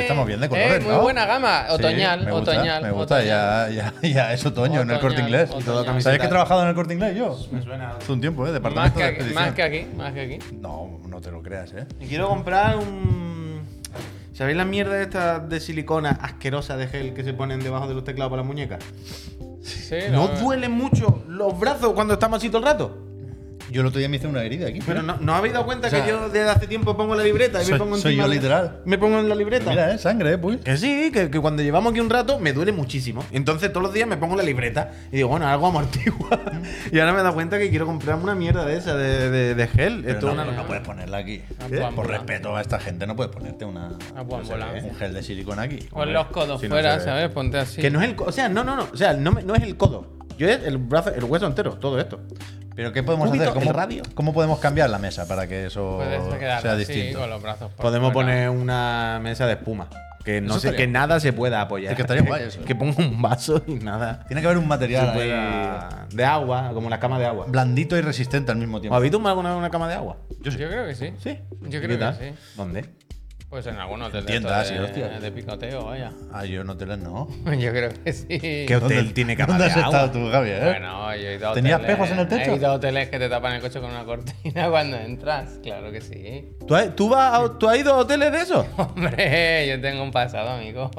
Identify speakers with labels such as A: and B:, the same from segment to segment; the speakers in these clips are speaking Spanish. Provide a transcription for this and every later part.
A: estamos bien de colores,
B: eh, muy
A: ¿no?
B: buena gama.
A: Sí,
B: Otoñal,
A: me gusta,
B: otoñal.
A: Me gusta,
B: otoñal.
A: Ya, ya, ya es otoño en el
B: Otoñal,
A: corte inglés.
B: otoñal. Y
C: todo camiseta.
A: ¿Sabes que he trabajado en el corte inglés yo?
C: Me suena.
A: Hace un tiempo, ¿eh?
B: Más
A: Departamento
B: que,
A: de
B: aquí,
A: expedición.
B: más que aquí, más que aquí.
A: No, no te lo creas, ¿eh?
C: Me quiero comprar un. ¿Sabéis la mierda esta de silicona asquerosa de gel que se ponen debajo de los teclados para las muñecas?
B: Sí,
C: ¿No
A: eh.
B: la-
C: duelen mucho los brazos cuando estamos así todo el rato?
A: Yo el otro día me hice una herida aquí.
C: Pero no, ¿no habéis dado cuenta
A: ¿Eh? O sea,
C: que yo desde hace tiempo pongo la libreta y
A: soy-
C: me pongo
A: soy
C: encima
A: yo
C: de-
A: literal.
C: Me pongo en la libreta.
A: Mira, ¿eh? Sangre, ¿eh? Puy.
C: Que sí, que, que cuando llevamos aquí un rato me duele muchísimo. Entonces todos los días me pongo la libreta y digo, bueno, algo amortigua. y ahora me he dado cuenta que quiero comprarme una mierda de esa, de, de- de gel.
A: Pero
C: Esto es
A: no,
C: una-
A: no puedes ponerla aquí.
B: ¿Qué?
A: Por respeto a esta gente, no puedes ponerte una,
B: buena
A: no sé,
B: bola.
A: un gel de silicona aquí.
B: Con los codos
A: Si no
B: fuera,
A: se ve.
B: ¿sabes? Ponte así.
C: Que no es el co- O sea, no, no, no. O sea, no, me- no es el codo. Yo es el brazo, el hueso entero, todo esto.
A: Pero ¿qué podemos
C: Cúbito,
A: hacer? ¿Cómo,
C: el radio.
A: ¿Cómo podemos cambiar la mesa para que eso
B: Puedes quedar
A: sea
B: así
A: distinto?
B: con los brazos por
C: Podemos
B: fuera.
C: poner una mesa de espuma. Que no
A: Eso
C: sé,
A: estaría
C: que nada se pueda apoyar.
A: Es que estaría guay eso.
C: Que ponga un vaso y nada.
A: Tiene que haber un material
C: se
A: ahí
C: pueda- De agua, como la cama de agua.
A: blandito y resistente al mismo
C: ¿O
A: tiempo.
C: ¿Habéis tomado alguna vez una cama de agua?
A: Yo sí.
B: Yo creo que sí.
C: Sí.
B: Yo
C: ¿Qué
B: creo
C: tal?
B: que sí.
C: ¿Dónde?
B: Pues en algunos hotel de,
A: Tiendas,
B: estos
A: sí,
B: de,
A: hostia.
B: de picoteo, vaya.
A: Ah, yo en hoteles no.
B: Yo creo que sí.
C: ¿Qué hotel tiene cama
A: ¿Dónde
C: de
A: has
C: agua?
A: estado tú, Javier? eh?
B: Bueno, yo he ido a
A: ¿Tenías
B: hoteles-
A: espejos en el techo?
B: He ido a hoteles que te tapan el coche con una cortina cuando entras. Claro que sí.
C: ¿Tú has, tú vas a- tú has ido a hoteles de eso?
B: Hombre, yo tengo un pasado, amigo.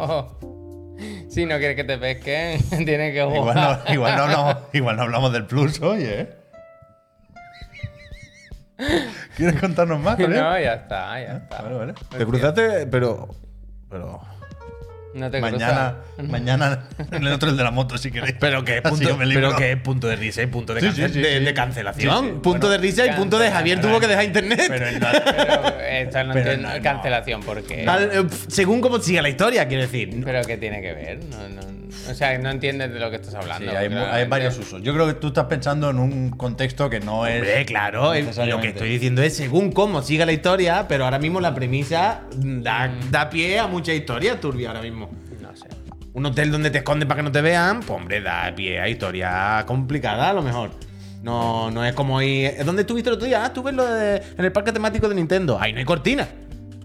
B: Si no quieres que te pesquen, tienes que jugar.
A: Igual no, igual, no hablamos, igual no hablamos del plus hoy, ¿eh? ¿Quieres contarnos más,
B: No,
A: Javier?
B: ya está, ya está.
A: Vale, vale.
C: Te cruzaste, pero. Pero.
B: No te
A: Mañana, mañana en el otro el de la moto, si queréis.
C: Pero que es
A: Así yo
C: punto,
A: me libro.
C: pero que es punto de risa y punto de,
A: Sí,
C: cance-
A: sí, sí,
C: de-
A: sí.
C: de cancelación.
A: Sí, sí.
C: Punto de risa y punto de
B: cancela,
C: Javier tuvo que dejar internet.
A: Pero él no-
B: cruzas. Pero esto no
A: Pero
B: entiendo.
A: no, no.
B: Cancelación, porque.
C: Tal- eh, pf, según como siga la historia, quiero decir.
B: Pero ¿qué tiene que ver? No, no, o sea, no entiendes de lo que estás
A: Sí,
B: hablando.
A: hay, mu- Ah, hay
B: claramente.
A: varios usos. Yo creo que tú estás pensando en un contexto que no es.
C: Hombre, claro, eh, lo que
A: necesariamente.
C: estoy diciendo es según cómo siga la historia, pero ahora mismo la premisa da, da pie a mucha historia turbia ahora mismo.
B: No sé.
C: Un hotel donde te escondes para que no te vean, pues hombre, da pie a historia complicada a lo mejor. No, no es como ir. ¿Dónde estuviste el otro día? Ah, estuve en, lo de- en el parque temático de Nintendo. Ahí no hay cortina.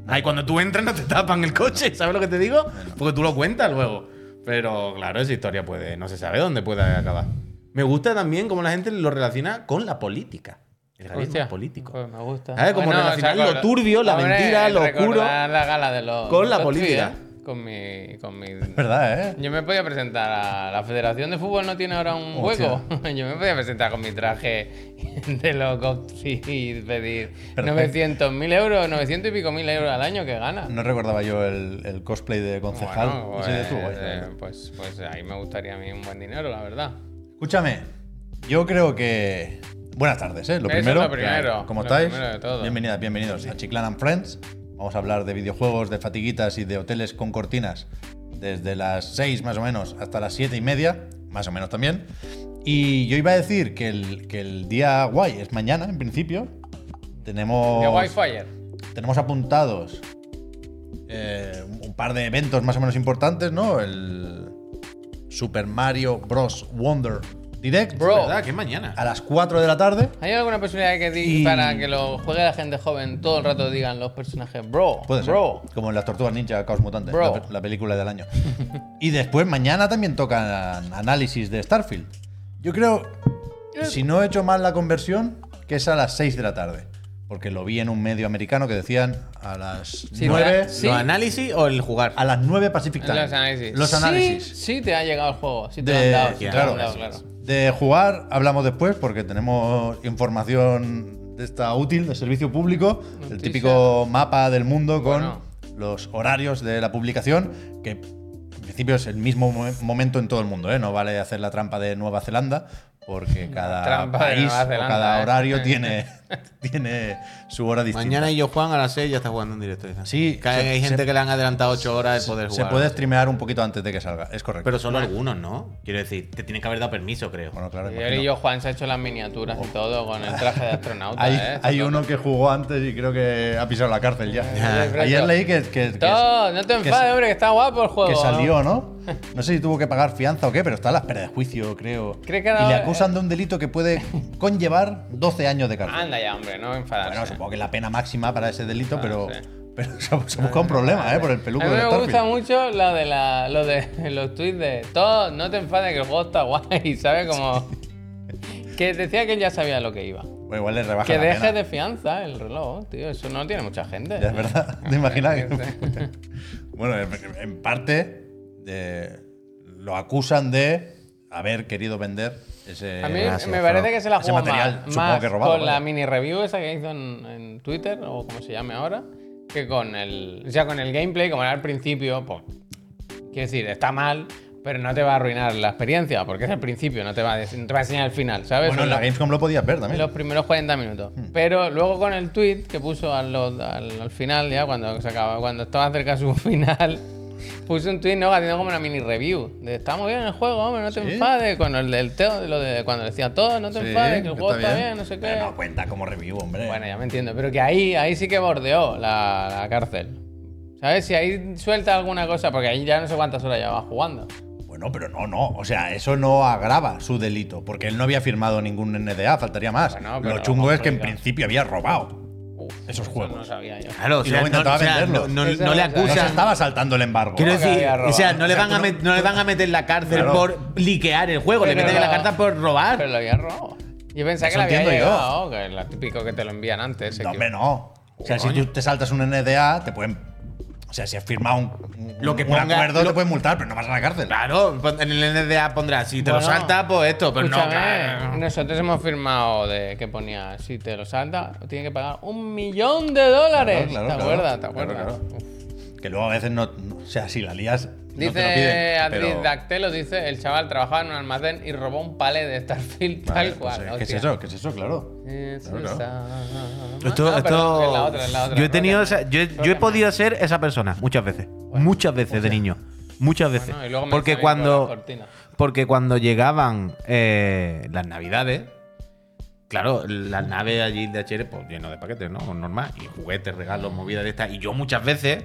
C: Ahí cuando tú entras no te tapan el coche, ¿sabes lo que te digo? Porque tú lo cuentas luego. Pero claro, esa historia puede. No se sabe dónde puede acabar. Me gusta también cómo la gente lo relaciona con la política. El realismo
B: Hostia,
C: político.
B: pues me gusta.
C: ¿Sabes? Como relacionar lo turbio, la mentira, lo
B: recordar
C: oscuro
B: la gala de los-
C: con la
B: los
C: política.
B: tuiteros, Con mi. Con mi
A: Es verdad, ¿eh?
B: Yo me podía presentar a la Federación de Fútbol no tiene ahora un
A: Hostia.
B: hueco. Yo me podía presentar con mi traje de loco y pedir
A: Perfecto.
B: 900.000 euros, 900 y pico mil euros al año que gana.
A: No recordaba yo el, el cosplay de concejal.
B: Bueno, pues,
A: Ese de tu, guay,
B: eh,
A: guay.
B: pues, pues ahí me gustaría a mí un buen dinero, la verdad.
A: Escúchame, yo creo que. Buenas tardes, ¿eh? Lo
B: Eso
A: primero.
B: es lo primero,
A: ¿Cómo
B: lo
A: estáis?
B: primero de todo.
A: Bienvenidas, bienvenidos a Chiclan and Friends. Vamos a hablar de videojuegos, de fatiguitas y de hoteles con cortinas desde las 6 más o menos hasta las 7 y media, más o menos también. Y yo iba a decir que el, que el día guay es mañana, en principio. Tenemos.
B: De Wi-Fi.
A: tenemos apuntados eh, un par de eventos más o menos importantes, ¿no? El Super Mario Bros. Wonder Direct
B: Bro.
C: ¿Verdad? Que es mañana.
A: a las 4 de la tarde.
B: ¿Hay alguna posibilidad que di-
A: Y-
B: para que lo juegue la gente joven todo el rato digan los personajes bro,
A: Puede ser.
B: bro?
A: Como en las Tortugas Ninja Caos Mutantes,
B: Bro.
A: la, pe- la película del año. y después mañana también tocan análisis de Starfield. Yo creo, si no he hecho mal la conversión, que es a las 6 de la tarde. Porque lo vi en un medio americano que decían a las
B: Sí,
A: 9.
B: ¿verdad? Sí.
C: ¿Los análisis o el jugar?
A: A las 9 Pacific Time.
B: Los análisis.
A: Los análisis.
B: Sí, sí te ha llegado el juego. Sí te lo han
A: De,
B: dado. sí te lo
A: claro,
B: han dado, claro.
A: de jugar hablamos después porque tenemos información de esta útil, de servicio público, el
B: Noticias.
A: típico mapa del mundo con
B: Bueno.
A: los horarios de la publicación, que en principio es el mismo mo- momento en todo el mundo, ¿eh? no vale hacer la trampa de Nueva Zelanda porque cada
B: trampa de
A: país
B: Nueva
A: o
B: Zelanda,
A: cada
B: ¿eh?
A: horario tiene, tiene su hora distinta.
C: Mañana y yo Juan a las 6 ya está jugando en directo. dicen.
A: Sí,
C: Que hay,
A: se-
C: hay gente
A: se-
C: que le han adelantado 8 horas de poder
A: se
C: jugar.
A: puede streamear un poquito antes de que salga, es correcto.
C: Pero solo algunos, ¿no? Quiero decir, te tienen que haber dado permiso, creo.
A: bueno, claro,
B: Y
A: imagino.
B: ahora yo, Juan, se ha hecho las miniaturas y todo con el traje de astronauta.
A: Hay,
B: ¿eh?
A: hay
B: Todo.
A: uno que jugó antes y creo que ha pisado la cárcel ya.
B: Alberto.
A: Ayer leí que, que- que-
B: Todo, no te
A: que
B: enfades,
A: sa-
B: hombre, que está guapo el juego.
A: que
B: ¿no?
A: salió, ¿no? No sé si tuvo que pagar fianza o qué, pero está a la espera de juicio, creo.
B: Creo que
A: y
B: era-
A: le acusan de un delito que puede conllevar 12 años de cárcel.
B: Anda ya, hombre, no me enfadas.
A: Bueno, supongo que es la pena máxima para ese delito,
B: Ah,
A: pero,
B: sí. Ah,
A: Pero se, ha- se ha buscado un problema, ¿eh? Por el peluco
B: A mí
A: de
B: me gusta
A: Starfield.
B: mucho lo de, la, lo de los tweets de todo, no te enfades que el juego está guay, ¿sabes? Como. Que decía que ya sabía lo que iba.
A: Bueno, igual le rebaja
B: Que
A: la pena.
B: deje de fianza el reloj, tío. Eso no tiene mucha gente.
A: Ya es verdad, te imaginas. que- bueno, en- en parte eh, lo acusan de haber querido vender ese
B: A mí
A: ah, sí,
B: me
A: pero
B: parece que se la
A: ese
B: jugó
A: material,
B: más,
A: supongo
B: más
A: que robado.
B: con la
A: vaya.
B: mini review esa que hizo en, en Twitter o como se llame ahora que con el o sea, con el gameplay como era al principio, pues quiero decir, está mal, pero no te va a arruinar la experiencia porque es el principio, no te va a, dec- no te va a enseñar el final, ¿sabes?
A: Bueno, en
B: Lo-
A: la Gamescom lo podías ver también. Hmm.
B: los primeros 40 minutos. Pero luego con el tweet que puso al, al, al final, ya cuando se acaba, cuando estaba cerca de su final, puso un tweet no haciendo como una mini review. De está muy bien el juego, hombre, no te
A: Sí.
B: enfades. Cuando el del Teo, lo de cuando decía todo, no te
A: Sí,
B: enfades, que el
A: que
B: juego
A: está
B: está bien,
A: bien.
B: no sé qué.
A: Pero no pues. cuenta como review, hombre.
B: Bueno, ya me entiendo, pero que ahí, ahí sí que bordeó la, la cárcel. ¿Sabes? Si ahí suelta alguna cosa, porque ahí ya no sé cuántas horas llevaba jugando.
A: Bueno, pero no, no. O sea, eso no agrava su delito, porque él no había firmado ningún NDA, faltaría más.
B: Bueno, pero
A: Lo chungo es que en
B: oiga.
A: principio había robado.
B: Uf,
A: Esos
B: eso
A: juegos.
B: No sabía yo.
C: Claro, o
A: Y
C: sea,
A: luego
C: no,
A: intentaba
C: o sea, no,
A: venderlo.
C: no-
B: Esa
C: no le
B: era la-
A: No se
C: acusan.
A: estaba saltando el embargo.
C: Quiero
B: Nunca
C: decir,
B: había
C: o sea,
B: robado.
C: no le,
A: O sea,
C: van a
A: tú no-
C: met- no le van a meter en la cárcel
A: Claro.
C: por liquear el
A: Pues
C: juego, le
B: Pero
C: meten en la
B: no.
C: carta por robar.
B: Pero lo había robado. Yo pensaba
A: Eso
B: que lo había
A: entiendo yo.
B: llevado, que es lo típico que te lo envían antes. se
A: No,
B: equivo-
A: hombre, no. O sea, si tú te saltas un NDA, te pueden. O sea, si has firmado un,
C: Lo que
A: un
C: ponga-
A: acuerdo,
C: lo-
A: te pueden multar, pero no vas a la cárcel.
C: Claro, pon- en el NDA pondrá, si te lo
B: Bueno,
C: saltas, pues esto, pero no.
B: Escúchame,
C: claro.
B: nosotros hemos firmado de que ponía, si te lo salta, tiene que pagar un millón de dólares.
A: Claro, claro,
B: ¿Te
A: claro.
B: acuerdas? ¿Te
A: Claro,
B: acuerdas?
A: claro. Que luego a veces no. O sea, si la lías. no te lo
B: Dice
A: piden,
B: Adri
A: pero-
B: Dactelo, dice, el chaval trabajaba en un almacén y robó un palet de Starfield
A: Vale,
B: tal
A: pues,
B: cual.
A: eh, ¿Qué es
B: hostia.
A: eso? ¿Qué es eso? Claro.
B: It's
A: Claro,
B: a
A: claro.
B: summer-
C: Esto-
B: Ah, pero
C: esto-
B: es la otra, es la otra,
C: yo he
B: Rocket
C: tenido
B: Man.
C: esa- yo, he- yo he
B: Rocket
C: podido ser esa persona muchas veces, muchas veces de niño, muchas veces.
B: Bueno, y luego me
C: porque
B: salí por la
C: cuando
B: cortina.
C: porque cuando llegaban eh, las navidades, claro, las naves allí de HR pues lleno de paquetes, ¿no? Normal y juguetes, regalos, movidas de estas y yo muchas veces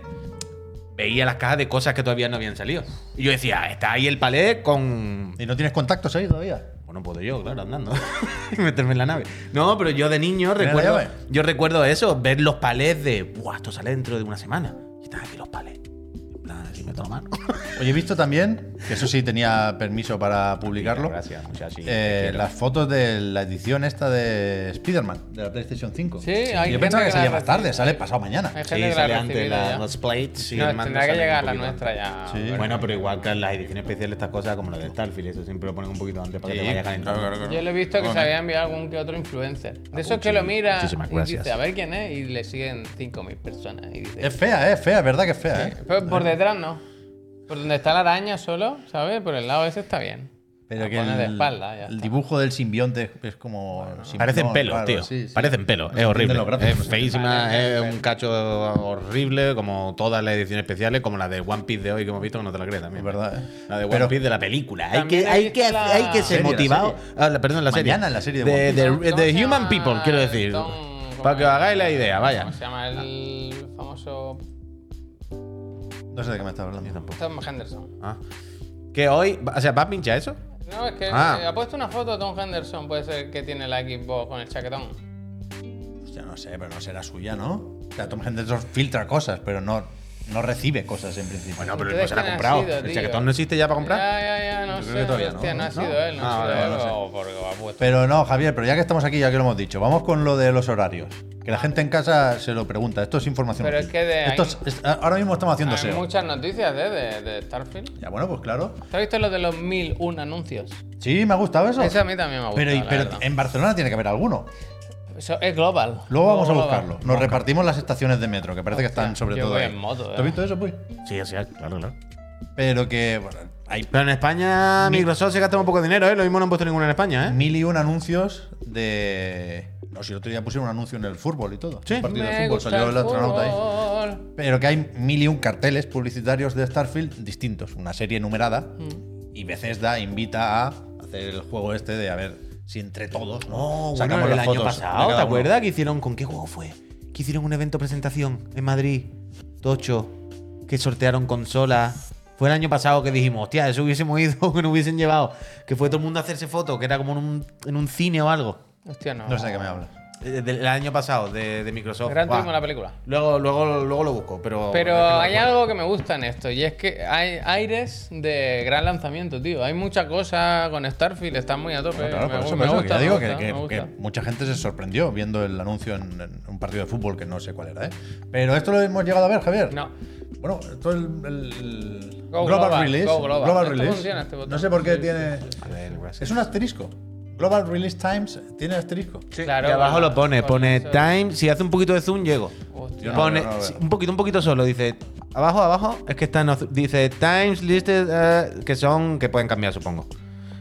C: veía las cajas de cosas que todavía no habían salido y yo decía está ahí el palé con
A: ¿Y no tienes contactos ahí todavía?
C: bueno, puedo yo, claro, andando. y meterme en la nave. No, pero yo de niño
A: ¿Tienes la
C: recuerdo.
A: llave?
C: Yo recuerdo eso, ver los palés de. Buah, esto sale dentro de una semana. Y están aquí los palés. En plan, así meto la mano.
A: Oye, he visto también, que eso sí tenía permiso para publicarlo,
C: Gracias, muchachos.
A: eh, las fotos de la edición esta de Spider-Man, de la PlayStation 5.
B: Sí, hay
A: Y
B: gente
A: yo pensaba
B: que
A: que salía
B: la
A: más tarde,
B: recibe.
A: sale pasado mañana.
B: Hay gente
C: Sí,
B: que la
C: sale
B: ha
C: antes
B: recibido
C: la-
B: ya.
C: los plates. y
B: No,
C: el mando
B: tendrá que
C: sale un
B: llegar la
C: poquito
B: nuestra
C: antes.
B: ya.
A: Sí.
B: pero-
C: Bueno, pero igual que en las ediciones especiales, estas cosas, como la de Starfield, eso siempre lo ponen un poquito antes para que te vaya calentando.
B: Yo lo he visto que se había enviado algún que otro influencer. De esos que lo mira
C: muchísimas
B: y
C: gracias.
B: dice a ver quién es y le siguen 5.000 personas. Y dice,
A: Es fea, eh, es fea, es verdad que es fea, eh.
B: Pero por detrás no. Por donde está la araña solo, ¿sabes? Por el lado ese está bien.
A: Pero
B: La
A: que
B: pone
A: el,
B: de espalda. ya
A: el
B: está.
A: dibujo del simbionte es como... simplón,
C: Parecen pelos,
A: raro,
C: tío.
A: sí, sí.
C: Parecen pelos.
A: No se
C: Es horrible.
A: entienden los
C: Es
A: gráficos.
C: feísima. Es un cacho horrible, como todas las ediciones especiales, como la de One Piece de hoy que hemos visto, que no te la crees
A: Es
C: también.
A: verdad, eh.
C: La de One
A: Pero-
C: Piece de la película. Hay
B: También
C: que,
B: hay
C: hay, que,
B: la-
C: hay que ser
A: Serie, la
C: motivado.
A: serie.
C: Ah, la- perdón, la serie.
A: Mañana en la serie de One
C: de,
A: Piece.
C: Eh, de-
B: ¿Cómo
C: de
B: se
C: Human
B: llama
C: People, quiero
B: el
C: decir.
B: Tom- cómo
C: Para que
B: es?
C: os hagáis la idea, vaya.
B: ¿Cómo se llama el famoso
A: No sé de qué me estás hablando.
B: Tom Henderson?
C: Ah. Que hoy. O sea, ¿vas a pinchar eso?
B: No, es que
C: Ah.
B: eh, ha puesto una foto de Tom Henderson, puede ser que tiene la Xbox con el chaquetón.
A: Hostia, no sé, pero no será suya, ¿no? O sea, Tom Henderson filtra cosas, pero no, no recibe cosas en principio.
C: Bueno, pero
B: Entonces,
C: no se la ha
B: ¿quién ha
C: comprado.
B: sido,
C: el
B: tío?
C: chaquetón no existe ya para comprar.
B: Ya, ya, ya, no
A: Yo creo
B: sé.
A: que todavía no,
B: hostia, no,
A: ¿no?
B: ha sido él, no
C: Ah,
B: ha sido
C: vale,
B: él.
C: vale,
B: o porque lo ha puesto.
A: Pero no, Javier, pero ya que estamos aquí, ya que lo hemos dicho, vamos con lo de los horarios. Que la gente en casa se lo pregunta. Esto es información.
B: Pero
A: útil.
B: es que de
A: Esto
B: ahí-
A: es- es- ahora mismo estamos haciendo
B: Hay
A: SEO.
B: muchas noticias de, de, de Starfield.
A: Ya, bueno, pues claro.
B: ¿Te has visto lo de los 1001 anuncios?
A: Sí, me ha gustado eso.
B: Eso a mí también me ha gustado.
A: pero y-
B: la
A: pero
B: verdad.
A: en Barcelona tiene que haber alguno.
B: Eso es global.
A: Luego vamos a
B: Global.
A: buscarlo. Nos repartimos las estaciones de metro, que parece que están sobre
B: yo
A: todo
B: voy
A: ahí.
B: en moto,
A: ¿Tú
B: eh.
A: has visto eso, pues?
C: Sí, o sea, claro, claro.
A: Pero que bueno, hay
C: Pero en España, Microsoft se gasta un poco de dinero, ¿eh? Lo mismo no han puesto ninguno en España, ¿eh?
A: mil y un anuncios de. No, si el otro día pusieron un anuncio en el fútbol y todo.
C: Sí.
A: Un partido de
B: Me
A: fútbol
B: gusta
A: salió
B: el
A: el astronauta ahí.
B: fútbol.
A: Pero que hay mil y un carteles publicitarios de Starfield distintos, una serie numerada,
B: Mm.
A: y Bethesda invita a hacer el juego este de a ver si entre todos
B: Oh,
A: ¿no? sacamos las fotos de cada
C: ¿Te
A: uno.
C: acuerdas que hicieron con qué juego fue? Que hicieron un evento presentación en Madrid, Tocho, que sortearon consolas. Fue el año pasado que dijimos, hostia, eso hubiésemos ido, que nos hubiesen llevado. Que fue todo el mundo a hacerse fotos, que era como en un, en un cine o algo.
B: Hostia, no.
A: No sé de qué me hablas.
C: eh, del año pasado de, de Microsoft.
B: Gran
C: Buah.
B: Turismo la película.
C: Luego, luego, luego lo busco, pero.
B: Pero
C: es que no
B: hay
C: me acuerdo.
B: algo que me gusta en esto, y es que hay aires de gran lanzamiento, tío. Hay mucha cosa con Starfield, está muy a tope.
A: Bueno, claro,
B: Pues me,
A: por eso,
B: gu-
A: por
B: me
A: eso, que
B: gusta,
A: ya digo
B: me
A: que,
B: gusta,
A: que-
B: me
A: que
B: gusta.
A: mucha gente se sorprendió viendo el anuncio en, en un partido de fútbol que no sé cuál era, ¿eh? Pero esto lo hemos llegado a ver, Javier.
B: No.
A: Bueno, esto es el, el
B: Go
A: global,
B: global,
A: release.
B: go global.
A: global
B: Esto
A: release.
B: funciona, este botón.
A: no sé por qué
B: Sí, sí,
A: tiene.
C: A ver, voy a hacer-
A: Es un asterisco. Global Release Times tiene asterisco.
B: Claro,
C: y abajo
B: bueno,
C: lo pone,
B: con
C: pone
B: eso-
C: time. Si hace un poquito de zoom, llego.
B: Hostia.
A: Yo no
C: pone
A: veo, no veo.
C: sí, un poquito, un poquito solo. Dice abajo, abajo. Es que está en azul. Dice times listed eh, que son que pueden cambiar, supongo.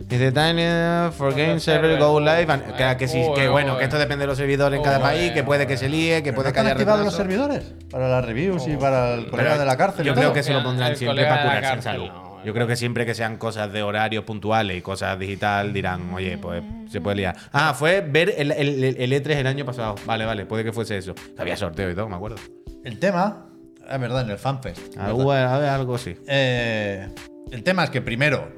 C: Dice time eh, for
B: Los
C: game server
B: server,
C: go
B: joder,
C: live. and- que, que sí,
B: joder,
C: que bueno,
B: joder.
C: que esto depende de los servidores en cada
B: Joder,
C: país. Que puede que se líe,
A: ¿Pero
C: que
A: no
C: puede que
A: están
C: haya
A: activados los
C: retraso.
A: servidores? Para las reviews y para el colega
C: Pero
A: de la cárcel. y
C: Yo
A: todo.
C: creo que se
B: se
C: lo
B: El-
C: pondrán
B: el
C: siempre
B: colega
C: para
B: de la
C: curarse en
B: cárcel,
C: salud.
B: no, el-
C: Yo creo que siempre que sean cosas de horarios puntuales y cosas digital dirán, oye, pues se puede liar. Ah, fue ver el, el- el- el E3 el año pasado. Vale, vale, puede que fuese eso. Que había sorteo y todo, me acuerdo.
A: El tema. Es verdad, en el fanfest.
C: Ah,
A: ¿verdad?
C: hubo- había algo así.
A: Eh, el tema es que primero,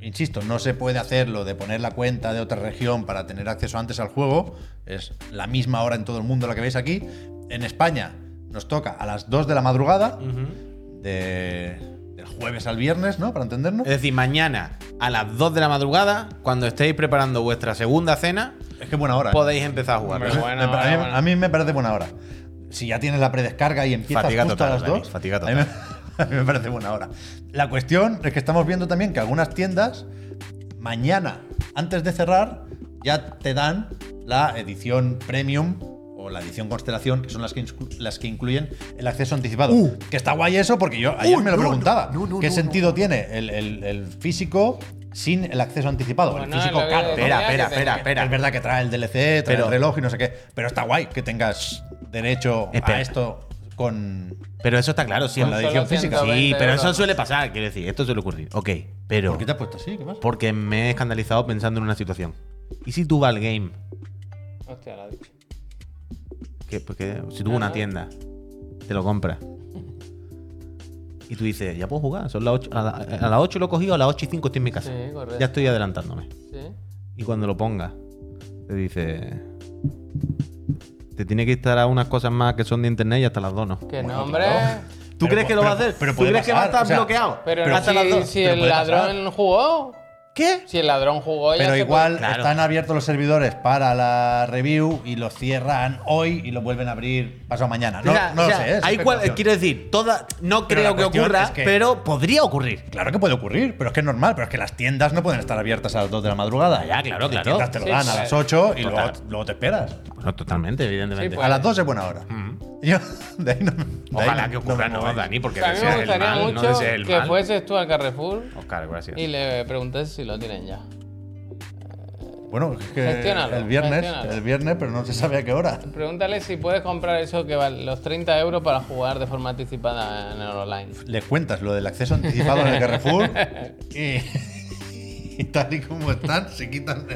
A: insisto, no se puede hacer lo de poner la cuenta de otra región para tener acceso antes al juego. Es la misma hora en todo el mundo la que veis aquí. En España nos toca a las 2 de la madrugada de- del jueves al viernes, ¿no? Para entendernos.
C: Es decir, mañana a las 2 de la madrugada, cuando estéis preparando vuestra segunda cena,
A: Es que buena hora. ¿eh?
C: podéis empezar a jugar.
B: Hombre,
A: Me-
B: buena
A: a,
B: hora,
A: mí,
B: buena.
A: a mí me parece buena hora. Si ya tienes la predescarga y empiezas
C: Fatiga
A: justo
C: total,
A: a las
C: Dani,
A: 2,
C: fatiga
A: a mí, me, a mí me parece buena hora. La cuestión es que estamos viendo también que algunas tiendas mañana, antes de cerrar, ya te dan la edición premium o la edición constelación, que son las que, inscu- las que incluyen el acceso anticipado. que está guay eso porque yo ayer me lo preguntaba. ¿Qué sentido tiene el, el- el físico sin el acceso anticipado?
C: Pues
A: el
B: Bueno,
A: físico
B: lo que
A: caro.
B: decía
C: Espera,
B: que
C: espera,
B: tenía.
C: espera, espera.
A: Es verdad que trae el DLC, trae
C: Pero-
A: el reloj y no sé qué. Pero está guay que tengas derecho
C: Espera.
A: a esto con.
C: Pero eso está claro,
A: Con la
C: siempre.
A: edición
B: Solo
A: física.
C: Sí,
B: 120
C: pero eso
B: euros.
C: suele pasar, quiero decir, esto suele ocurrir. Ok, pero.
A: ¿Por qué te has puesto así? ¿Qué pasa?
C: Porque me he escandalizado pensando en una situación. ¿Y si tú vas al game?
B: Hostia, la ha dicho.
C: Que, porque si tú vas a una
B: Ajá.
C: tienda, te lo compras. Y tú dices, ya puedo jugar, son las ocho- a, la- a las 8 lo he cogido, a las 8 y 5 estoy en mi casa.
B: Sí, correcto.
C: ya estoy adelantándome.
B: Sí.
C: Y cuando lo ponga, te dice. Te tiene que instalar unas cosas más que son de internet y hasta las 2 no.
B: Que
A: Bueno,
B: no, hombre.
A: claro.
C: ¿Tú
A: Pero
C: crees
A: pu-
C: que lo
A: pero-
C: va a hacer?
A: pero
C: ¿Tú
A: puede
C: crees que va a
A: pasar,
C: estar
A: o sea,
C: bloqueado?
B: Pero,
A: Pero
B: no,
A: hasta
B: si,
A: las dos,
B: si
A: pero
B: el
A: puede pasar.
B: ladrón jugó.
C: ¿Qué?
B: Si el ladrón jugó, ya
A: Pero
B: se
A: igual
C: Claro.
A: están abiertos los servidores para la review y los cierran hoy y los vuelven a abrir pasado mañana. No,
C: O sea,
A: no
C: o
A: lo
C: sea,
A: sé. ¿eh? es
C: hay cual-
A: especulación.
C: quiero decir, toda, no
A: Pero la
C: creo que
A: cuestión
C: ocurra,
A: es que-
C: pero podría ocurrir.
A: Claro que puede ocurrir, pero es que es normal. Pero es que las tiendas no pueden estar abiertas a las 2 de la madrugada.
C: Ya, claro,
A: Las
C: claro.
A: tiendas te lo
B: Sí,
A: dan a
B: claro.
A: las 8 y luego,
C: Total.
A: luego te esperas.
C: Bueno, totalmente, evidentemente.
B: Sí,
A: A
B: pues.
A: las 2 es buena hora. Yo, de ahí no, de ahí
C: Mm. Ojalá
A: no-
C: que
A: no
C: ocurra,
A: me
C: no,
A: mováis.
C: Dani, porque
B: A mí
C: deseas
B: me gustaría
C: el mal, no
B: mucho
C: deseas el
B: que
C: mal.
B: fueses tú al Carrefour
C: Oscar, gracias.
B: y le preguntes si lo tienen ya.
A: Bueno, es que
B: Gestiónalo,
A: el viernes,
B: gestiónalo.
A: el viernes, pero no se sabe a qué hora.
B: Pregúntale si puedes comprar eso que vale los 30 euros para jugar de forma anticipada en el online.
A: Les cuentas lo del acceso anticipado en el Carrefour y, y tal y como están, se quitan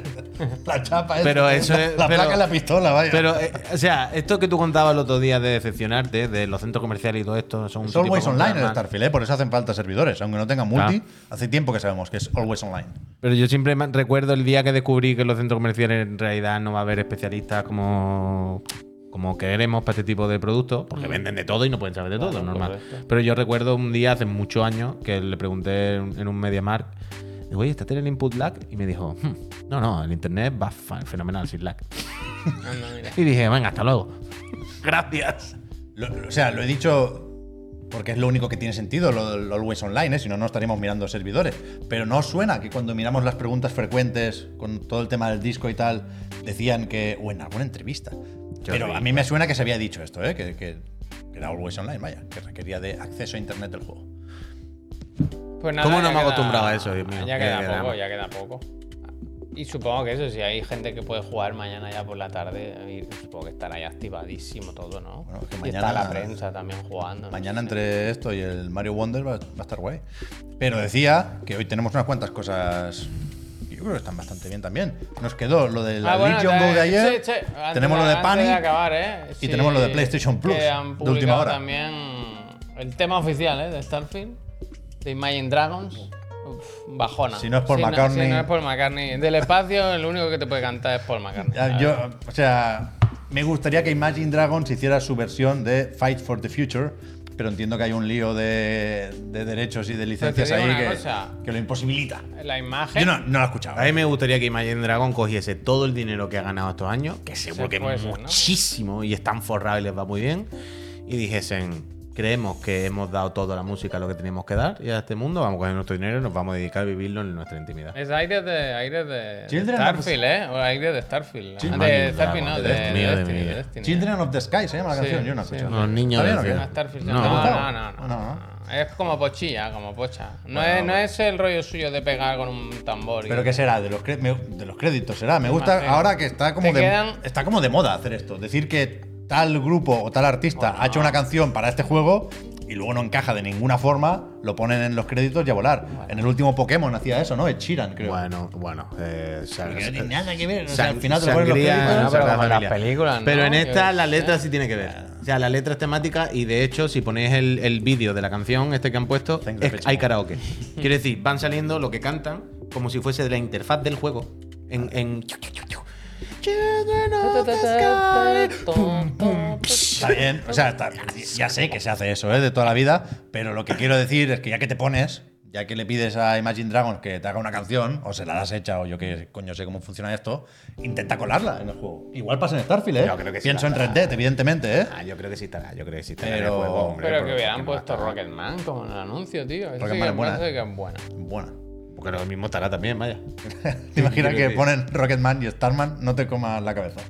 A: la chapa. esa,
C: Pero eso
A: la,
C: es-
A: la
C: pero-
A: placa y la pistola, vaya.
C: Pero, eh, o sea, esto que tú contabas el otro día de decepcionarte, de los centros comerciales y todo esto, son un
A: es
C: tipo
A: always
C: de
A: online el
C: programa.
A: Starfield, ¿eh? por eso hacen falta servidores. Aunque no tenga multi,
C: Ah.
A: hace tiempo que sabemos que es always online.
C: Pero yo siempre me- recuerdo el día que descubrí que en los centros comerciales en realidad no va a haber especialistas como, como queremos para este tipo de productos, porque venden de todo y no pueden saber de todo,
B: Mm. Claro,
C: normal.
B: correcto.
C: Pero yo recuerdo un día hace muchos años que le pregunté en en un MediaMark, digo, oye, ¿está tiene el input lag? Y me dijo, "Hmm, no, no, el internet va fa- fenomenal sin lag.
B: Anda, mira.
C: Y dije, venga, hasta luego. Gracias.
A: Lo- lo- o sea, lo he dicho porque es lo único que tiene sentido, lo del always online, ¿eh? si no, no estaríamos mirando servidores. Pero no os suena que cuando miramos las preguntas frecuentes con todo el tema del disco y tal, decían que, o en alguna entrevista. Pero a mí me suena que se había dicho esto, ¿eh? que, que era always online, vaya, que requería de acceso a internet del juego.
B: Pues nada,
C: ¿Cómo
B: ya
C: no me he
B: queda-
C: acostumbrado a eso, Dios mío?
B: Ya
C: Ya
B: queda
C: queda
B: poco,
C: nada.
B: ya queda poco. Y supongo que eso, si hay gente que puede jugar mañana ya por la tarde, y supongo que estará ya activadísimo todo, ¿no?
A: Bueno, es que
B: y está
A: mañana-
B: la prensa también jugando. ¿no?
A: Mañana entre esto y el Mario Wonder va, va a estar guay. Pero decía que hoy tenemos unas cuantas cosas que yo creo que están bastante bien también. Nos quedó lo del
B: Ah, bueno,
A: Legion
B: te-
A: Go de ayer,
B: sí, sí, antes
A: tenemos lo de
B: antes
A: Panic,
B: acabar, ¿eh? Sí,
A: tenemos lo de PlayStation Plus,
B: que han
A: de última
B: publicado
A: hora.
B: también el tema oficial ¿eh? de Starfield, de Imagine Dragons. Uf, bajona.
A: Si no es Paul
B: si
A: McCartney-
B: si no es Paul McCartney. Del espacio, el único que te puede cantar es Paul McCartney.
A: Ya,
B: ¿sabes?
A: yo, o sea, Me gustaría que Imagine Dragons hiciera su versión de Fight for the Future, pero entiendo que hay un lío de, de derechos y de licencias
B: digo
A: ahí
B: una
A: que,
B: cosa.
A: que lo imposibilita.
B: La imagen.
A: Yo no, no lo he escuchado.
C: A mí me gustaría que Imagine Dragon cogiese todo el dinero que ha ganado estos años, que seguro que
B: puede
C: es
B: ser, ¿no?
C: muchísimo y están forrados y les va muy bien, y dijesen, creemos que hemos dado toda la música lo que teníamos que dar y a este mundo vamos a coger nuestro dinero y nos vamos a dedicar a vivirlo en nuestra intimidad.
B: Es aire de, aire de, de
A: Children of-
B: Starfield, ¿eh? O aire de Starfield.
A: Chil-
B: Ah,
C: Imagine
B: de Starfield, no,
C: Dragons,
B: de,
C: de
B: de
C: Destiny, de
B: Destiny.
C: mi-
B: de Destiny. ¿eh?
A: Children of the Sky se llama la
B: Sí,
A: canción, yo no he
B: sí.
A: escuchado.
C: Los niños
A: ¿Está bien o
C: de
A: qué?
B: No,
C: Zelda.
B: Starfield.
C: No.
B: No, no,
A: ¿Tampoco?
B: no, no,
A: No,
B: no. Es como pochilla, como pocha. No, es, no es el rollo suyo de pegar con un tambor. y-
A: Pero ¿qué será? De los, cre- me- de los créditos será. Me gusta
B: Imagino.
A: ahora que está como,
B: Te
A: de,
B: quedan-
A: está como de moda hacer esto. Decir que tal grupo o tal artista ha hecho una canción para este juego y luego no encaja de ninguna forma, lo ponen en los créditos y a volar. En el último Pokémon hacía eso, ¿no? Chiran, creo.
C: Bueno, bueno. eh, se-
A: Porque no
C: se-
A: tiene nada que ver. O sea,
C: Sang-
A: al final te lo ponen en los
C: sangría,
A: créditos.
B: ¿no? pero
C: Sagrada
B: como las
C: Familia.
B: películas, ¿no?
C: Pero en
B: Yo
C: esta
B: qué
C: la
B: sé.
C: letra sí tiene que ver. O sea, la letra es temática y de hecho, si ponéis el, el vídeo de la canción, este que han puesto,
A: Tengo
C: es-
A: pecho.
C: hay karaoke. Quiere decir, van saliendo lo que cantan como si fuese de la interfaz del juego. En. en- Children of the sky. Pum, pum, psh.
A: Está bien, o sea, está- ya sé que se hace eso, ¿eh? De toda la vida, pero lo que quiero decir es que ya que te pones, ya que le pides a Imagine Dragons que te haga una canción, o se la das hecha, o yo que coño sé cómo funciona esto, intenta colarla en el juego. Igual pasa en Starfield, ¿eh?
C: Yo creo que sí
A: Pienso en
C: la-
A: Red Dead, evidentemente, ¿eh?
C: Ah, yo creo que sí estará, yo creo que sí estará. en el
A: Pero-
C: juego, hombre,
B: Pero
C: porque
B: que hubieran
C: no va a
B: puesto
C: estar.
B: Rocketman como en el anuncio, tío. Eso sí
A: Rocketman
B: que
A: es buena,
B: parece
A: ¿eh?
B: que es buena.
A: Buena.
C: Porque lo mismo estará también, vaya.
A: ¿Te imaginas
C: Yo creo
A: que
C: que-
A: ponen Rocketman y Starman? No te comas la cabeza.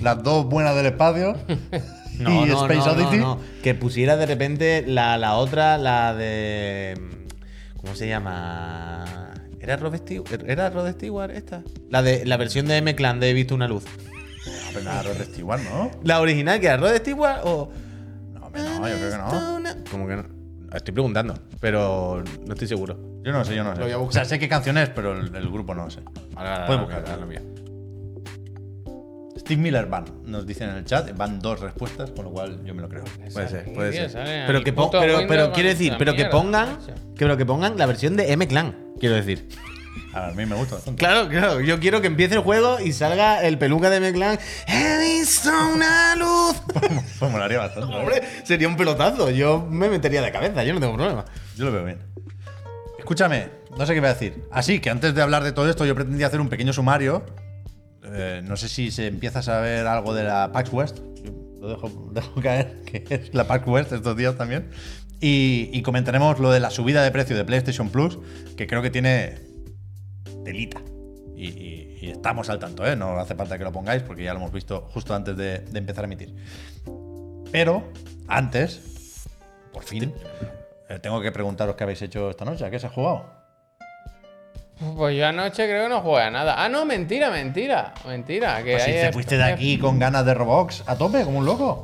A: Las dos buenas del espacio y Space Oddity.
C: Que pusiera de repente la, la otra, la de. ¿Cómo se llama? ¿Era Rod Stewart? ¿Era Rod Stewart esta? La de la versión de M Clan de He visto una luz.
A: No, Ah, pero nada, Rod Stewart, ¿no?
C: ¿La original que era Rod Stewart o.?
A: No, hombre, no, yo creo que no.
C: Como que no. Estoy preguntando, pero no estoy seguro.
A: Yo no sé, yo no sé.
C: Lo voy a
A: O
C: buscar.
A: sea, sé qué canción es, pero el, el grupo no lo sé.
C: Ahora,
A: Puedes
C: ahora,
A: buscarlo.
C: ahora lo mío.
A: Steve Miller van, nos dicen en el chat, van dos respuestas, con lo cual yo me lo creo.
C: Puede
B: Sale
C: ser, puede
B: vídeo,
C: ser.
B: sale
C: Pero
B: el
C: que, pon-
B: puto
C: pero,
B: Windows
C: pero
B: con
C: quiero decir,
B: esa
C: pero que
B: mierda,
C: pongan,
B: macho.
C: que- pero que pongan la versión de M Clan, quiero decir.
A: A mí me gusta bastante.
C: Claro, claro. Yo quiero que empiece el juego y salga el peluca de Meclan. He visto una luz.
A: Pues molaría bastante. ¿eh?
C: Hombre, sería un pelotazo. Yo me metería de cabeza. Yo no tengo problema.
A: Yo lo veo bien. Escúchame, no sé qué voy a decir. Así que antes de hablar de todo esto, yo pretendía hacer un pequeño sumario. Eh, no sé si se empieza a saber algo de la PAX West. Yo Lo dejo, dejo caer, que es la PAX West estos días también. Y, y comentaremos lo de la subida de precio de PlayStation Plus, que creo que tiene telita. Y, y- y estamos al tanto, ¿eh? No hace falta que lo pongáis porque ya lo hemos visto justo antes de, de empezar a emitir. Pero antes, por fin, eh, tengo que preguntaros qué habéis hecho esta noche, a qué se ha jugado.
B: Pues yo anoche creo que no jugué a nada. Ah, no, mentira, mentira. Mentira. Que
A: Pues si
B: ayer-
A: te fuiste de aquí con ganas de Roblox a tope, como un loco.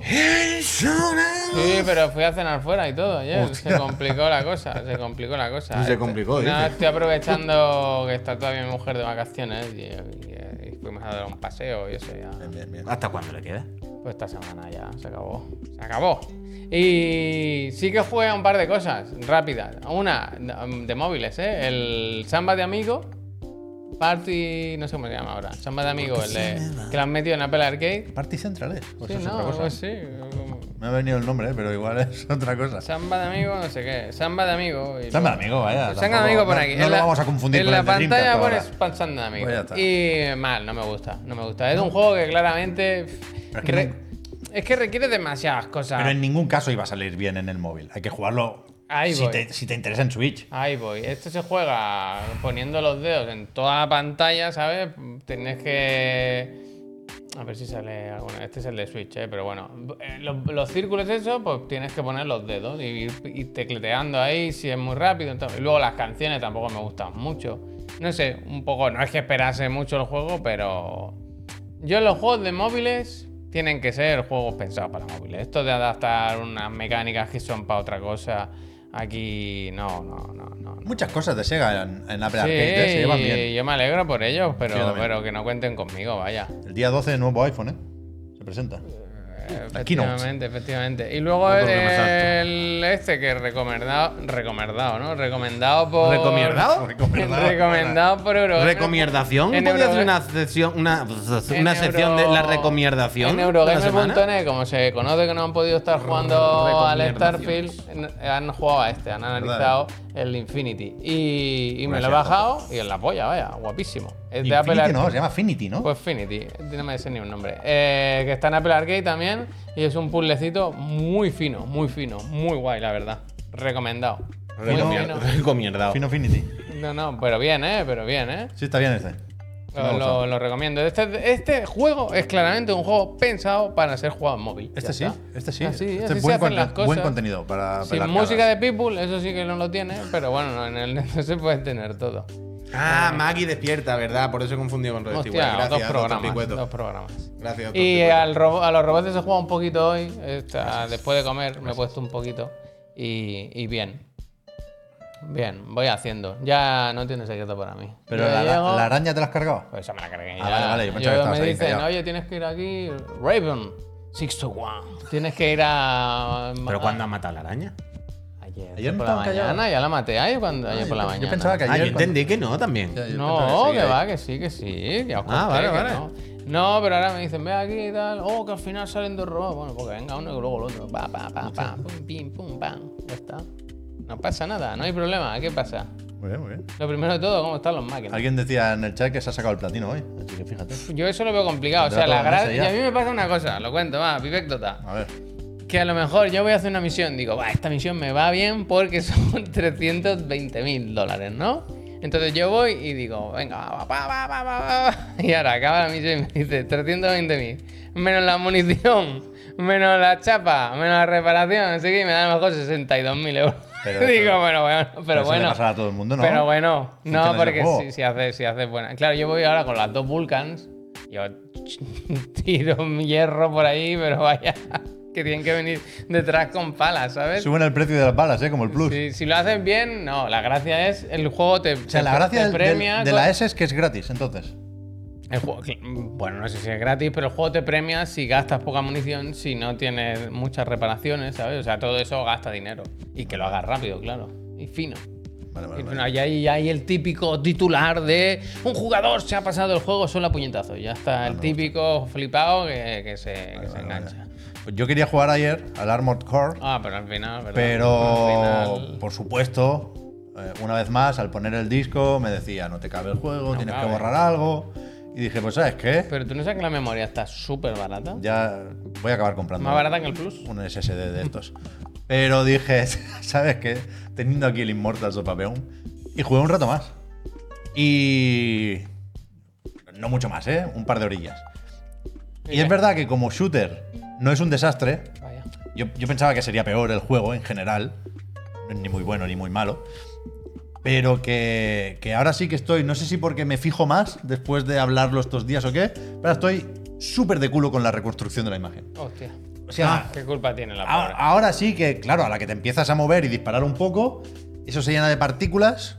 B: Sí, pero fui a cenar fuera y todo ayer. Se complicó la cosa, se complicó la cosa. Este,
C: Se complicó,
B: No,
C: dice.
B: estoy aprovechando que está todavía mi mujer de vacaciones y, y- y fuimos a dar un paseo y eso ya.
C: ¿Hasta cuándo le queda?
B: Pues esta semana ya se acabó. Se acabó. Y sí que jugué a un par de cosas rápidas. Una de móviles, ¿eh? El Samba de Amigo. Party. No sé cómo se llama ahora. Samba de Amigo, el de- que lo han metido en Apple Arcade.
A: Party Central es. Pues
B: Sí,
A: es
B: no,
A: otra cosa.
B: algo así, como-
A: Me ha venido el nombre, eh, pero igual es otra cosa.
B: Samba de amigo, no sé qué. Samba de amigo. y luego-
A: Samba de amigo, vaya,
B: Samba
A: eh, tampoco-
B: de amigo por
A: no-
B: aquí.
A: no
B: En
A: lo
B: la-
A: vamos a confundir
B: En
A: con
B: la
A: el de Dreamcast
B: pantalla
A: ahora.
B: pones pan- Samba de amigo.
A: Pues ya está.
B: y mal, no me gusta. No me gusta. Es un juego que claramente.
A: Pero es que
B: re-
A: no-
B: es que requiere demasiadas cosas.
A: Pero en ningún caso iba a salir bien en el móvil. Hay que jugarlo
B: Ahí
A: si
B: voy.
A: te, si te interesa en Switch.
B: Ahí voy. Esto se juega poniendo los dedos en toda la pantalla, ¿sabes? Tenés que. A ver si sale alguna. Este es el de Switch, ¿eh? pero bueno. Eh, Los, los círculos, eso, pues tienes que poner los dedos y ir ir tecleteando ahí si es muy rápido. entonces- Y luego las canciones tampoco me gustan mucho. No sé, un poco. No es que esperase mucho el juego, pero. Yo los juegos de móviles tienen que ser juegos pensados para móviles. Esto de adaptar unas mecánicas que son para otra cosa, aquí no, no, no, no. no.
A: Muchas cosas de Sega en, en Apple
B: Sí,
A: Arcade eh, se llevan
B: y
A: bien.
B: yo me alegro por ellos, pero,
A: Yo también.
B: pero que no cuenten conmigo, vaya.
A: El día 12, nuevo iPhone, ¿eh? Se presenta. Aquí no.
B: Efectivamente, efectivamente. Y luego
C: No
B: el,
C: problema, exacto.
B: este que recomendado, recomendado, ¿no? Recomendado por.
C: ¿Recomierdado?
A: Recomendado.
B: recomendado por Eurogamer.
C: ¿Recomierdación?
B: En
C: ¿Podría hacer
B: Eurogamer-
C: una sección, una, una
B: en
C: sección de
B: Euro-
C: la recomendación?
B: En
C: de la semana?
B: Eurogamer.net, como se conoce que no han podido estar jugando al
C: Recomendaciones.
B: Starfield, n- han jugado a este, han analizado el Infinity. Y, y me lo he
C: Gracias,
B: bajado y en la polla, vaya, guapísimo. Es de Apple
A: Infinity
B: Arcade.
A: no, se llama Finity, ¿no?
B: Pues Finity, no me sé ni un nombre. Eh, que está en Apple Arcade también y es un puzzlecito muy fino, muy fino, muy guay, la verdad. Recomendado. Muy
A: Fino.
B: fino.
C: Recomierdado.
A: Fino Finity.
B: No, no, pero bien, ¿eh? Pero bien, ¿eh?
A: Sí, está bien este.
B: Lo,
A: Me
B: lo-
A: gusta.
B: lo recomiendo. Este, este juego es claramente un juego pensado para ser jugado en móvil. Ya
A: Este sí,
B: está.
A: este sí.
B: Así,
A: este
B: así se
A: es buen,
B: hacen
A: conte-
B: las cosas.
A: buen contenido para, para
B: Sin
A: las
B: música
A: cargas.
B: de People, eso sí que no lo tiene, pero bueno, en el no se puede tener todo.
C: Ah, Maggie despierta, ¿verdad? Por eso he confundido con Red Stewart.
B: Hostia,
C: Gracias,
B: dos
C: doctor
B: programas.
C: Picueto.
B: Dos programas.
C: Gracias, doctor
B: Y
C: Picueto.
B: al robo- a los robots se he jugado un poquito hoy. esta- después de comer me he puesto un poquito. Y, y bien. Bien, voy haciendo. Ya no tiene secreto para mí.
A: Pero
B: Yo
A: la,
B: llego-
A: la araña te la has cargado.
B: Pues ya me la cargué.
A: Ah,
B: ya.
A: vale, vale, yo pensaba que estabas
B: me
A: ahí
B: dicen,
A: callado.
B: oye, tienes que ir aquí. Raven, 621. Tienes que ir a.
C: ¿Pero cuándo ha matado a la araña?
B: Ayer,
A: Ayer no
B: por la
A: estaba callado.
B: mañana, ya la maté ahí cuando, ayer
A: yo
B: por la
A: pe- yo
B: mañana.
A: pensaba que
C: Ah, yo
A: Ayer,
C: entendí que no también.
A: Ya, ya.
B: No,
A: Yo pensaba
B: que
A: que seguía
B: va, que sí, que sí. Ya os
C: Ah,
B: conté
C: vale,
B: que
C: vale.
B: No. no, pero ahora me dicen, ve aquí y tal. Oh, que al final salen dos robots. Bueno, porque venga uno y luego el otro. Pa, pa, pa, pa, pum, pim, pum, pam. Ya está. No pasa nada, no hay problema. ¿Qué pasa?
A: Muy bien, muy bien.
B: Lo primero de todo, ¿cómo están los máquinas?
A: Alguien decía en el chat que se ha sacado el platino hoy, así que fíjate.
B: Yo eso lo veo complicado. O sea, la
A: Tendrá toda la
B: gracia.
A: mesa
B: Y
A: ya.
B: a mí me pasa una cosa, lo cuento, va, anécdota.
A: A ver.
B: Que a lo mejor yo voy a hacer una misión, digo, va, esta misión me va bien porque son 320 mil dólares, ¿no? Entonces yo voy y digo, venga, va, va, va, va, va, va, va. Y ahora acaba la misión y me dice 320 mil, menos la munición, menos la chapa, menos la reparación, así que me dan a lo mejor 62 mil euros.
A: Pero eso-
B: digo, bueno, bueno, pero
A: eso le
B: bueno.
A: pasará a todo el mundo, ¿no?
B: Pero bueno,
A: Funciona
B: no,
A: ese
B: porque
A: juego.
B: si, si haces si hace buena. Claro, yo voy ahora con las dos Vulcans. Yo tiro mi hierro por ahí, pero vaya, que tienen que venir detrás con palas, ¿sabes?
A: Suben el precio de las balas, ¿eh? Como el plus.
B: Si, si lo haces bien, no, la gracia es el juego te,
A: O sea, la
B: te-
A: gracia
B: te
A: del- del-
B: premia
A: de
B: con-
A: la S es que es gratis, entonces.
B: el juego- cl- bueno, no sé si es gratis, pero el juego te premia si gastas poca munición, si no tienes muchas reparaciones, ¿sabes? O sea, todo eso gasta dinero. Y que lo hagas rápido, claro. Y fino.
A: Vale,
B: Y
A: vale.
B: bueno,
A: vale.
B: ahí hay, ahí hay el típico titular de un jugador se ha pasado el juego solo a puñetazo. Ya está el típico flipado que, que se, que se
A: Ah, Vale, vale.
B: engancha.
A: Pues yo quería jugar ayer al Armored Core,
B: Ah, pero al final, ¿verdad?
A: pero
B: Al final-
A: por supuesto, eh, una vez más, al poner el disco me decía, no te cabe el juego, tienes
B: cabe.
A: que borrar algo. Y dije, pues ¿sabes qué?
B: Pero tú no sabes que la memoria está súper barata.
A: Ya voy a acabar comprando.
B: Más barata que el Plus.
A: un SSD de estos. Pero dije, ¿sabes qué? Teniendo aquí el Immortals of Apeum. Y jugué un rato más. Y. No mucho más, ¿eh? Un par de orillas. Y es verdad que como shooter no es un desastre.
B: Vaya.
A: Yo, yo pensaba que sería peor el juego en general. Ni muy bueno ni muy malo. Pero que, que ahora sí que estoy, no sé si porque me fijo más después de hablarlo estos días o qué, pero estoy súper de culo con la reconstrucción de la imagen.
B: Hostia. Ah,
A: O sea,
B: ¿Qué culpa tiene la
A: Ahora,
B: pobre?
A: ahora sí que, claro, a la que te empiezas a mover y disparar un poco, eso se llena de partículas.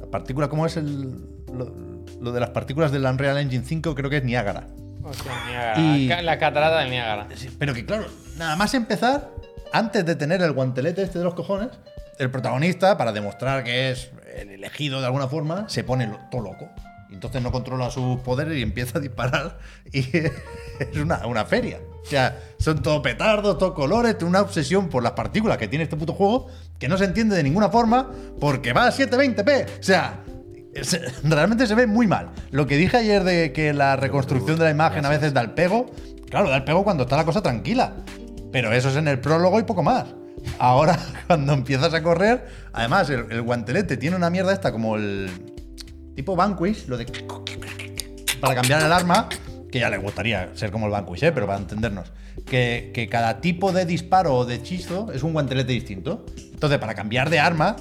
A: La partícula, ¿cómo es el, lo, lo de las partículas del Unreal Engine 5? Creo que es Niágara.
B: Hostia, Niágara.
A: Y- Este
B: Ca- La catarata del Niágara.
A: Sí, Pero que, claro, nada más empezar, antes de tener el guantelete este de los cojones, el protagonista, para demostrar que es el elegido de alguna forma, se pone lo- todo loco. Y Entonces no controla sus poderes y empieza a disparar. Y es una, una feria. O sea, son todo petardos, todo colores, una obsesión por las partículas que tiene este puto juego que no se entiende de ninguna forma porque va a 720p. O sea, se- realmente se ve muy mal. Lo que dije ayer de que la reconstrucción de la imagen a veces da el pego, claro, da el pego cuando está la cosa tranquila. Pero eso es en el prólogo y poco más. Ahora, cuando empiezas a correr, además el, el guantelete tiene una mierda esta como el tipo Vanquish, lo de para cambiar el arma, que ya le gustaría ser como el Vanquish, ¿eh? pero para entendernos, que, que cada tipo de disparo o de hechizo es un guantelete distinto. Entonces, para cambiar de arma,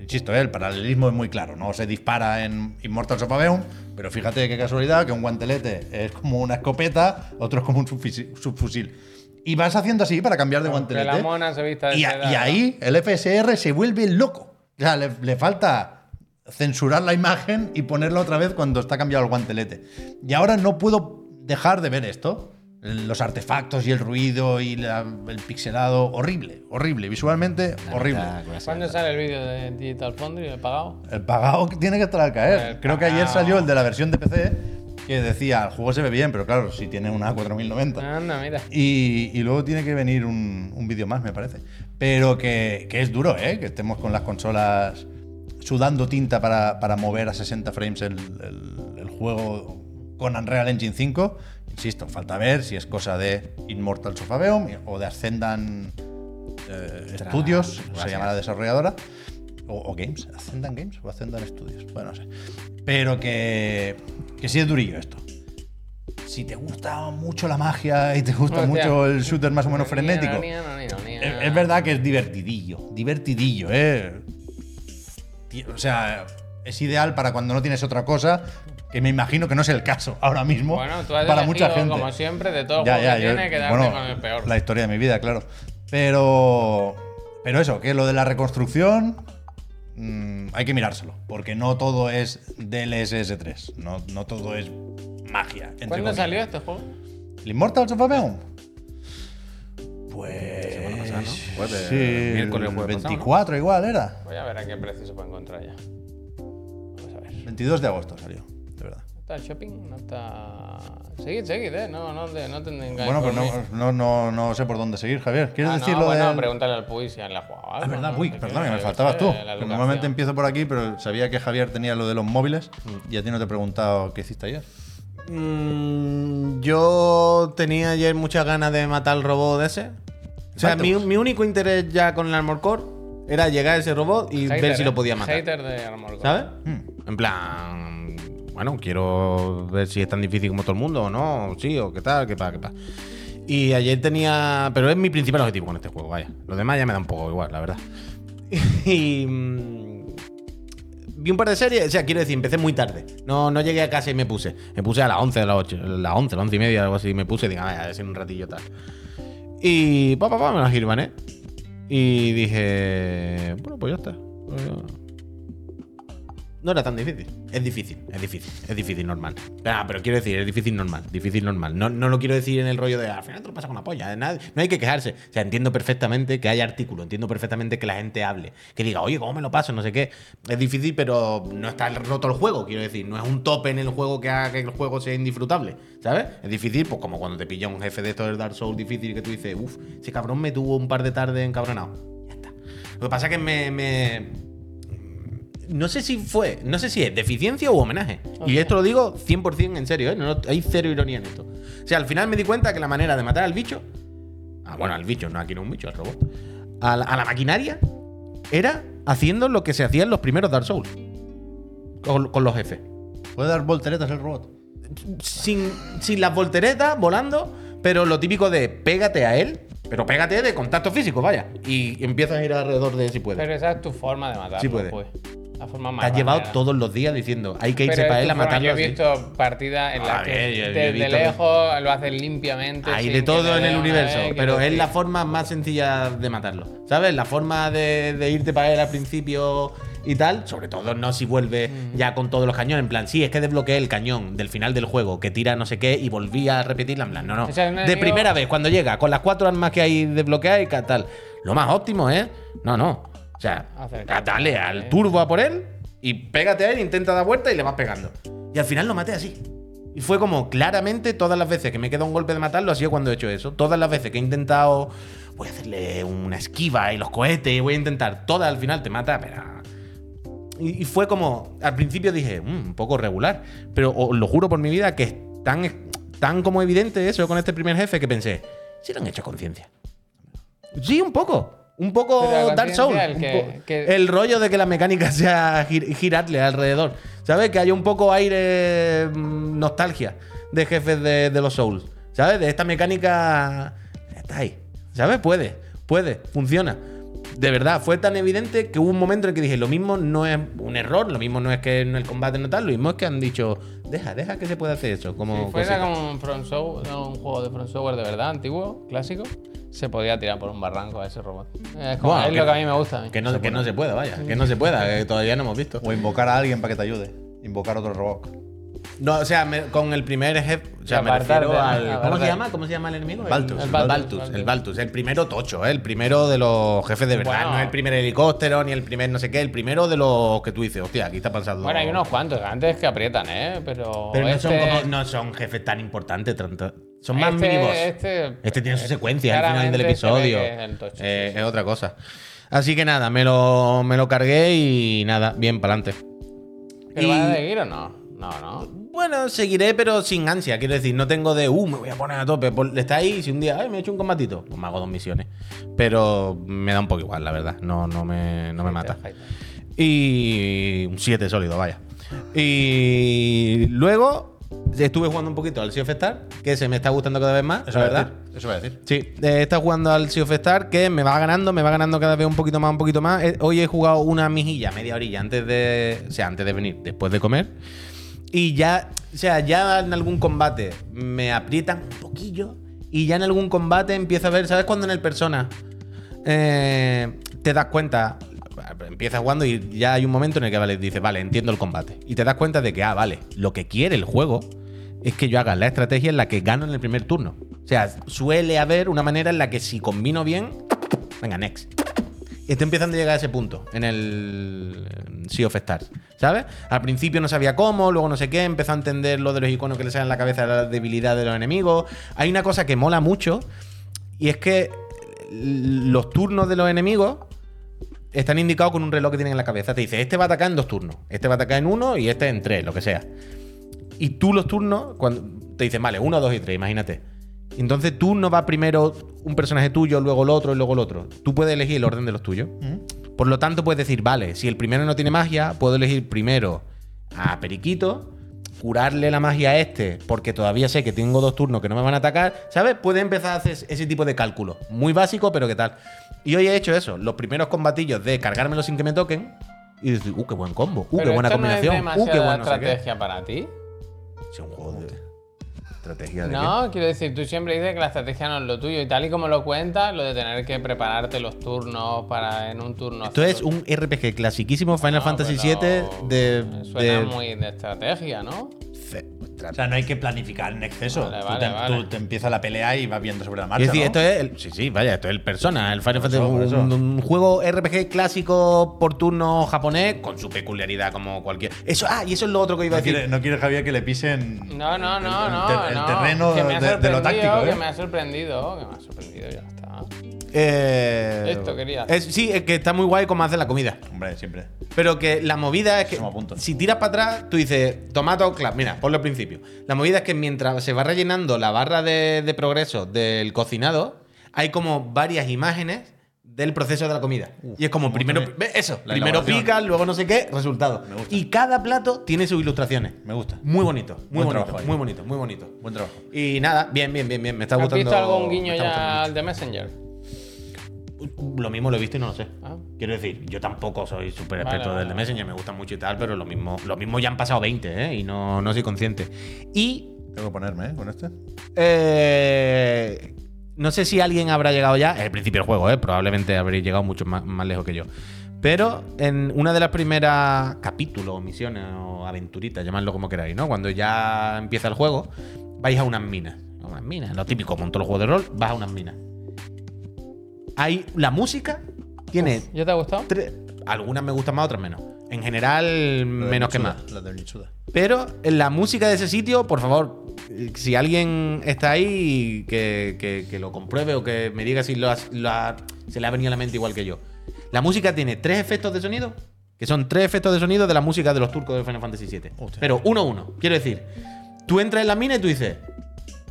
A: insisto, ¿eh? el paralelismo es muy claro, no se dispara en Immortals of Aveum, pero fíjate qué casualidad que un guantelete es como una escopeta, otro es como un subfusi- subfusil. Y vas haciendo así para cambiar de
B: Que
A: guantelete.
B: la mona se vista de
A: Y, a-
B: seda,
A: y
B: ¿no?
A: ahí el FSR se vuelve loco. O sea, le, le falta censurar la imagen y ponerla otra vez cuando está cambiado el guantelete. Y ahora no puedo dejar de ver esto. los artefactos y el ruido y la- el pixelado. Horrible, horrible. Visualmente, horrible.
B: ¿Cuándo sale el vídeo de Digital Foundry, el pagado?
A: El pagado que tiene que estar al caer.
B: El
A: Creo que ayer
B: pagao.
A: salió el de la versión de PC que decía, el juego se ve bien, pero claro, si tiene una 4090.
B: Anda, mira.
A: Y, y luego tiene que venir un, un vídeo más, me parece. Pero que, que es duro, ¿eh? Que estemos con las consolas sudando tinta para, para mover a 60 frames el, el- el juego con Unreal Engine 5. Insisto, falta ver si es cosa de Immortal Sofabeum o de Ascendan eh, Studios, se
C: gracias.
A: llama la desarrolladora. O, o Games, Ascendan Games o Ascendan Studios, bueno, no sé. Pero que, que sí es durillo esto. Si te gusta mucho la magia y te gusta
B: Hostia.
A: mucho el shooter más o menos
B: Ni, no,
A: frenético,
B: ni, no, ni, no, ni,
A: es,
B: no.
A: es verdad que es divertidillo, divertidillo, ¿eh? Ti- O sea, es ideal para cuando no tienes otra cosa, que me imagino que no es el caso ahora mismo
B: Bueno, tú has
A: para mucha
B: elegido,
A: gente.
B: como siempre, de todo el
A: Ya,
B: juego
A: ya,
B: que
A: yo-
B: tiene, quedarte
A: bueno,
B: con el peor.
A: La historia de mi vida, claro. Pero, pero eso, que lo de la reconstrucción mm, hay que mirárselo, porque no todo es DLSS3, no, no todo es magia. entre
B: ¿Cuándo
A: comillas.
B: salió este juego?
A: ¿El Immortals of Aveum? Pues.
C: pasada, ¿no? Jueves,
A: sí,
C: miércoles,
A: el
C: jueves pasado,
A: 24 igual era.
B: Voy a ver a qué precio se puede encontrar ya. Vamos a ver.
A: 22 de agosto salió, de verdad.
B: ¿Está el shopping? No está. Seguid, seguid, eh. No, no te, no te engañes.
A: Bueno,
B: por
A: pues
B: mí.
A: no, no, no, no sé por dónde seguir, Javier. ¿Quieres
B: Ah,
A: decir
B: no,
A: lo
B: bueno,
A: del-
B: pregúntale al Puy si él la ha jugado. algo,
A: Ah, es verdad,
B: ¿no?
A: Puy,
B: Porque
A: perdona, que me
B: yo
A: faltabas
B: sé,
A: tú.
B: la
A: Que Normalmente
B: educación.
A: empiezo por aquí, pero sabía que Javier tenía lo de los móviles y a ti no te he preguntado qué hiciste ayer.
C: Mm, yo tenía ayer muchas ganas de matar al robot de ese. O sea, mi,
A: Matos.
C: mi único interés ya con el Armor Core era llegar a ese robot y
B: Hater,
C: ver si
B: eh.
C: lo podía matar.
B: Hater de Armor Core.
C: ¿Sabes?
A: Hmm.
C: En plan, bueno, quiero ver si es tan difícil como todo el mundo o no, o sí, o qué tal, qué pasa, qué pasa. Y ayer tenía. Pero es mi principal objetivo con este juego, vaya. Lo demás ya me da un poco igual, la verdad. Y. mm, Vi un par de series, o sea, quiero decir, empecé muy tarde. No, no llegué a casa y me puse. Me puse a las 11, a las 8, a las 11, a las 11 y media, algo así. Me puse y dije, "Ah, "Ay, a ver si en un ratillo tal. Y. Pa, pa, pa, me las girban, ¿eh? Y dije. Bueno, pues ya está. Pues ya- no era tan difícil. Es difícil, es difícil, es difícil normal. Pero, ah, pero quiero decir, es difícil normal, difícil normal. No, no lo quiero decir en el rollo de al final te lo pasa con una polla. de nada- no hay que quejarse. O sea, entiendo perfectamente que haya artículo, entiendo perfectamente que la gente hable, que diga, oye, ¿cómo me lo paso? No sé qué. Es difícil, pero no está roto el juego, quiero decir. No es un tope en el juego que haga que el juego sea indisfrutable, ¿sabes? Es difícil, pues como cuando te pilla un jefe de estos del Dark Souls difícil que tú dices, uff, ese cabrón me tuvo un par de tardes encabronado. Ya está. Lo que pasa es que me- me no sé si fue, no sé si es deficiencia o homenaje. Y esto lo digo 100% en serio, ¿eh? No, no- hay cero ironía en esto. O sea, al final me di cuenta que la manera de matar al bicho, ah, bueno, al bicho, no aquí no un bicho, al robot, a la, a la maquinaria, era haciendo lo que se hacía en los primeros Dark Souls, con, con los jefes.
A: ¿Puede dar volteretas el robot?
C: Sin, sin las volteretas, volando, pero lo típico de pégate a él, pero pégate de contacto físico, vaya. Y empiezas a ir alrededor de él si puedes.
B: Pero esa es tu forma de matarlo.
C: Sí puede.
B: Puy. La forma más.
C: Te has llevado
B: rápida.
C: todos los días diciendo, hay que
B: Pero
C: irse
B: es
C: para
B: tu
C: él a
B: forma.
C: matarlo.
B: Yo he
C: así".
B: visto partidas en
C: A
B: las que
C: ver, yo- yo he
B: desde
C: visto-
B: lejos lo hacen limpiamente.
C: Hay
B: sin eh,
C: de
B: que
C: todo
B: te
C: en
B: dé
C: el
B: una
C: universo,
B: vez,
C: pero
B: quiero
C: es la
B: decir.
C: forma más sencilla de matarlo. ¿Sabes? La forma de, de irte para él al principio y tal. Sobre todo no si vuelves
B: Mm.
C: ya con todos los cañones. En plan, sí, es que desbloqueé el cañón del final del juego que tira no sé qué y volví a repetirla. En plan, no, no.
B: O sea, un
C: de
B: enemigo-
C: primera vez, cuando llega, con las cuatro armas que hay desbloqueadas y ca- tal. Lo más óptimo es. No, no. O sea,
B: Acercarte.
C: dale al turbo a por él y pégate a él, intenta dar vuelta y le vas pegando. Y al final lo maté así. Y fue como claramente todas las veces que me queda un golpe de matarlo ha sido cuando he hecho eso. Todas las veces que he intentado, voy a hacerle una esquiva y los cohetes, y voy a intentar, todas al final te mata, pero y, y fue como, al principio dije, "Mm, un poco regular, pero os lo juro por mi vida que es tan, tan como evidente eso con este primer jefe que pensé, si lo han hecho a conciencia. Sí, un poco. Un poco
B: Pero a
C: Dark Souls.
B: conciencia,
C: un
B: el que-
C: po-
B: que-
C: El rollo de que la mecánica sea gir- girarle alrededor. ¿Sabes? Que haya un poco aire mm, nostalgia de jefes de, de los Souls. ¿Sabes? De esta mecánica. Está ahí. ¿Sabes? Puede, puede, funciona. De verdad, fue tan evidente que hubo un momento en que dije, lo mismo no es un error, lo mismo no es que en el combate no tal, lo mismo es que han dicho, deja, deja que se pueda hacer eso. Como
B: Si fuera
C: cosita".
B: como un, front show, no, un juego de front software de verdad, antiguo, clásico, se podía tirar por un barranco a ese robot. Es, como-
C: Buah,
B: es
C: que-
B: lo que a mí me gusta. a mí.
C: Que no, que no se pueda, vaya, que no se pueda, que todavía no hemos visto.
A: O invocar a alguien para que te ayude. Invocar otro robot.
C: No, o sea, me- con el primer jefe. O sea,
B: Y
C: me
B: apartarte,
C: refiero al.
B: ¿no?
C: ¿Cómo se
B: Apartarte.
C: llama? ¿Cómo se llama el enemigo? El-
A: Baltus,
C: El,
A: el
C: Bal-
B: Baltus.
C: Baltus, el Baltus. El primero tocho, ¿eh? el primero de los jefes de verdad.
B: Bueno.
C: No el primer helicóptero, ni el primer no sé qué. El primero de los que tú dices, hostia, aquí está pasando.
B: Bueno, hay unos cuantos antes que aprietan, ¿eh? Pero.
C: Pero no, son
B: este-
C: como- no son jefes tan importantes. tanto- Son más
B: este-
C: mínimos.
B: Este,
C: Este tiene su secuencia al final
B: claramente
C: del
B: se ve
C: episodio.
B: que es el tocho, sí,
C: Eh, Es otra cosa. Así que nada, me lo, me lo cargué y nada, bien, para adelante.
B: ¿Pero va
C: eh, y-
B: a seguir o no? No, no.
C: Bueno, seguiré, pero sin ansia. Quiero decir, no tengo de, uh, me voy a poner a tope. Por- Está ahí, y si un día, ay, me he hecho un combatito, pues me hago dos misiones. Pero me da un poco igual, la verdad. No, no, me, no me mata.
B: Este
C: Y un 7 sólido, vaya. Y luego estuve jugando un poquito al Sea of Star, que se me está gustando cada vez más,
A: Eso
C: la
A: voy a
C: verdad.
A: decir, Eso voy a decir.
C: Sí, eh, está jugando al Sea of Star que me va ganando, me va ganando cada vez un poquito más, un poquito más. Eh, hoy he jugado una mijilla, media orilla antes de, o sea, antes de venir, después de comer. Y ya, o sea, ya en algún combate me aprietan un poquillo y ya en algún combate empiezo a ver, ¿sabes cuando en el persona eh, te das cuenta? Empiezas jugando y ya hay un momento en el que vale, dices, vale, entiendo el combate. Y te das cuenta de que, ah, vale, lo que quiere el juego es que yo haga la estrategia en la que gano en el primer turno. O sea, suele haber una manera en la que si combino bien, venga, next. Y está empezando a llegar a ese punto en el eh, Sea of Stars, ¿sabes? Al principio no sabía cómo, luego no sé qué, empezó a entender lo de los iconos que le salen en la cabeza la debilidad de los enemigos. Hay una cosa que mola mucho y es que los turnos de los enemigos están indicados con un reloj que tienen en la cabeza. Te dice, este va a atacar en dos turnos, este va a atacar en uno y este en tres, lo que sea. Y tú los turnos, cuando te dicen, vale, uno, dos y tres, imagínate. Entonces tú no vas primero un personaje tuyo, luego el otro y luego el otro. Tú puedes elegir el orden de los tuyos.
B: Mm.
C: Por lo tanto, puedes decir, vale, si el primero no tiene magia, puedo elegir primero a Periquito, curarle la magia a este, porque todavía sé que tengo dos turnos que no me van a atacar, ¿sabes? Puedes empezar a hacer ese tipo de cálculo. Muy básico, pero qué tal. Y hoy he hecho eso, los primeros combatillos de cargármelo sin que me toquen. Y decir, uh, qué buen combo, uh, qué
B: Pero
C: buena
B: esto
C: combinación,
B: No es
C: uh, qué
B: demasiada
C: buena no sé qué".
B: estrategia para ti.
C: Sí, un juego de estrategia de
B: No, quiero decir, tú siempre dices que la estrategia no es lo tuyo y tal y como lo cuentas, lo de tener que prepararte los turnos para en un turno.
C: Esto
B: hacer-
C: es un RPG clasiquísimo Final
B: No,
C: Fantasy VII
B: pero
C: de,
B: Suena
C: de-
B: muy de estrategia, ¿no?
C: ce-
A: O sea, no hay que planificar en exceso.
B: Vale,
A: tú,
B: vale,
A: te,
B: vale.
A: tú te empiezas la pelea y vas viendo sobre la marcha.
C: Es decir,
A: Ah, ¿no?
C: esto es el, sí, sí, vaya, esto es el Persona, el
A: Por
C: Final Fantasy,
A: eso, por
C: un,
A: eso.
C: un juego RPG clásico por turno japonés con su peculiaridad como cualquier. Eso, ah, y eso es lo otro que iba a
A: No
C: decir.
A: quiere, no quiere, Javier que le pisen
B: No, no,
A: el-
B: no,
A: el,
B: no.
A: ter- el
B: no.
A: terreno
B: Que me ha
A: de, de lo
B: sorprendido,
A: táctico.
B: Que
A: ¿eh?
B: me ha sorprendido, que me ha sorprendido, ya está.
C: Eh,
B: Esto quería.
C: es- sí, es que está muy guay como hacen la comida.
A: Hombre, siempre.
C: Pero que la movida es que
A: Eso me apunto.
C: si tiras para atrás, tú dices, tomato, claro, mira, ponlo al principio. La movida es que mientras se va rellenando la barra de, de progreso del cocinado, hay como varias imágenes del proceso de la comida. y es
A: me
C: como
A: gusta
C: primero,
A: a mí.
C: ve eso,
A: La
C: primero
A: elaboración.
C: pica, luego no sé qué, resultado.
A: Me gusta.
C: Y cada plato tiene sus ilustraciones.
A: Me gusta.
C: Muy bonito, muy
A: Buen
C: bonito,
A: trabajo ahí.
C: muy bonito, muy bonito.
A: Buen trabajo.
C: Y nada, bien, bien, bien, bien, me está
B: ¿Has
C: gustando.
B: visto algún guiño
C: me está gustando
B: ya
C: mucho.
B: al de Messenger?
C: Lo mismo lo he visto y no lo sé.
B: Ah.
C: Quiero decir, yo tampoco soy súper
B: Vale,
C: experto
B: vale,
C: del de
B: vale.
C: Messenger, me gusta mucho y tal, pero lo mismo, lo mismo ya han pasado 20, ¿eh? Y no, no soy consciente. Y
A: Tengo que ponerme, ¿eh? Con este.
C: eh, no sé si alguien habrá llegado ya, es el principio del juego, ¿eh? probablemente habréis llegado mucho más, más lejos que yo. Pero en una de las primeras capítulos, o misiones o aventuritas, llamadlo como queráis, ¿no? Cuando ya empieza el juego, vais a unas minas. A unas minas, lo típico, con todo el juego de rol, vas a unas minas. Hay la música, tiene
B: ¿Ya te ha gustado?
C: tres- algunas me gustan más, otras menos. En general, menos que más.
A: La de Mitsuda.
C: Pero la música de ese sitio, por favor, eh, si alguien está ahí, que, que- que lo compruebe o que me diga si lo has- lo ha- se le ha venido a la mente igual que yo. La música tiene tres efectos de sonido, que son tres efectos de sonido de la música de los turcos de Final Fantasy VII.
A: Hostia.
C: Pero uno a uno. Quiero decir, tú entras en la mina y tú dices,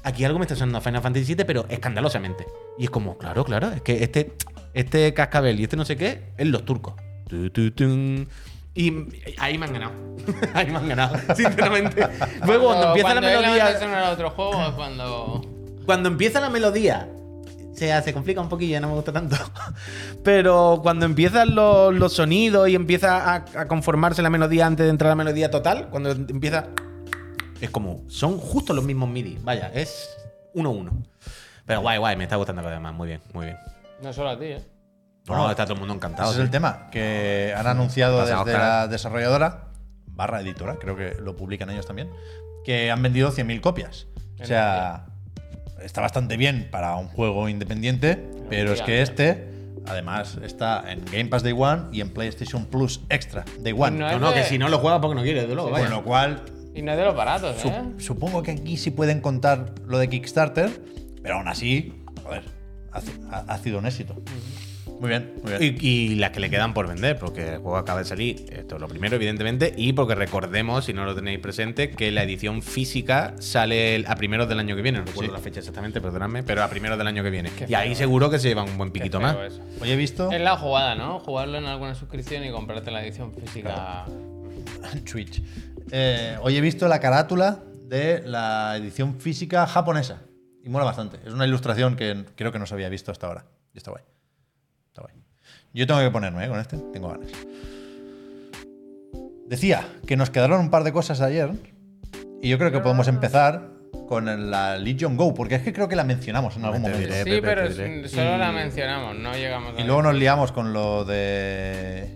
C: aquí algo me está sonando a Final Fantasy VII, pero escandalosamente. Y es como, claro, claro, es que este, este cascabel y este no sé qué es los turcos. Tu, tu, tun. Y ahí me han ganado. ahí me han ganado, sinceramente. Luego, cuando empieza la
B: es
C: melodía.
B: versión del otro juego es cuando.
C: Cuando empieza la melodía, se, se complica un poquillo, no me gusta tanto. Pero cuando empiezan los, los sonidos y empieza a, a conformarse la melodía antes de entrar la melodía total, cuando empieza. Es como. Son justo los mismos MIDI. Vaya, es uno uno. Pero guay, guay, me está gustando cada vez más. Muy bien, muy bien.
B: No solo a ti, ¿eh?
C: No,
A: Bueno,
C: está todo el mundo encantado.
A: Ese es
C: sí.
A: el tema que han anunciado
C: Pasa,
A: desde
C: Oscar.
A: la desarrolladora. barra editora, creo que lo publican ellos también, que han vendido 100.000 copias. O
B: En
A: sea, está bastante bien para un juego independiente, pero es que
B: Efectivamente.
A: este, además, está en Game Pass Day One y en PlayStation Plus Extra Day One.
B: No
C: No, no, que si no lo juegas porque no quieres, desde luego,
A: Con
C: vaya.
A: lo cual,
B: Y no es de los baratos,
A: su-
B: ¿eh?
A: supongo que aquí sí pueden contar lo de Kickstarter, pero aún así, joder, ha, ci- ha- ha sido un éxito. Muy bien, muy bien.
C: Y, y las que le quedan por vender, porque el juego acaba de salir. Esto es lo primero, evidentemente. Y porque recordemos, si no lo tenéis presente, que la edición física sale el- a primeros del año que viene. No recuerdo
A: Sí.
C: la fecha exactamente, perdonadme, pero a primeros del año que viene.
B: Qué
C: y ahí
B: feo. eh.
C: seguro que se llevan un buen
B: Qué
C: piquito
B: feo
C: más.
B: eso.
A: Hoy he visto
B: Es la jugada, ¿no? Jugarlo en alguna suscripción y comprarte la edición física.
A: Twitch. Eh, hoy he visto la carátula de la edición física japonesa. Y mola bastante. Es una ilustración que creo que no se había visto hasta ahora. Y está guay. Está guay. Yo tengo que ponerme ¿eh? con este. Tengo ganas. Decía que nos quedaron un par de cosas ayer. Y yo creo que podemos empezar con la Legion Go. Porque es que creo que la mencionamos en algún
C: te
A: momento.
C: diré. Eh,
B: Sí,
C: Pepe,
B: pero
C: te diré.
B: s- solo la mencionamos, no llegamos a.
A: Y luego nos liamos con lo de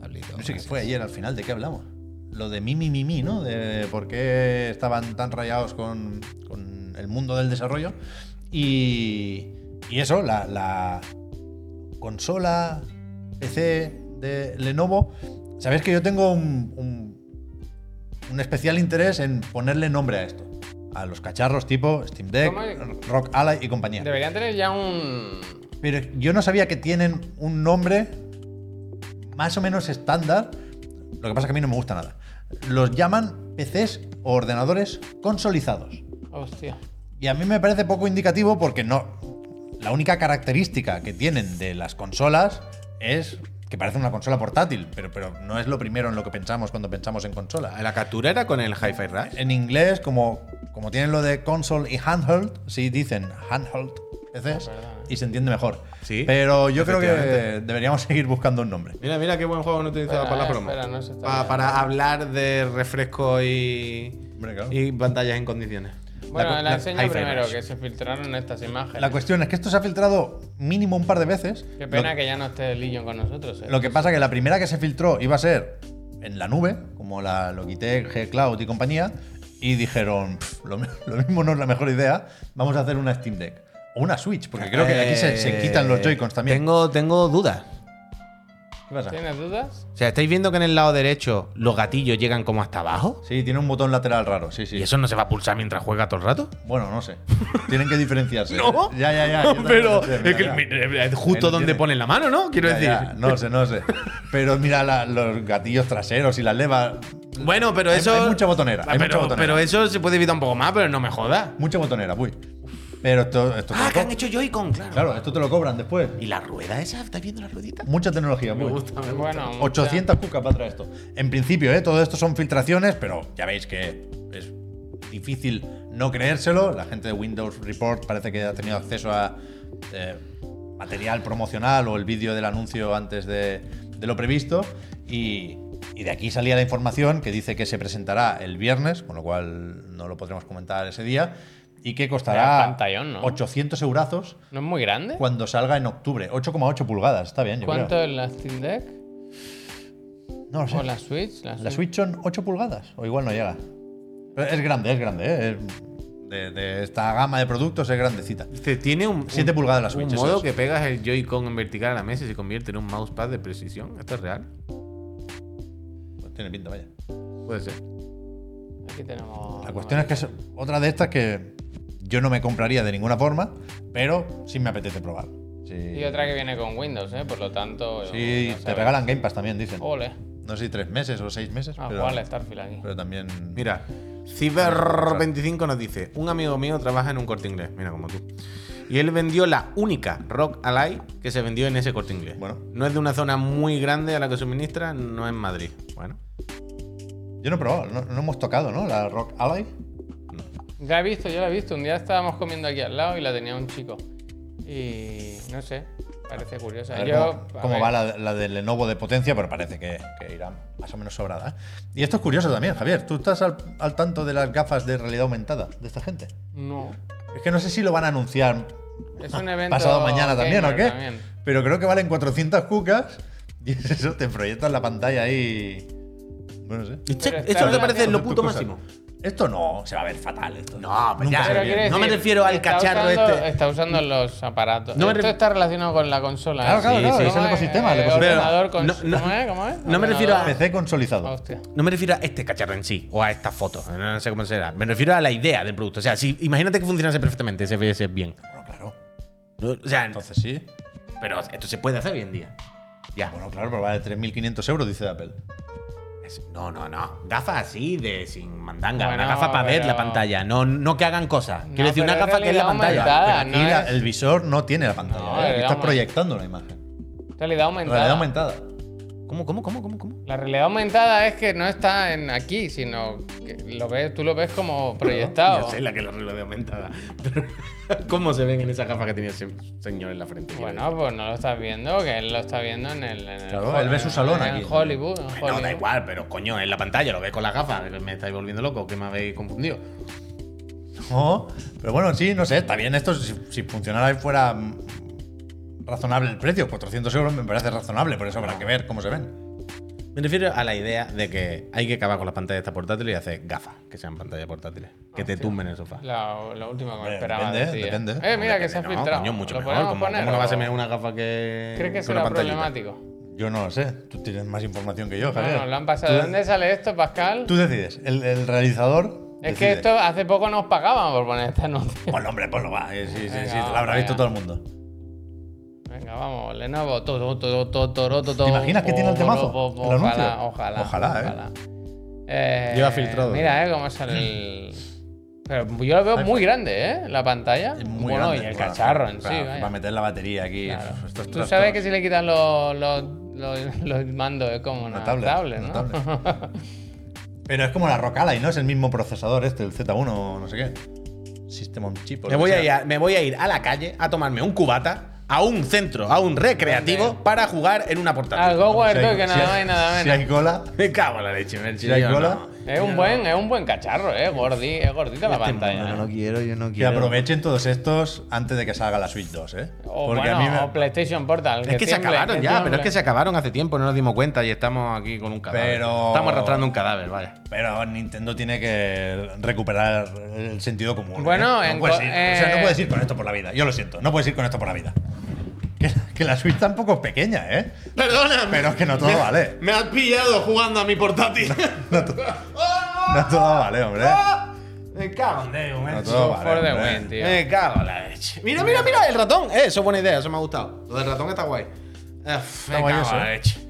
C: Pablito,
A: No sé qué
C: gracias.
A: fue ayer al final, ¿de qué hablamos? Lo de Mimi Mimi, ¿no? De por qué estaban tan rayados con, con el mundo del desarrollo. Y, y eso, la, la consola PC de Lenovo. Sabéis que yo tengo un, un- un especial interés en ponerle nombre a esto. A los cacharros tipo Steam Deck,
B: ¿Cómo es?
A: Rock Ally y compañía.
B: Deberían tener ya un.
A: Pero yo no sabía que tienen un nombre más o menos estándar. Lo que pasa es que a mí no me gusta nada. Los llaman PCs o ordenadores consolizados.
B: Hostia.
A: Y a mí me parece poco indicativo porque no. La única característica que tienen de las consolas es que parece una consola portátil, pero, pero no es lo primero en lo que pensamos cuando pensamos en consola.
C: La captura era con el Hi-Fi Rush.
A: En inglés, como, como tienen lo de console y handheld, sí dicen handheld PCs
B: verdad,
A: y se entiende mejor.
C: ¿eh? Sí,
A: Pero yo creo que
C: efectivamente.
A: deberíamos seguir buscando un nombre.
C: Mira, mira qué buen juego no utilizaba
B: Espera,
C: para la
B: eh,
C: promo.
B: espera, no se está
C: Pa-
B: viendo.
C: para hablar de refrescos y,
A: Hombre, claro.
C: y pantallas en condiciones.
B: Bueno, la,
C: la-
B: enseño
C: Hi-Fi
B: primero,
C: Rush.
B: que se filtraron estas imágenes.
A: La cuestión es que esto se ha filtrado mínimo un par de veces.
B: Qué pena
A: Lo-
B: que ya no esté Legion con nosotros. ¿eh?
A: Lo que pasa que la primera que se filtró iba a ser en la nube, como la Logitech, G Cloud y compañía, y dijeron, "Pf, lo, mi- lo mismo no es la mejor idea, vamos a hacer una Steam Deck. O una Switch, porque creo que aquí se, se quitan los Joy-Cons también.
C: Eh, Tengo, tengo dudas.
A: ¿Qué pasa?
B: ¿Tienes dudas?
C: O sea, ¿estáis viendo que en el lado derecho los gatillos llegan como hasta abajo?
A: Sí, tiene un botón lateral raro, sí, sí.
C: ¿Y eso no se va a pulsar mientras juega todo el rato?
A: Bueno, no sé. Tienen que diferenciarse.
C: No.
A: Ya, ya, ya. yo también
C: Pero
A: lo sé,
C: es
A: mira,
C: que
A: ya.
C: mira, es
A: Ahí lo
C: justo donde
A: tienes.
C: ponen la mano, ¿no? Quiero
A: Ya,
C: decir.
A: ya, no sé, no sé. Pero mira la- los gatillos traseros y las levas.
C: Bueno, pero
A: Hay-
C: eso.
A: hay mucha botonera,
C: Ah,
A: hay
C: pero,
A: mucha botonera.
C: pero eso se puede evitar un poco más, pero no me jodas.
A: Mucha botonera, uy. Pero esto, esto te
C: Ah,
A: lo
C: que
A: co-
C: han hecho Joy-Con, claro.
A: Claro, esto te lo cobran después.
C: ¿Y la rueda esa? ¿Estás viendo la ruedita?
A: Mucha tecnología, muy.
B: Bueno, mucha-
A: 800 cucas para traer esto. En principio, ¿eh? todo esto son filtraciones, pero ya veis que es difícil no creérselo. La gente de Windows Report parece que ha tenido acceso a eh, material promocional o el vídeo del anuncio antes de, de lo previsto. Y, y de aquí salía la información que dice que se presentará el viernes, con lo cual no lo podremos comentar ese día, y que costará
B: Vaya pantallón, ¿no?
A: 800 eurazos
B: ¿No es muy grande?
A: cuando salga en octubre. 8,8 pulgadas, está bien. Yo
B: ¿Cuánto
A: creo.
B: es la Steam Deck?
A: No lo sé.
B: ¿O la Switch? La Switch,
A: La Switch son 8 pulgadas, o igual no llega. Pero es grande, es grande, ¿eh? Es- de, de esta gama de productos es grandecita.
C: Dice, tiene un.
A: Siete
C: un-
A: pulgadas la Switch,
C: Un
A: eso
C: modo
A: es.
C: que pegas el Joy-Con en vertical a la mesa y se convierte en un mousepad de precisión. ¿Esto es real?
A: Pues tiene pinta, vaya.
C: Puede ser.
B: Aquí tenemos.
A: La cuestión es que es otra de estas que yo no me compraría de ninguna forma, pero sí me apetece probar. Sí,
B: Y otra que viene con Windows, ¿eh? Por lo tanto.
A: sí
B: no
A: te
B: sabes.
A: regalan Game Pass también, dicen.
B: Ole.
A: No sé si tres meses o seis meses,
B: Ah,
A: pero,
B: jugar al Starfield aquí.
A: pero también...
C: Mira, Ciber25 nos dice: Un amigo mío trabaja en un corte inglés, mira como tú. Y él vendió la única Rock Alive que se vendió en ese corte inglés.
A: Bueno.
C: No es de una zona muy grande a la que suministra, no es Madrid. Bueno,
A: Yo no he probado, no, no hemos tocado, ¿no? La Rock Ally.
B: La he visto, yo la he visto. Un día estábamos comiendo aquí al lado y la tenía un chico. Y. No sé. Parece curiosa.
A: A ver
B: yo.
A: cómo,
B: a
A: cómo
B: ver,
A: va la, la del Lenovo de potencia, pero parece que, que irá más o menos sobrada. ¿eh? Y esto es curioso también, Javier. Tú estás al, al tanto de las gafas de realidad aumentada de esta gente.
B: No.
A: Es que no sé si lo van a anunciar
B: Es un evento.
A: pasado mañana también o
B: gamer
A: qué.
B: también.
A: Pero creo que valen 400 cucas y es eso, te proyectas la pantalla ahí. No sé.
C: Esto-
B: Pero está
C: ¿Esto no te
B: hablando
C: parece
B: de
C: lo
B: tus
C: puto
A: cosas.
C: máximo?
A: Esto no se va a ver fatal. Esto
C: No, pues
A: Nunca
C: ya.
A: se ve
B: Pero
A: Ah, bien.
B: quiero
C: No me refiero al
B: está
C: cacharro
B: usando-
C: este.
B: Está usando los aparatos.
C: No me
B: Esto
C: ref-
B: está relacionado con la consola.
A: Claro,
B: ¿eh?
A: claro, claro, es el
B: ¿Cómo
A: ecosistema, el
B: Eh,
A: ecosistema.
B: ordenador con-
C: No, no-
B: ¿Cómo es? ¿Cómo es?
C: no me refiero a-
A: PC consolidado.
B: Ah, Hostia.
C: No me refiero a este cacharro en sí o a esta foto, no sé cómo será. Me refiero a la idea del producto. O sea, si imagínate que funcionase perfectamente ese VS bien.
A: Bueno, claro.
C: O sea,
A: Entonces sí.
C: pero esto se puede hacer hoy en día. Ya.
A: Bueno, claro, pero vale 3.500 euros, dice Apple.
C: Es- No, no, no. Gafas así de sin mandanga.
B: Bueno,
C: una gafa para ver
B: pero-
C: la pantalla. No, no que hagan cosas. Quiero
B: No,
C: decir, una
B: pero
C: gafa que es la
B: realidad
C: pantalla.
B: aumentada.
A: Pero
B: Ah,
A: aquí
B: no
A: la-
B: es-
A: el visor no tiene la pantalla.
B: No,
A: ¿eh? Aquí
B: era
A: estás
B: un-
A: proyectando la imagen.
B: Realidad aumentada.
A: Realidad aumentada.
C: ¿Cómo, cómo, cómo, cómo, cómo?
B: La realidad aumentada es que no está en aquí, sino que lo ves, tú lo ves como proyectado.
C: Yo sé la que es la realidad aumentada. Pero, ¿Cómo se ven en esa gafa que tenía ese señor en la frente?
B: Bueno, pues no lo estás viendo, que él lo está viendo en el. en el
A: Claro,
B: Hol-
A: él ve su salón
B: en
A: aquí.
B: Hollywood. en
C: No, da
B: Hollywood.
C: igual, pero coño, en la pantalla lo ves con las gafas. Me estáis volviendo loco, que me habéis confundido.
A: No, pero bueno, sí, no sé, está bien esto. Si, si funcionara y fuera mm, razonable el precio, 400 euros me parece razonable, por eso habrá que ver cómo se ven.
C: Me refiero a la idea de que hay que acabar con las pantallas estas portátiles y hacer gafas que sean pantallas portátiles. Que te tumben en el sofá.
B: La, la última que me
A: Hombre,
B: esperaba.
A: depende,
B: decía.
A: depende.
B: Eh, mira que se ha
C: No,
B: filtrado.
C: coño, mucho
B: ¿Lo
C: mejor.
B: podemos
C: ¿Cómo,
B: poner
C: cómo no va a
B: o-
C: ser mejor una gafa que.
B: ¿Crees que
C: con
B: será
C: una pantallita?
B: problemático?
A: Yo no lo sé, tú tienes más información que yo,
B: No,
A: Javier.
B: no, lo han pasado. ¿De
A: Tú-
B: dónde sale esto, Pascal?
A: Tú decides, el, el realizador.
B: es
A: decide.
B: que esto hace poco nos pagaban por poner este esta nota.
A: Ponlo, hombre, ponlo, va. eh, Sí, sí, sí,
B: Venga,
A: te lo habrá
B: venga.
A: visto todo el mundo.
B: Venga, vamos, Lenovo, todo, todo, todo, todo, todo.
A: ¿Te imaginas que tiene el temazo? ¿El anuncio?
B: Ojalá, ojalá.
A: Ojalá, eh.
B: Eh,
C: Lleva filtrado.
B: Mira, eh, cómo sale el. Pero yo lo veo muy grande, ¿eh? La pantalla.
A: pues- Es muy
B: bueno,
A: grande,
B: y el
A: claro,
B: cacharro en sí.
A: Para,
B: vaya.
A: para meter la batería aquí.
B: Claro.
A: Uf, estos
B: Tú
A: trastos-
B: sabes que si le quitas los, los, los, los mandos es como una,
A: Una tablet,
B: tablet,
A: una
B: ¿no?
A: Pero es como la Rocala y no es el mismo procesador este, el Z1 o no sé qué. System on chip. o
C: Me
A: lo
C: voy,
A: que
C: a ir
A: sea.
C: a, me voy a ir a la calle a tomarme un cubata, a un centro, a un recreativo
B: Vale.
C: para jugar en una portátil.
B: Al GoWare
A: Si hay-
B: Toy, que
A: si
B: nada más
A: hay-
B: y nada menos.
A: Si hay cola.
C: Me cago en la leche, Merchi,
A: Si hay Este
C: yo
A: cola.
C: no.
B: Es un buen, es un buen cacharro, eh, gordi, es gordita la pantalla. ¿eh?
C: quiero, yo Este no
A: Que aprovechen todos estos antes de que salga la Switch 2, ¿eh?
B: O, Oh, bueno, o PlayStation Portal.
C: Es que se
B: tiemble,
C: acabaron ya, pero es
B: tiemble.
C: que se acabaron hace tiempo, no nos dimos cuenta y estamos aquí con un cadáver.
A: Pero-
C: Estamos arrastrando un cadáver, vaya.
A: Pero Nintendo tiene que recuperar el sentido común.
B: Bueno,
A: ¿eh?
B: en
A: no puedes
B: co-
A: ir, o sea,
B: eh,
A: no puedes ir con esto por la vida. Yo lo siento, no puedes ir con esto por la vida. Que, que la Switch tampoco es pequeña, ¿eh?
C: Perdona,
A: Pero que no todo vale.
C: Me has pillado jugando a mi portátil.
A: No, to- no todo vale, hombre.
C: Me cago en Dios,
A: No
C: Merchi.
A: todo
B: Go for
A: vale.
B: the
A: hombre.
B: win, tío.
C: Me cago en la leche. Mira, mira, mira, el ratón. Eh, eso es buena idea, eso me ha gustado. Lo del ratón está guay. Uf, me
A: guay
C: cago
A: eso,
C: en la
A: eh.
C: leche.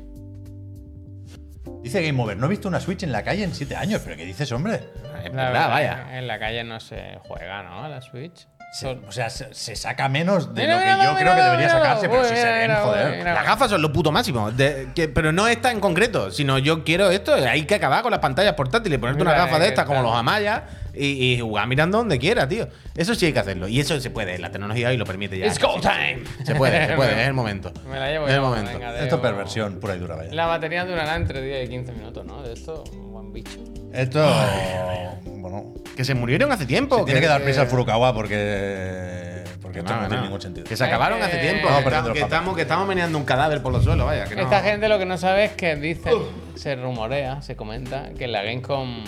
A: Dice Game Over, no he visto una Switch en la calle en 7 años, pero ¿qué dices, hombre?
C: Es
B: La
C: verdad,
B: verdad,
C: vaya.
B: En la calle no se juega, ¿no? A la Switch.
A: Se-
B: Son-
A: o sea, se, se saca menos de
B: Mira,
A: lo que
B: míralo,
A: yo creo que
B: míralo,
A: debería
B: míralo.
A: sacarse, pero
B: Uy,
A: si
B: mira,
A: se ven,
B: mira,
A: joder.
B: uy, mira.
C: Las gafas son lo puto máximo. de- que- pero no esta en concreto, sino yo quiero esto. Hay que acabar con las pantallas portátiles, ponerte
B: Mira,
C: una gafa
B: eh,
C: de
B: que
C: estas como
B: está.
C: los Amaya y, y jugar mirando donde quiera, tío. Eso sí hay que hacerlo. Y eso se puede, la tecnología hoy lo permite ya.
B: It's go time.
C: Se puede, se puede, es el momento.
B: Me la llevo
C: Es el
B: yo,
C: momento.
B: venga, de-
A: Esto es perversión pura y dura, vaya.
B: La batería durará entre 10 y 15 minutos, ¿no? De esto, un buen bicho.
A: Esto. Bueno.
C: Que se murieron hace tiempo.
A: Tiene que dar prisa al Furukawa porque. Porque esto no,
C: No, no.
A: tiene ningún sentido.
C: Que se acabaron hace
B: Eh,
C: tiempo.
A: Vamos
C: que,
A: perdiendo
C: estamos, que,
A: los
C: estamos, que estamos meneando un cadáver por los suelos, vaya. Que no.
B: Esta gente lo que no sabe es que dicen, se rumorea, se comenta, que en la Gamescom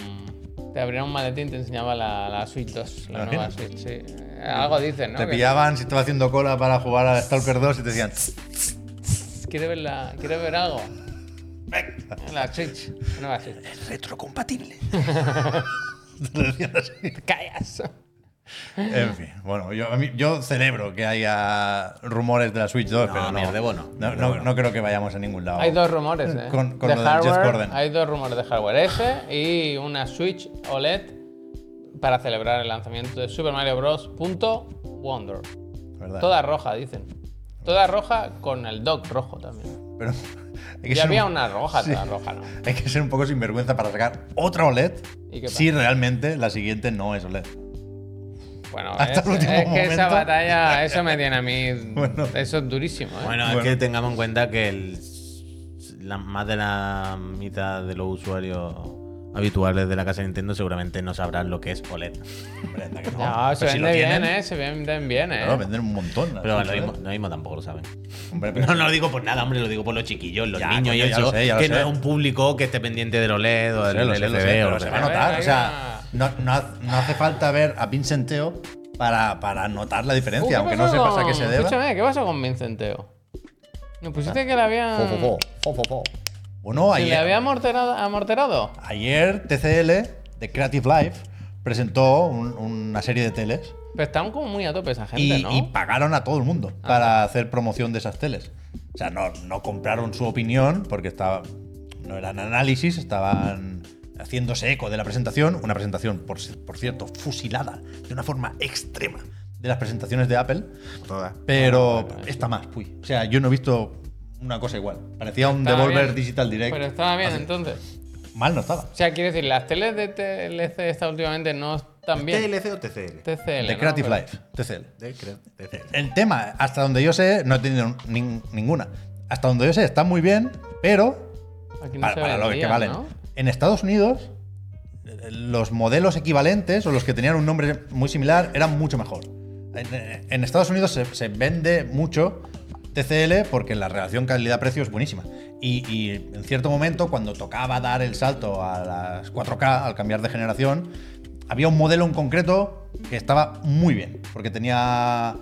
B: te abrían un maletín y te enseñaba la, la Switch 2, la
A: ¿La
B: nueva Switch, sí. Eh, Algo dicen, ¿no?
A: Te
B: Que-
A: pillaban si estaba haciendo cola para jugar a Stalker 2 y te decían.
B: ¿Quieres ver, la, ¿Quieres ver algo? La Switch, la nueva Switch.
A: Retrocompatible. Te lo decían así.
B: ¡Callas!
A: En fin, bueno, yo, a mí- yo celebro que haya rumores de la Switch 2,
C: No,
A: pero no,
C: mierdebo no,
A: No,
C: mierdebo
A: no creo que vayamos a ningún lado.
B: Hay dos rumores, ¿eh?
A: Con- con
B: de
A: lo del Jeff
B: hardware,
A: Gordon.
B: hay dos rumores de hardware. Ese y una Switch OLED para celebrar el lanzamiento de Super Mario Bros. punto Wonder.
A: ¿verdad?
B: Toda roja, dicen. Toda roja con el dock rojo también.
A: Pero hay que
B: Y
A: ser
B: había
A: un-
B: una roja,
A: Sí.
B: toda roja, ¿no?
A: Hay que ser un poco sinvergüenza para sacar otra OLED
B: ¿Y qué pasa?
A: si realmente la siguiente no es E OLED.
B: Bueno,
A: Hasta
B: es,
A: el último
B: es que esa
A: momento.
B: batalla, eso me tiene a mí.
A: Bueno.
B: Eso es durísimo, ¿eh?
C: Bueno,
A: Bueno.
C: es que tengamos en cuenta que el- la- más de la mitad de los usuarios habituales de la casa de Nintendo seguramente no sabrán lo que es OLED.
A: Hombre, anda que no.
B: No, se
A: Pero si lo
B: vende bien,
A: tienen,
B: ¿eh? Se venden bien, ¿eh?
A: Claro, venden un montón. las
C: Pero lo
A: cosas,
C: mismo,
A: ¿eh?
C: lo mismo tampoco lo saben.
A: Hombre, pero
C: No, no lo digo por nada, hombre, lo digo por los chiquillos, los
A: Ya,
C: niños y
A: coño, ya lo
C: eso.
A: sé, ya lo
C: que no
A: sé.
C: es un público que esté pendiente del OLED o
A: Lo sé,
C: del
A: lo sé, lo sé,
C: LCD. o
A: pero
C: lo
A: se
C: que
A: va a
C: sea.
A: notar. O sea,
B: Venga.
A: no, no ha- no hace falta ver a Vincenteo para, para notar la
B: Uh,
A: diferencia,
B: ¿qué
A: aunque no
B: pasó
A: sepas a
B: con-
A: qué se deba.
B: Escúchame, ¿qué pasó con Vincenteo? Nos pusiste que le habían.
D: Fo, fo, fo, fo, fo, fo.
A: Bueno,
B: que le
A: ayer,
B: había amorterado. amorterado.
A: ayer TCL de Creative Life presentó un- una serie de teles
B: Pero estaban como muy a tope esa gente,
A: y,
B: ¿no? Ah.
A: y pagaron a todo el mundo para hacer promoción de esas teles. O sea, no, no compraron su opinión porque estaba, no eran análisis, estaban haciéndose eco de la presentación. Una presentación, por, ci- por cierto, fusilada de una forma extrema de las presentaciones de Apple.
B: Ah,
A: Pero esta más, puy. O sea, yo no he visto una cosa igual. Parecía un
B: Estaba
A: Devolver
B: bien.
A: Digital Direct.
B: Pero estaba bien,
A: Hace-
B: entonces.
A: Mal no estaba.
B: O sea, quiero decir, las teles de TLC esta últimamente no están bien.
D: TLC o TCL.
B: TCL.
A: De
B: ¿no?
A: Creative
B: Pero-
A: Life, TCL.
D: De- creo- TCL.
A: El tema, hasta donde yo sé, no he tenido nin- ninguna. Hasta donde yo sé, está muy bien, pero
B: Aquí no
A: para,
B: se
A: para lo que
B: vendían,
A: valen.
B: ¿no?
A: En Estados Unidos, eh, los modelos equivalentes o los que tenían un nombre muy similar eran mucho mejor. En, eh, en Estados Unidos se, se vende mucho TCL porque la relación calidad-precio es buenísima. Y, y en cierto momento, cuando tocaba dar el salto a las 4K, al cambiar de generación, había un modelo en concreto que estaba muy bien, porque tenía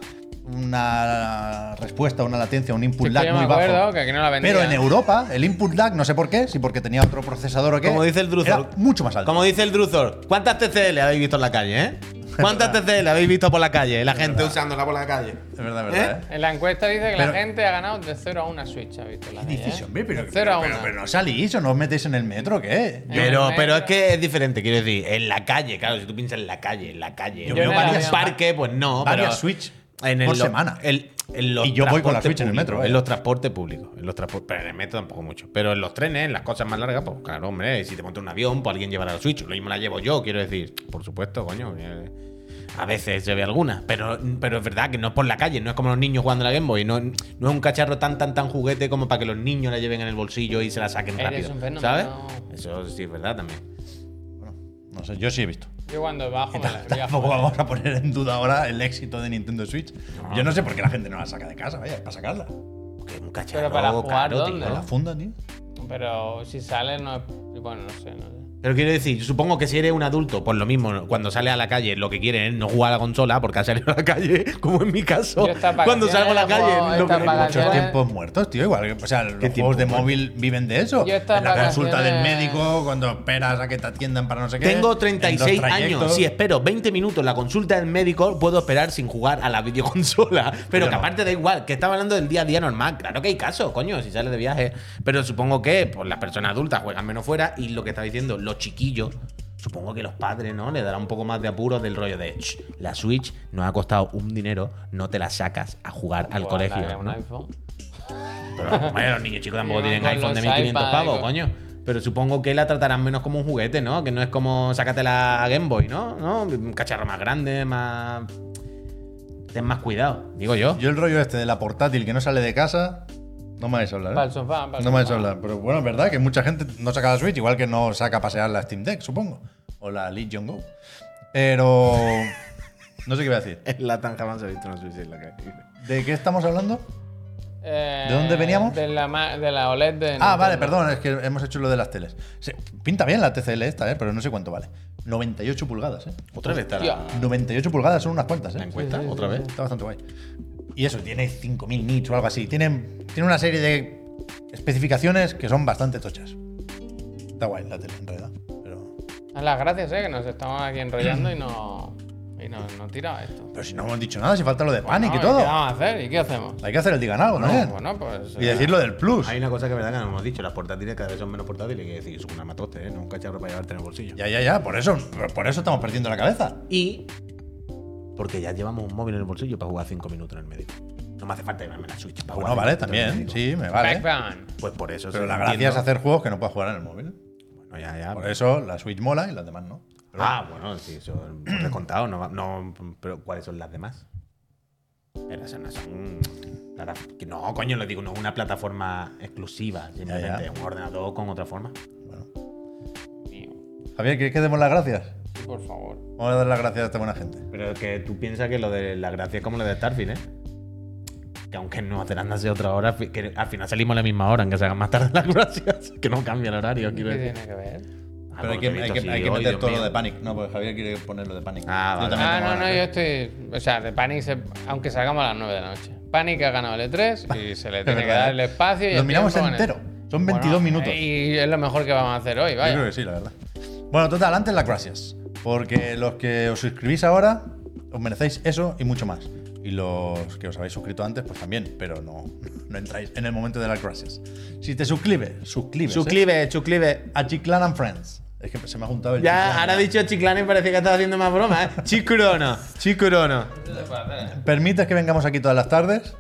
A: una respuesta, una latencia, un input
B: Sí,
A: lag
B: yo me
A: muy bajo.
B: acuerdo que aquí no la vendían.
A: Pero en Europa, el input lag, no sé por qué, si porque tenía otro procesador o qué.
C: Como dice el Druzor.
A: Era mucho más alto.
C: Como dice el Druzor, ¿cuántas TCL habéis visto en la calle, eh? ¿Cuántas TCL habéis visto por la calle? La gente usándola por la calle.
A: Es verdad, es verdad, ¿eh?
B: En la encuesta dice que
A: Pero-
B: la gente ha ganado de 0 a 1 Switch, ha visto la
A: ¿Qué
B: media,
A: dices,
B: ¿eh?
A: hombre? Pero,
B: De 0 a 1.
A: pero, pero, pero no salís o no os metéis en el metro, ¿qué?
B: Eh,
C: Pero,
B: Eh,
C: pero es
B: eh,
C: que es diferente, quiero decir, en la calle, claro, si tú piensas en la calle, en la calle.
A: Yo
C: en
A: veo
C: el
A: varias-
C: parque, pues no,
A: varias
C: pero
A: Switch por
C: lo-
A: semana.
C: en- en los
A: Y yo voy con la
C: transportes
A: Switch en el
C: públicos,
A: metro, ¿eh? vaya.
C: En los transportes públicos. En los transportes, pero en el metro tampoco mucho. Pero en los trenes, en las cosas más largas, pues claro, hombre, si te montas un avión, pues alguien llevará la Switch. Lo mismo la llevo yo, quiero decir. Por supuesto, coño. eh, a veces se ve alguna, pero, pero es verdad que no es por la calle, no es como los niños jugando a la Game Boy, no, no es un cacharro tan, tan, tan juguete como para que los niños la lleven en el bolsillo y se la saquen
B: Eres
C: rápido.
B: un fenómeno.
C: ¿Sabes? Eso sí es verdad también.
A: No sé, yo sí he visto.
B: Yo cuando bajo me la Pues, voy a
A: Tampoco vamos a poner en duda ahora el éxito de Nintendo Switch. Yo no sé por qué la gente no la saca de casa, vaya, es para sacarla.
C: Que es un cacharro
B: para jugar,
C: caro,
B: ¿dónde?
C: tío.
A: La funda, tío.
B: Pero si sale, no es. Bueno, no sé, no sé.
C: Pero quiero decir, supongo que si eres un adulto, pues lo mismo, cuando sales a la calle, lo que quieres es no jugar a la consola porque has salido a la calle, como en mi caso.
B: Yo estas
C: Cuando
B: vacaciones
C: salgo a la
B: he jugado
C: calle, lo
B: estas
C: que
B: vacaciones-
A: Muchos
B: Yo-
A: tiempos muertos, tío. Igual que, o sea, los
C: tiempo
A: juegos de
C: muerto?
A: móvil viven de eso.
B: Yo estas
A: en la consulta del
B: vacaciones-
A: médico, cuando esperas a que te atiendan para no sé qué. en
C: Tengo
A: los
C: 36 años.
A: trayectos.
C: Si espero 20 minutos la consulta del médico, puedo esperar sin jugar a la videoconsola. Pero
A: Yo
C: que
A: no.
C: aparte da igual, que estaba hablando del día a día normal. Claro que hay casos, coño, si sales de viaje. Pero supongo que pues, las personas adultas juegan menos fuera y lo que está diciendo, los chiquillos. Supongo que los padres, ¿no? Le dará un poco más de apuro del rollo de "Ch, la Switch nos ha costado un dinero, no te la sacas a jugar al
B: Igual
C: colegio.
B: daré un
C: ¿no?
B: iPhone.
C: Pero bueno, los niños chicos tampoco
B: Iban
C: tienen
B: con
C: iPhone de
B: los
C: 1500
B: iPad,
C: pavos,
B: con-
C: coño. Pero supongo que la tratarán menos como un juguete, ¿no? Que no es como sácate la Game Boy, ¿no? ¿No? Un cacharro más grande, más. Ten más cuidado, digo yo.
A: Yo el rollo este de la portátil que no sale de casa, no me vais a hablar. ¿eh?
B: Pa'l sofá, pa'l
A: no me vais a
B: sofá.
A: hablar. Pero bueno, es verdad que mucha gente no saca la Switch, igual que no saca a pasear la Steam Deck, supongo. O la Legion Go. Pero. No sé qué voy a decir.
D: En la tanja más he visto una Switch en la calle.
A: ¿De qué estamos hablando?
B: Eh,
A: ¿De dónde veníamos?
B: De la, ma- de la OLED de.
A: Ah, vale,
B: Nintendo.
A: perdón, es que hemos hecho lo de las teles. Se- pinta bien la TCL esta, ¿eh? pero no sé cuánto vale. 98 pulgadas, ¿eh?
C: Otra vez está
B: Hostia.
C: la,
A: 98 pulgadas son unas cuantas, ¿eh?
C: la encuesta,
B: Sí, sí,
C: otra
B: sí,
C: vez.
A: Está bastante guay. Y eso, tiene 5.000 nits o algo así. Tiene, tiene una serie de especificaciones que son bastante tochas. Está guay la tele, en realidad. Pero,
B: A las gracias, eh, que nos estamos aquí enrollando y no. Y no, no tira esto.
A: pero si no hemos dicho nada, si falta lo de Panic
B: No,
A: y
B: ¿Qué
A: todo.
B: vamos a hacer? ¿Y qué hacemos?
A: Hay que hacer el digan algo, ¿no?
B: No, bueno, pues.
A: y
B: eh,
A: decir lo del plus.
C: Hay una cosa que es verdad que no hemos dicho, las portátiles cada vez son menos portátiles, que es decir, son una matoste, ¿eh? No un cacharro para llevarte en el bolsillo.
A: Ya, ya, ya. Por eso, por eso estamos perdiendo la cabeza.
C: Y porque ya llevamos un móvil en el bolsillo para jugar 5 minutos en el médico. No me hace falta llevarme la Switch para
A: Bueno,
C: jugar
A: vale,
C: cinco minutos en
A: también.
C: el médico.
A: Sí, me vale.
B: backbone.
C: Pues por eso
A: Pero
C: sí,
A: la
C: entiendo.
A: gracia es hacer juegos que no puedas jugar en el móvil.
C: Bueno, ya, ya.
A: Por eso la Switch mola y las demás no. Pero
C: ah, bueno, sí, eso por descontado. No, va- no, pero ¿cuáles son las demás? Pero esas no son. plata- que No, coño, lo digo, no es una plataforma exclusiva. Simplemente
A: ya.
C: un ordenador con otra forma.
A: bueno,
B: Mío.
A: Javier, ¿quieres que demos las gracias?
B: Por favor.
A: Vamos a dar las gracias a esta buena gente.
C: Pero que tú piensas que lo de la gracia es como lo de Starfield, ¿eh? Que aunque en Nueva Zelanda sea otra hora, fi- que al final salimos a la misma hora, aunque se hagan más tarde las gracias. Que no cambia el horario,
B: ¿Qué
C: quiero decir.
B: tiene que ver?
C: Ah,
A: Pero hay
C: porque
A: que,
C: he visto
A: hay que-
C: así,
A: hay que
C: oh,
A: meter
C: Dios
A: todo
C: mío.
A: lo de Panic. No, porque Javier quiere ponerlo de Panic.
C: Ah,
A: Yo
C: vale.
A: también
B: Ah,
A: tengo
B: no, no,
A: ganas,
B: yo
A: ¿eh?
B: estoy. O sea, de Panic, se- aunque salgamos a las 9 de la noche. Panic ha ganado el E3 y se le tiene que
A: verdad,
B: dar el
A: ¿eh?
B: espacio. Y
A: Lo
B: el
A: miramos
B: tiempo con él.
A: entero. Son 22 minutos.
B: Y es lo mejor que vamos a hacer hoy,
A: Yo creo
B: vaya.
A: que sí, la verdad. Bueno, total, antes las gracias. Porque los que os suscribís ahora, os merecéis eso y mucho más. Y los que os habéis suscrito antes, pues también, pero no, no entráis en el momento de las gracias. Si te suscribes, suscribes. ¿eh?
C: Chuclive, chuclive.
A: A Chiclan and Friends. Es que se me ha juntado el. Chiclan.
C: Ya, ahora ha dicho Chiclana y parecía que estaba haciendo más broma, ¿eh? Chicurono, chicurono.
A: Permites que vengamos aquí todas las tardes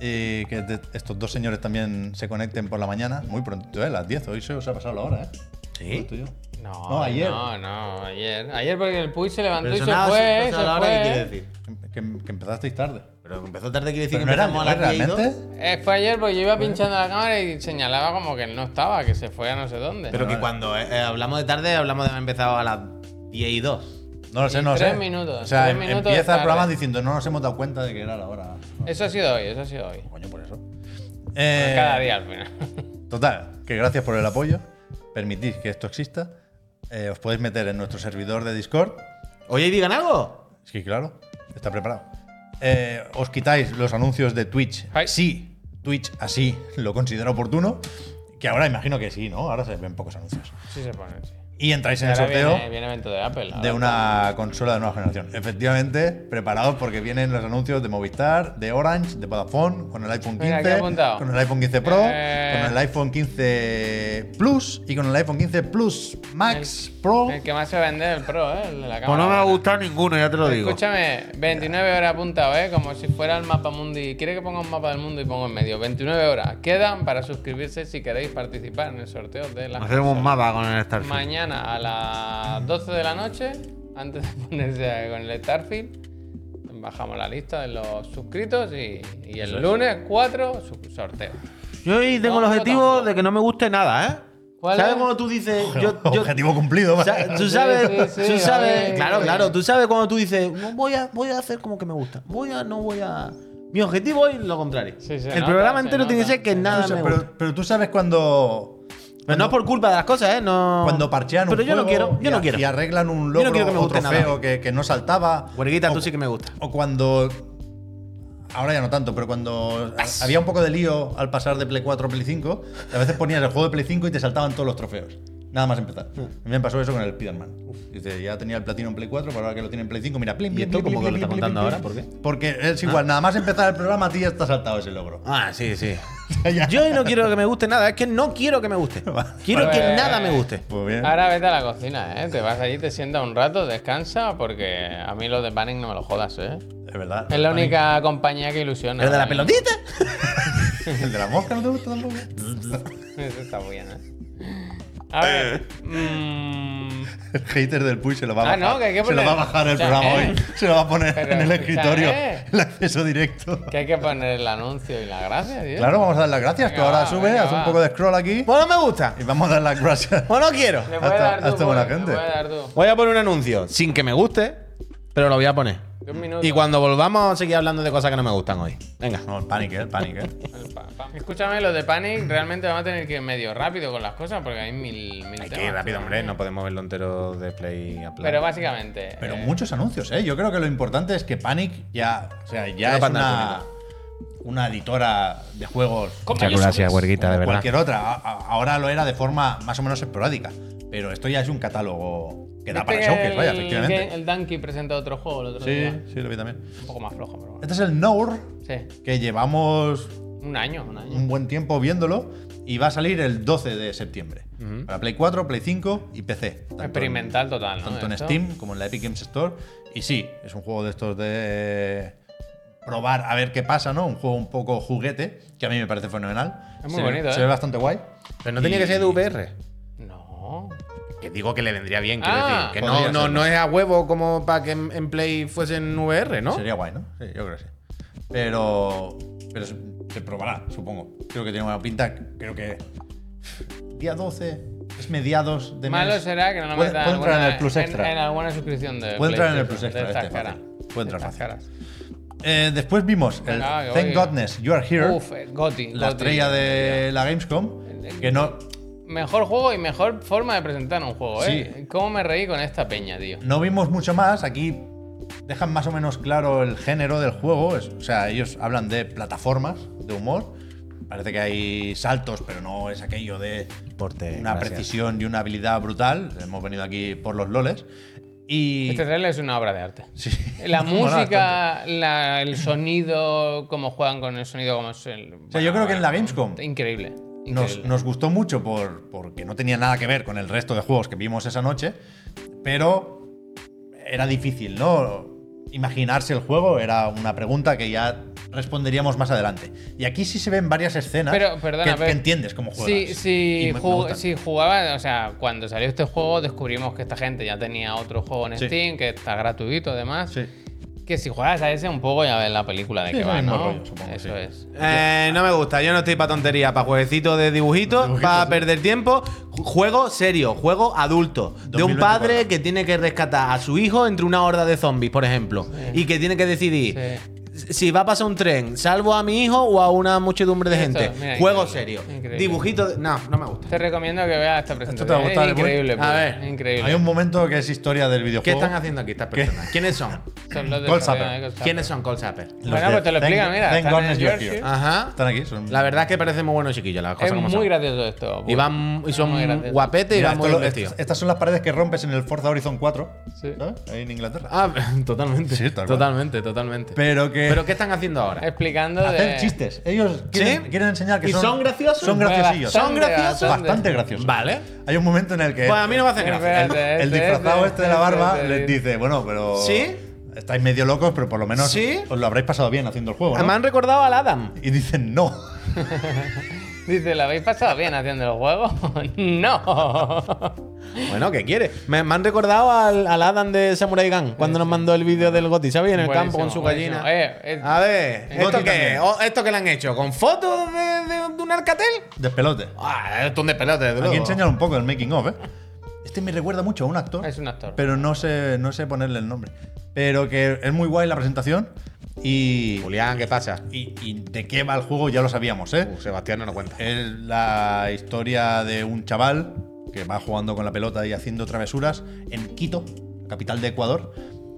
A: y que te- estos dos señores también se conecten por la mañana. Muy pronto, ¿eh? Las 10. Hoy se os ha pasado la hora, ¿eh?
C: ¿Sí?
A: Justo yo.
B: No,
A: No, ayer.
B: No, no, ayer. Ayer porque el Puy se levantó
C: Pero
B: y se
C: sonaba-
B: fue.
C: sonaba
B: se
C: la hora,
B: fue.
C: ¿qué quiere decir?
A: Que, que- que empezasteis tarde.
C: Pero empezó Pues tarde, quiere decir
A: Pero
C: que
A: no era
C: empezamos a
A: yo,
C: las 10 y dos.
A: realmente.
B: Eh, fue ayer porque yo iba pinchando la cámara y señalaba como que no estaba, que se fue a no sé dónde.
C: Pero que cuando eh, eh, hablamos de tarde, hablamos de haber empezado a las 10 y 2.
A: No lo sé,
B: Y
A: no lo sé.
B: tres minutos,
A: O sea,
B: tres
A: em-
B: minutos de
A: empieza el
B: tarde.
A: programa diciendo no nos hemos dado cuenta de que era la hora.
B: Eso ha sido hoy, eso ha sido hoy.
A: Coño, por eso. Eh,
B: Pues Cada día al final.
A: Total, que gracias por el apoyo. Permitís que esto exista. Eh, os podéis meter en nuestro servidor de Discord.
C: Oye, ¿y digan algo.
A: Sí, claro, está preparado. Eh, os quitáis los anuncios de Twitch.
B: Ay.
A: Sí, Twitch así lo considera oportuno. Que ahora imagino que sí, ¿no? Ahora se ven pocos anuncios.
B: Sí se pone, sí.
A: Y entráis en el
B: Ahora
A: sorteo
B: viene, viene evento de Apple.
A: de
B: ahora.
A: una consola de nueva generación. Efectivamente, preparados porque vienen los anuncios de Movistar, de Orange, de Vodafone, con el iPhone
B: Mira, aquí he
A: 15,
B: apuntado.
A: con el iPhone 15 Pro,
B: Eh.
A: con el iPhone 15 Plus y con el iPhone 15 Plus Max Pro.
B: El que más se vende es el Pro, ¿eh? El de la cámara.
C: Pues gustado ninguno, ya te lo
B: Escúchame, 29 horas apuntado, ¿eh? Como si fuera el mapa mundi. Quiere que ponga un mapa del mundo y pongo en medio. 29 horas. Quedan para suscribirse si queréis participar en el sorteo de la.
C: un mapa con el Starfield.
B: Mañana a las 12 de la noche, antes de ponerse con el Starfield, bajamos la lista de los suscritos y, y el lunes 4, su- sorteo.
C: Yo hoy tengo
B: No,
C: el
B: yo
C: objetivo
B: tampoco.
C: de que no me guste nada, ¿eh?
B: ¿Cuál
C: ¿Sabes
B: es?
C: cuando tú dices. Yo, yo-
A: Objetivo cumplido.
C: o sea, tú
B: Sí,
C: sabes.
B: sí, sí,
C: tú
B: a
C: sabes
B: ver.
C: claro, claro. Tú sabes cuando tú dices. "No, Voy a, voy a hacer como que me gusta. Voy a. No voy a. Mi objetivo es lo contrario.
B: Sí, se
C: el
B: nota,
C: programa
B: se
C: entero tiene que
B: nota,
C: ser que
B: se
A: O
C: nada
A: sea,
C: me gusta.
A: pero, pero tú sabes cuando
C: Pero no es por culpa de las cosas, ¿eh? No.
A: cuando parchean
C: Pero
A: un
C: yo no
A: juego
C: quiero. Yo
A: y a-
C: no quiero.
A: y arreglan un
C: Yo no
A: logro
C: quiero que me
A: o
C: guste nada.
A: trofeo que, que no saltaba
C: Guarguita,
A: o-
C: tú sí que me gusta.
A: o cuando ahora ya no tanto pero cuando ha- había un poco de lío al pasar de Play 4 a Play 5 a veces ponías el juego de Play 5 y te saltaban todos los trofeos nada más empezar
C: Hmm.
A: a mí me pasó eso con el Spiderman dice ya tenía el platino en Play 4 pero ahora que lo tiene en Play 5 mira plim, plim,
C: esto
A: plim,
C: cómo
A: plim,
C: que lo está
A: plim,
C: contando
A: plim,
C: ahora?
A: plim. porque es igual nada más empezar el programa a ti ya está saltado ese logro
C: Ah, sí, sí.
A: Ya.
C: Yo hoy no quiero que me guste nada, es que no quiero que me guste. Quiero que
B: Pues-
C: nada me guste.
A: pues bien
B: Ahora vete a la cocina, ¿eh? Te vas allí, te sientas un rato, descansa, porque a mí los de Panic no me lo jodas, ¿eh?
A: es verdad
B: Es la única compañía que ilusiona.
C: ¿Pero de la pelotita?
A: el de la mosca no te gusta tampoco
B: Eso está muy bien, ¿eh? A ver.
A: Eh.
B: mm,
A: El hater del Puy se lo va a
B: Ah,
A: bajar.
B: no, que hay que
A: se lo va a
B: poner-
A: bajar el
B: o sea,
A: programa
B: ¿eh?
A: hoy. Se lo va a poner
B: Pero,
A: en el
B: o sea,
A: escritorio.
B: ¿eh?
A: El acceso directo.
B: que hay que poner el anuncio y la gracia, tío.
A: Claro, vamos a dar las gracias.
B: Venga,
A: que ahora
B: va,
A: sube,
B: venga,
A: hace un
B: va.
A: poco de scroll aquí.
C: Pues no me gusta.
A: Y vamos a dar las gracias.
C: O no quiero.
B: Le
A: Hasta-
B: puedes dar tú,
A: hasta buena
B: pues, le
A: gente.
B: puedes dar tú.
C: Voy a poner un anuncio sin que me guste, pero lo voy a poner.
B: De un minuto.
C: Y cuando volvamos, seguir hablando de cosas que no me gustan hoy. Venga.
A: No, el panic, eh, el panic, eh.
B: El pa- pa- Escúchame, los de Panic realmente vamos a tener que ir medio rápido con las cosas porque hay mil, mil
C: Hay que
B: temas.
C: ir rápido, hombre. No podemos verlo entero de play a play.
B: Pero básicamente.
A: Pero
B: eh,
A: muchos anuncios, ¿eh? Yo creo que lo importante es que Panic ya, o sea, ya
C: Una
A: es
C: pantalla
A: una, una editora de juegos
C: Muchas gracias, huerguita, de
A: como
C: verdad.
A: cualquier otra. A- a- Ahora lo era de forma más o menos esporádica. Pero esto ya es un catálogo que da
B: ¿viste
A: para
B: que
A: showcase, vaya,
B: el-
A: efectivamente.
B: que El Dunkey presentó otro juego el otro
A: Sí,
B: día.
A: sí, lo vi también.
B: Un poco más flojo, pero bueno.
A: Este es el Nour,
B: Sí.
A: que llevamos
B: Un año, un año.
A: un buen tiempo viéndolo y va a salir el 12 de septiembre para Play 4, Play 5 y PC. Tanto en-
B: Experimental total, ¿no?
A: Tanto en
B: Esto.
A: Steam como en la Epic Games Store. Y sí, es un juego de estos de probar a ver qué pasa, ¿no? Un juego un poco juguete, que a mí me parece fenomenal.
B: Es muy
A: Se ve-
B: bonito,
A: Se
B: ¿eh?
A: ve bastante guay.
C: Pero no tenía que ser de VR.
B: No.
C: Que digo que le vendría bien, quiero
B: Ah.
C: decir. Que no,
A: Podría
C: no,
A: ser.
C: no es a huevo como para que en, en Play fuesen VR, ¿no?
A: Sería guay, ¿no? Sí, yo creo que sí. Pero, pero se, se probará, supongo. Creo que tiene buena pinta. Creo que día 12 Es mediados de
B: Malo
A: mes.
B: será que no lo
A: Puede-
B: metan
A: puede entrar en
B: alguna-
A: el Plus Extra.
B: En, alguna suscripción de.
A: Puede entrar en el
B: PlayStation,
A: Plus Extra,
B: de
A: este
B: estas
A: es fácil.
B: caras,
A: Puede
B: de
A: entrar
B: estas
A: fácil. Eh, después vimos el
B: Venga, que
A: Thank
B: voy.
A: Godness You Are Here,
B: caras. Uf, eh, Gotti.
A: la
B: Gotti.
A: estrella de la Gamescom, que no,
B: Mejor juego y mejor forma de presentar un juego, ¿eh?
A: Sí.
B: ¿Cómo me reí con esta peña, tío?
A: no vimos mucho más. Aquí dejan más o menos claro el género del juego. Es- o sea, ellos hablan de plataformas, de humor. Parece que hay saltos, pero no es aquello de
D: Porte,
A: una
D: gracias.
A: precisión y una habilidad brutal. Hemos venido aquí por los loles. Y.
B: Este trailer es una obra de arte.
A: Sí.
B: La
A: Mola bastante.
B: música, la- el sonido, cómo juegan con el sonido, cómo es el. O
A: sea, yo creo que en la Gamescom
B: Increíble.
A: Nos,
B: increíble.
A: nos gustó mucho por, porque no tenía nada que ver con el resto de juegos que vimos esa noche, pero era difícil, ¿no? Imaginarse el juego era una pregunta que ya responderíamos más adelante. Y aquí sí se ven varias escenas
B: Pero, perdona,
A: que,
B: a ver.
A: que entiendes cómo
B: Sí,
A: juegas.
B: sí,
A: Y me- me
B: ju-
A: gustan.
B: sí jugaba, o sea, cuando salió este juego descubrimos que esta gente ya tenía otro juego en
A: Sí.
B: Steam, que está gratuito además.
A: Sí.
B: Que si juegas a ese un poco ya ves la película de
A: Sí,
B: que
A: es
B: va,
A: el mismo
B: ¿no?
A: rollo, supongo,
B: Eso
A: sí.
B: es.
C: Eh, no me gusta, yo no estoy para tontería, para jueguecitos de dibujitos,
A: Dibujitos,
C: para
A: sí.
C: perder tiempo. Ju- Juego serio, juego adulto. De un
A: 2024.
C: padre que tiene que rescatar a su hijo entre una horda de zombies, por ejemplo. Y que tiene que decidir
B: Sí.
C: si va a pasar un tren, salvo a mi hijo o a una muchedumbre de
B: Esto,
C: gente.
B: mira,
C: juego
B: increíble,
C: serio.
B: increíble.
C: Dibujitos. de- No, no me gusta.
B: Te recomiendo que veas esta
A: te
B: presentación.
A: va a gustar,
B: es
A: Ebu.
B: increíble,
C: A
B: Ebu,
C: ver,
B: increíble.
A: Hay un momento que es historia del videojuego.
C: ¿Qué están haciendo aquí estas
A: ¿Qué?
C: personas? ¿Quiénes son?
B: Son los de
A: Gold
B: Sabrina,
A: Zapper.
B: eh, Gold Zapper.
C: ¿Quiénes son Cold Zapper?
A: Los
B: Bueno,
A: de
B: pues te lo
A: Thank-
B: explica, mira,
A: Thank
B: están
A: God
B: en
A: Is You're
B: Yorkshire.
A: Here.
C: Ajá.
A: Están aquí, son-
C: Ah. La verdad es que parecen muy buenos chiquillos, las cosas
B: Es
C: como
B: muy
C: son.
B: gracioso esto.
C: Y, van, y son
B: Muy gracioso.
C: guapetes y
A: Mira,
C: van
A: esto
C: muy
A: lo-
C: bien vestidos.
A: est- estas son las paredes que rompes en el Forza Horizon 4,
B: Sí.
A: ¿sabes? Ahí en Inglaterra.
C: Ah, totalmente.
A: Sí, tal cual.
C: totalmente, totalmente.
A: Pero que
C: ¿Pero qué están haciendo ahora?
B: Explicando
A: hacer
B: de...
A: chistes. Ellos quieren,
C: ¿Sí?
A: quieren enseñar que
C: ¿Y
A: son,
C: son graciosos?
A: Son
B: Bastante,
A: graciosillos.
C: Son graciosos.
A: Son bastante graciosos.
C: Vale.
A: Hay un momento en el que
C: Pues a mí no me hacen gracia. ¿eh?
B: Espérate,
A: el
B: este,
A: disfrazado este de la barba
B: este,
A: les
B: este.
A: dice, bueno, pero
C: ¿Sí?
A: estáis medio locos, pero por lo menos
C: ¿Sí?
A: os lo habréis pasado bien haciendo el juego,
C: Me
A: ¿no?
C: han recordado al Adam.
A: Y dicen no.
B: Dice, ¿lo habéis pasado bien haciendo el juego? no.
C: Bueno, ¿qué quiere? Me, me han recordado al, al Adam de Samurai Gun cuando nos mandó el vídeo del Goti, ¿sabes? En el campo con su
B: Buenísimo,
C: gallina.
B: buenísimo. Eh, eh,
C: A ver,
B: El
C: ¿esto
A: Gotti
C: qué,
A: también.
C: O- ¿esto qué le han hecho? ¿Con fotos de, de- de un arcatel?
A: Despelote.
C: Ah, esto es de pelota, desde luego.
A: Aquí enseñan un poco el making of, ¿eh? Este me recuerda mucho a un actor.
B: Es un actor.
A: Pero no sé, no sé ponerle el nombre. Pero que es muy guay la presentación y,
C: Julián, ¿qué pasa?
A: y, y de qué va el juego ya lo sabíamos, ¿eh?
C: Uh, Sebastián no nos cuenta.
A: Es la historia de un chaval que va jugando con la pelota y haciendo travesuras en Quito, capital de Ecuador,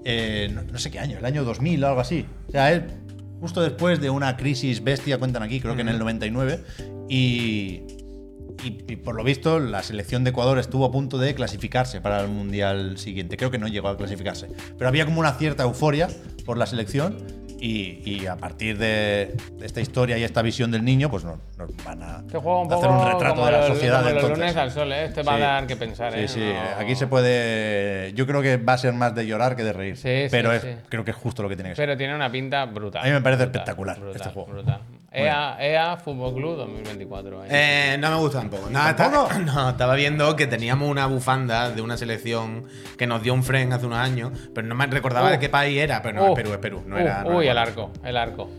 A: eh, no, no sé qué año, el año 2000 o algo así. O sea, es justo después de una crisis bestia, cuentan aquí, creo que en el 99, y, y- y por lo visto la selección de Ecuador estuvo a punto de clasificarse para el Mundial siguiente. Creo que no llegó a clasificarse, pero había como una cierta euforia por la selección. Y, y a partir de de esta historia y esta visión del niño, pues nos, nos van a
B: Este juego un poco
A: hacer un retrato
B: como
A: de la
B: los-
A: sociedad
B: como los
A: entonces.
B: lunes al sol, ¿eh? Este va a
A: Sí.
B: dar que pensar,
A: Sí,
B: ¿eh?
A: sí,
B: No-
A: aquí se puede. Yo creo que va a ser más de llorar que de reír.
B: Sí, sí,
A: pero es-
B: sí.
A: creo que es justo lo que tiene que ser.
B: Pero tiene una pinta brutal.
A: A mí me parece
B: brutal,
A: espectacular
B: brutal,
A: este juego.
B: brutal. EA, EA Fútbol Club 2024. ahí.
C: Eh, no me gusta tampoco. No,
A: ¿Tampoco?
C: estaba- no, estaba viendo que teníamos una bufanda de una selección que nos dio un friend hace unos años, pero no me recordaba
B: Uh.
C: de qué país era, pero no,
B: Uh,
C: es Perú, es Perú. No
B: uh,
C: era, no
B: uy,
C: era
B: el
C: Ecuador.
B: arco, el arco.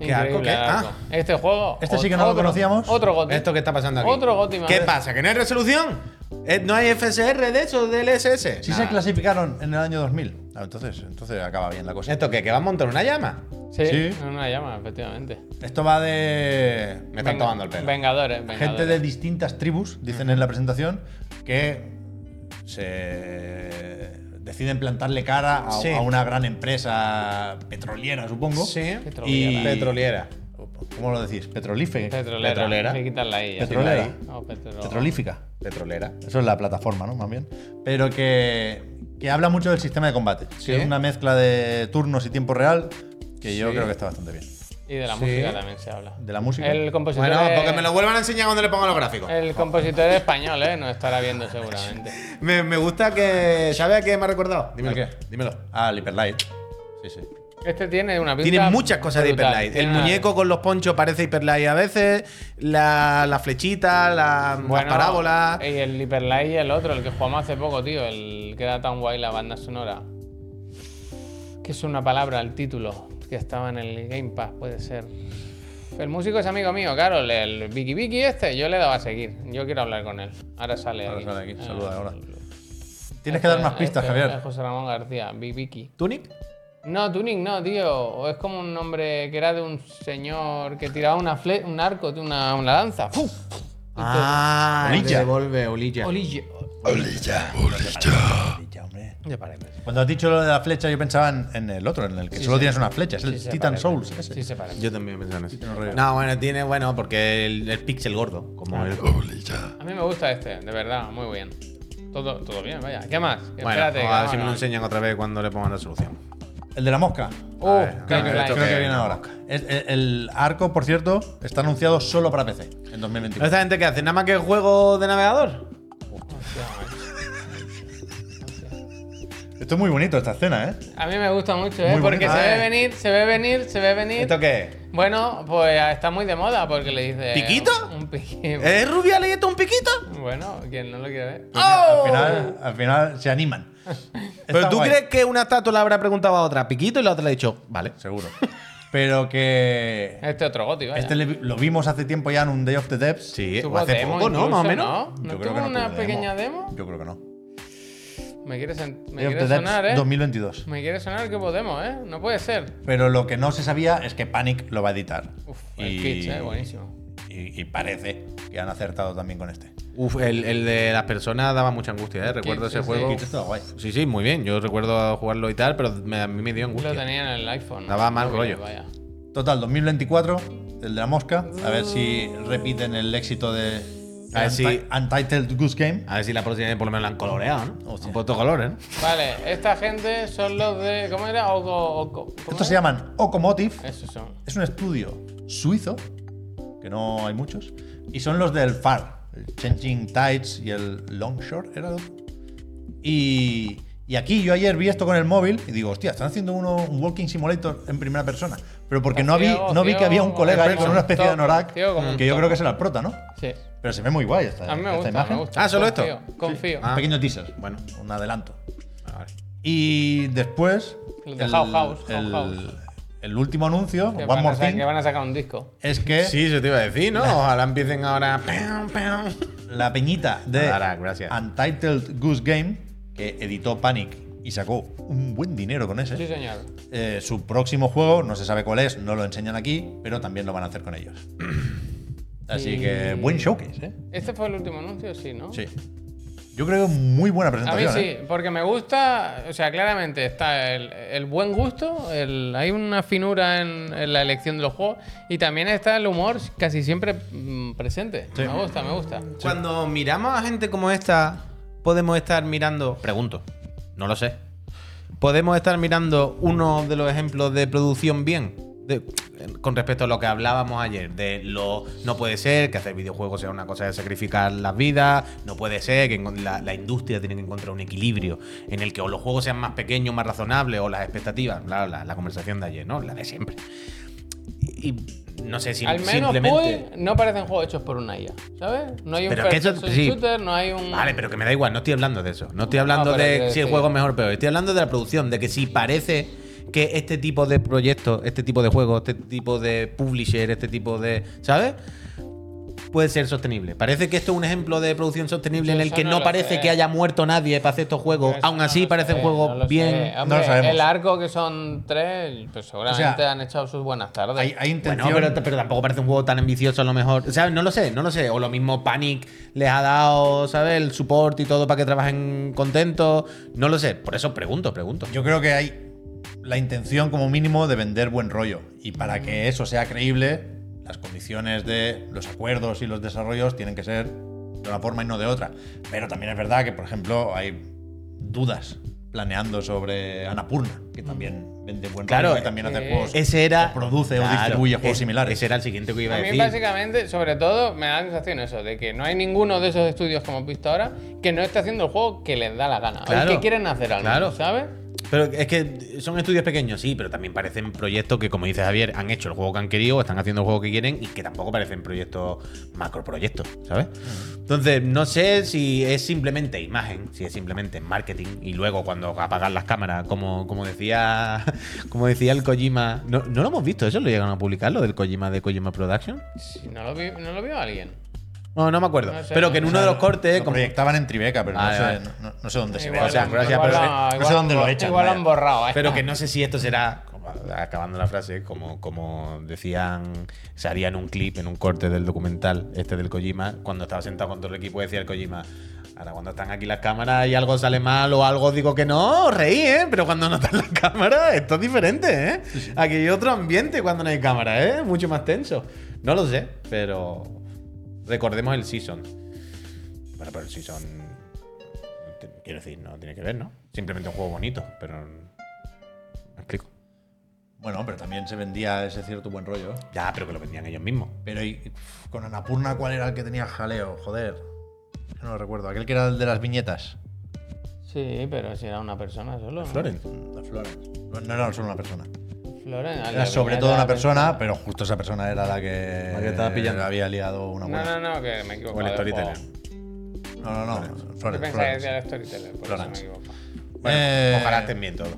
C: ¿Qué arco?
B: Increíble,
C: ¿Qué?
B: el arco.
C: Ah.
B: Este juego.
A: Este sí
B: ot-
A: que no lo
B: otro-
A: conocíamos.
B: Otro goti.
C: Esto que está pasando aquí.
B: Otro goti más.
C: ¿Qué pasa? ¿Que no hay resolución? Eh, ¿No hay FSR de eso, del SS?
A: Si
C: Nah.
A: se clasificaron en el año 2000, ah, entonces, entonces acaba bien la cosa.
C: ¿Esto qué? ¿Que va a montar una llama?
B: Sí,
A: Sí.
B: es una llama, efectivamente.
A: Esto va de
C: Me están
B: Venga-
C: tomando el pelo.
B: Vengadores, vengadores.
A: gente de distintas tribus, dicen en la presentación, que se deciden plantarle cara a,
C: Sí.
A: a una gran empresa petrolera, supongo.
C: Sí.
A: Y-
C: Petroliera.
A: ¿Cómo lo decís? Petrolífica.
B: Petrolera.
C: Petrolera.
B: Hay que quitarla ahí.
A: Petrolera.
B: No, petro-
A: Petrolífica.
C: Petrolera.
A: Eso es la plataforma, ¿no? Más bien. Pero que, que habla mucho del sistema de combate. que
C: Sí.
A: es una mezcla de turnos y tiempo real que yo
C: Sí.
A: creo que está bastante bien.
B: Y de la
C: Sí.
B: música también se habla.
A: De la música.
B: El compositor.
C: Bueno,
B: es-
C: porque me lo vuelvan a enseñar cuando le pongan los gráficos.
B: El compositor es español, ¿eh? Nos estará viendo seguramente.
C: Me, me gusta que. ¿Sabes a qué me ha recordado? Dímelo.
A: ¿A qué?
C: Dímelo.
A: Ah, el Hyperlight. Sí, sí.
B: Este tiene una pinta.
C: Tiene muchas cosas
B: brutal. Ah.
C: de Hyperlight.
B: Tiene
C: El
B: una-
C: muñeco con los ponchos parece Hyperlight a veces. La, la flechita, la,
B: Bueno, eh,
C: las parábolas.
B: Y el Hyperlight y el otro, el que jugamos hace poco, tío. El que era tan guay la banda sonora. Que es una palabra, el título. Que estaba en el Game Pass, puede ser. El músico es amigo mío, claro, el, el Vicky Vicky este, yo le daba a seguir. Yo quiero hablar con él. Ahora sale Eh,
A: Ahora sale aquí, saluda ahora.
B: Tienes
C: Ah,
A: Tienes que dar
C: este-
A: más pistas, Javier.
B: eh, José Ramón García, Vic Vicky.
C: ¿Tunic?
B: No, Tuning no, tío. O es como un nombre que era de un señor que tiraba una fle un arco de una, una lanza. ¡Fu!
C: Ah,
A: Olilla.
C: te devuelve Olilla.
B: Olillo.
A: Ya, hombre.
B: Ya parece.
A: Cuando has dicho lo de la flecha, yo pensaba en, en el otro, en el que
B: Sí,
A: solo
B: sí.
A: tienes una flecha, es el
B: Sí se
A: Titan
B: parece.
A: Souls. Ese.
B: Sí, se parece.
C: Yo también pensaba en
A: Titan Raider.
C: eso. No, bueno, tiene, bueno, porque el, el pixel gordo, como
B: Ah,
C: el.
B: A mí me gusta este, de verdad, muy bien. Todo, todo bien, vaya. ¿Qué más?
C: Bueno, pues,
B: Espérate. que
C: a ver
B: no,
C: si me
B: no.
C: lo enseñan otra vez cuando le pongan la solución.
A: El de la mosca.
B: Oh,
C: ver,
B: qué
C: a ver,
B: online.
C: esto
A: Creo que
C: que
A: viene
C: no.
A: ahora. Es- el, el arco, por cierto, está anunciado solo para PC en 2021.
C: ¿Esta gente qué hace? ¿Nada más que juego de navegador?
B: Hostia, macho.
A: Esto es muy bonito, esta escena, ¿eh?
B: A mí me gusta mucho, ¿eh?
A: Muy
B: porque
A: bonito.
B: se
C: Eh.
B: ve venir, se ve venir, se ve venir.
C: ¿Esto qué es?
B: Bueno, pues está muy de moda porque le dice.
C: ¿Piquito? ¿Eh?
B: Un piquito.
C: ¿Es Rubiales y esto un piquito?
B: Bueno, quien no lo quiere ver.
C: Pues
B: ¡Oh!
A: Al, final, al final se animan.
C: Pero
A: ¡Oh! Está
C: tú
A: guay,
C: crees que una estatua le habrá preguntado a otra piquito y la otra le ha dicho, vale.
A: Seguro. Pero que.
B: Este otro goti, vaya.
A: Este le- lo vimos hace tiempo ya en un Day of the Devs.
C: Sí,
B: Tuvo
C: o hace
B: demo
C: poco, ¿no?
B: incluso,
C: Más o menos.
B: ¿No
A: Yo creo
B: tuvo
A: que no
B: una
A: tuvo
B: pequeña demo?
A: Yo creo que no.
B: Me quiere, sen- me
A: Day of
B: quiere
A: the Devs
B: sonar, ¿eh?
A: 2022.
B: Me quiere sonar que podemos, ¿eh? No puede ser.
A: Pero lo que no se sabía es que Panic lo va a editar.
B: Uf, el pitch, ¿eh? Buenísimo.
A: Y, y parece que han acertado también con este.
C: Uf, el, el de las personas daba mucha angustia, ¿eh? Recuerdo
B: sí,
C: ese
B: sí.
C: juego.
A: Kitch está guay.
C: Sí, sí, muy bien. Yo recuerdo jugarlo y tal, pero me- a mí me dio
B: Lo
C: angustia.
B: tenía en el iPhone. ¿no?
C: Daba mal
B: Móvil,
C: rollo.
B: Vaya.
A: Total, 2024, el de la mosca. A ver si repiten el éxito de
C: A
B: Ah,
C: ver si-
A: Unti- Untitled Goose Game.
C: A ver si la próxima vez por lo menos la han coloreado, ¿no?
A: Hostia.
C: Han puesto colores, ¿no?
B: Vale, esta gente son los de. ¿Cómo era? Oco. Oco ¿cómo
A: Estos se
B: era?
A: llaman Ocomotive.
B: Esos son.
A: Es un estudio suizo, que no hay muchos, y son los del FAR, el Changing Tides y el Longshore, ¿era el otro? Y, y aquí yo ayer vi esto con el móvil y digo, hostia, están haciendo uno, un Walking Simulator en primera persona. Pero porque no vi,
B: Ciego,
A: no vi que
B: ciego,
A: había un colega ahí
B: como
A: con
B: un
A: una especie de
B: topo,
A: Norak,
B: ciego como un
A: que yo
B: topo.
A: creo que será el prota, ¿no?
B: Sí.
A: Pero se ve muy guay esta,
B: A mí me
A: Eh, esta
B: gusta,
A: imagen.
B: me gusta.
C: Ah, ¿solo esto?
B: Confío, Confío.
A: Un pequeño teaser,
C: Bueno.
A: un adelanto.
C: Ah, vale.
A: Y después,
B: El de How House, How
A: el-
B: House.
A: el último anuncio,
B: Que
A: One
B: van, a
A: More
B: sa-
A: Thing,
B: que van a sacar un disco.
A: es que...
C: Sí, eso te iba a decir, ¿no? Ojalá empiecen ahora. ¡Pam, pam!
A: la peñita de
C: Ahora, gracias.
A: Untitled Goose Game, que editó Panic y sacó un buen dinero con ese.
B: Sí, señor.
A: Eh, su próximo juego, no se sabe cuál es, no lo enseñan aquí, pero también lo van a hacer con ellos. Así que
B: Y-
A: buen showcase, ¿eh?
B: ¿Este fue el último anuncio? Sí, ¿no?
A: Sí. Yo creo que muy buena
B: A mí
A: presentación.
B: sí,
A: ¿eh?
B: porque me gusta, o sea, claramente está el, el buen gusto, el- hay una finura en, en la elección de los juegos y también está el humor casi siempre mm, presente.
A: Sí.
B: Me gusta, me gusta.
C: Cuando miramos a gente como esta, podemos estar mirando. Pregunto, no lo sé. Podemos estar mirando uno de los ejemplos de producción bien. de- con respecto a lo que hablábamos ayer, de lo no puede ser que hacer videojuegos sea una cosa de sacrificar las vidas, no puede ser que encon- la, la industria tiene que encontrar un equilibrio en el que o los juegos sean más pequeños, más razonables, o las expectativas, bla, bla, la conversación de ayer, ¿no? La de siempre. Y, y no sé si
B: Al menos
C: simplemente.
B: Puy no parecen juegos hechos por una IA, ¿sabes? No hay un
C: Pero que eso-
B: person
C: sí.
B: shooter, no hay un...
C: Vale, pero que me da igual, no estoy hablando de eso. No estoy hablando
B: pero
C: de
B: que
C: si el
B: sí.
C: juego es mejor o peor. Estoy hablando de la producción, de que si parece que este tipo de proyectos, este tipo de juegos, este tipo de publisher, este tipo de. ¿Sabes? Puede ser sostenible. Parece que esto es un ejemplo de producción sostenible
B: Yo
C: en el
B: eso
C: que
B: no
C: no
B: lo
C: parece
B: sé.
C: que haya muerto nadie para hacer estos juegos.
B: Eso
C: Aún
B: no
C: así
B: lo
C: parecen
B: sé, no
C: juegos
B: lo
C: bien.
B: sé. Hombre,
A: lo sabemos.
B: El arco que son tres, pues seguramente
A: O sea,
B: han echado sus buenas tardes.
A: Hay, hay
C: Bueno,
A: intención.
C: pero, pero tampoco parece un juego tan ambicioso a lo mejor. O sea, no lo sé, no lo sé. O lo mismo Panic les ha dado, ¿sabes? El support y todo para que trabajen contentos. No lo sé. Por eso pregunto, pregunto.
A: Yo creo que hay la intención como mínimo de vender buen rollo. Y para que eso sea creíble, las condiciones de los acuerdos y los desarrollos tienen que ser de una forma y no de otra. Pero también es verdad que, por ejemplo, hay dudas planeando sobre Anapurna, que también vende buen
C: Mm. Claro,
A: rollo y también hace
B: eh,
A: juegos.
C: Ese era.
A: o produce o distribuye juegos similares.
C: Ese era el siguiente que iba a
B: A mí
C: decir.
B: básicamente, sobre todo, me da la sensación eso, de que no hay ninguno de esos estudios como hemos visto ahora que no esté haciendo el juego que les da la gana, o el
C: Claro.
B: que quieren hacer algo,
C: Claro.
B: ¿sabes?
C: Pero es que son estudios pequeños, sí, pero también parecen proyectos que, como dice Javier, han hecho el juego que han querido, están haciendo el juego que quieren y que tampoco parecen proyectos macroproyectos, ¿sabes? Entonces, no sé si es simplemente imagen, si es simplemente marketing y luego cuando apagan las cámaras, como, como decía como decía el Kojima, no, no lo hemos visto, eso lo llegaron a publicar, lo del Kojima de Kojima Production.
B: Si no lo, vi- no lo vio alguien.
C: Bueno, no me acuerdo,
B: No sé,
C: pero que en
B: no
C: uno de los cortes,
A: Lo
C: como,
A: proyectaban en Tribeca, pero
C: Vale,
A: no,
C: vale.
A: sé, no- no sé dónde se ve.
B: Igual
C: Pues o sea,
B: han-
C: gracias,
B: igual
C: pero eh,
B: han-
A: no sé
B: igual
A: dónde lo
B: han-
A: echan,
B: Igual
A: vaya.
B: han borrado. ¿eh?
C: Pero que no sé si esto será, como- acabando la frase, como, como decían, se haría en un clip, en un corte del documental este del Kojima, cuando estaba sentado con todo el equipo decía el Kojima, ahora cuando están aquí las cámaras y algo sale mal o algo digo que no, os reí, ¿eh? Pero cuando no están las cámaras, esto es diferente, ¿eh? Aquí hay otro ambiente cuando no hay cámara, ¿eh? Mucho más tenso. No lo sé, pero recordemos el Season. Bueno, pero el Season, te- quiero decir, no tiene que ver, ¿no? Simplemente un juego bonito, pero... ¿Me explico?
A: Bueno, pero también se vendía ese cierto buen rollo.
C: Ya, pero que lo vendían ellos mismos.
A: Pero y, uf, con Anapurna, ¿cuál era el que tenía jaleo? Joder. No lo recuerdo. Aquel que era el de las viñetas.
B: Sí, pero si era una persona solo. ¿no?
C: Floren.
A: No, no era solo una persona.
B: Floren,
C: Ah,
B: al
A: Era
B: de
A: sobre
B: Viñeta
A: todo una
B: de-
A: persona, pero justo esa persona era la que,
C: La que estaba pillando.
A: la había liado una
B: No,
A: buena.
B: no, no, que me equivoco.
C: O el storyteller.
B: pues,
A: No, no, no.
B: Yo
A: Florence,
B: pensaba que
A: Florence.
B: era el storyteller, por eso me
A: Florence.
B: equivoco.
C: Bueno,
A: Eh,
C: ojalá estén bien todos.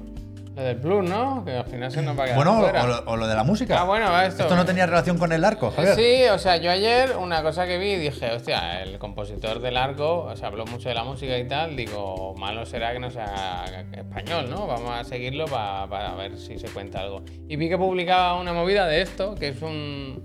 B: Lo del Plus, ¿no? Que al final se nos va a quedar.
A: Bueno, o
B: fuera.
A: lo, o lo de la música.
B: Ah, bueno, esto.
A: Esto no tenía relación con el arco,
B: Eh,
A: Javier.
B: Sí, o sea, yo ayer una cosa que vi dije, hostia, el compositor del arco, o sea, habló mucho de la música y tal, digo, malo será que no sea español, ¿no? Vamos a seguirlo pa- para ver si se cuenta algo. Y vi que publicaba una movida de esto, que es un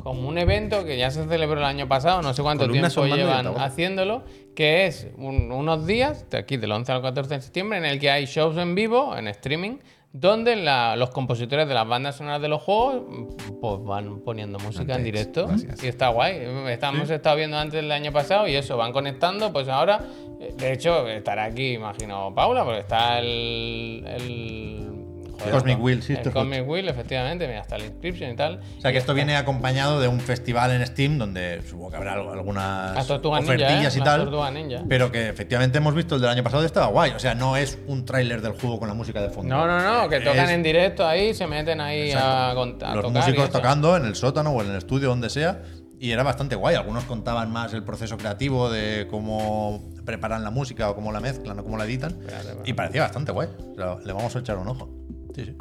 B: como un evento que ya se celebró el año pasado, no sé cuánto
C: Columnas
B: tiempo
C: son mando y
B: llevan
C: altavoces.
B: haciéndolo, que es un- unos días, de aquí del 11 al 14 de septiembre, en el que hay shows en vivo, en streaming, donde la- los compositores de las bandas sonoras de los juegos mm, pues van poniendo música en
C: Antes,
B: directo.
C: gracias.
B: Y está guay. Estamos estado viendo antes del año pasado y eso, van conectando, pues ahora, eh, de hecho, estará aquí, imagino, Paula, porque está el... el- joder,
A: Cosmic
B: el-
A: Wheel
B: el
A: Sisterhood.
B: Cosmic Wheel, efectivamente, mira, está la inscripción y tal.
A: O sea
B: Y
A: que esto
B: está-
A: viene acompañado de un festival en Steam donde supongo que habrá algo- algunas
B: Las Tortugas Ninja,
A: ofertillas
B: ¿eh?
A: y
B: Las Tortugas
A: tal.
B: Ninja.
A: Pero que efectivamente hemos visto el del año pasado y estaba guay. O sea, no es un tráiler del juego con la música de fondo.
B: No, no, no, que tocan
A: Es-
B: en directo ahí, se meten ahí a, con- a
A: Los
B: tocar. y
A: músicos
B: eso.
A: tocando en el sótano o en el estudio, donde sea. Y era bastante guay. Algunos contaban más el proceso creativo de cómo preparan la música o cómo la mezclan o cómo la editan. Y parecía bastante guay. O sea, le vamos a echar un ojo. Sí, sí.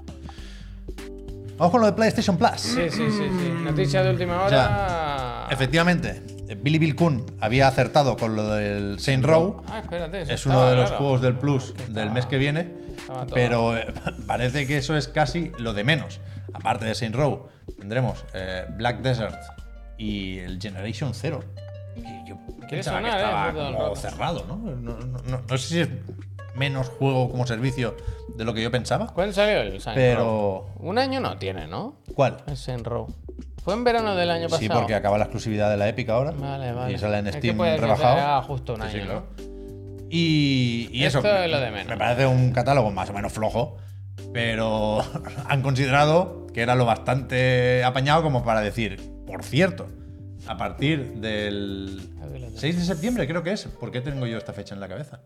A: Vamos con lo de PlayStation Plus.
B: Sí, sí, sí, sí.
A: Mm.
B: Noticia de última hora.
A: Efectivamente, Billy Bill Kun había acertado con lo del Saint Row.
B: Ah, espérate. eso
A: Es
B: estaba
A: uno de los
B: claro.
A: juegos del Plus del mes que viene.
B: estaba todo.
A: Pero eh, parece que eso es casi lo de menos. Aparte de Saint Row, tendremos eh, Black Desert y el Generation Zero. que yo pensaba
B: sonar,
A: que
B: eh,
A: estaba
B: hace todo el
A: como
B: rato.
A: cerrado, ¿no? No, no- no- no sé si es menos juego como servicio de lo que yo pensaba.
B: ¿Cuándo salió el Saints
A: Pero-
B: Row? Un año no tiene, ¿no?
A: ¿Cuál?
B: El Saints Row. Fue en verano del año pasado.
A: Sí, porque acaba la exclusividad de la Epic ahora.
B: Vale, vale.
A: Y sale en
B: Es que
A: Steam
B: puede ser que
A: rebajado.
B: haga justo un
A: Sí, sí,
B: año,
A: claro.
B: ¿no?
A: Y, y eso.
B: Esto es lo de menos.
A: Me parece un catálogo más o menos flojo, pero han considerado que era lo bastante apañado como para decir, por cierto, a partir del
B: Aquí lo tengo.
A: 6 de septiembre creo que es. ¿Por qué tengo yo esta fecha en la cabeza?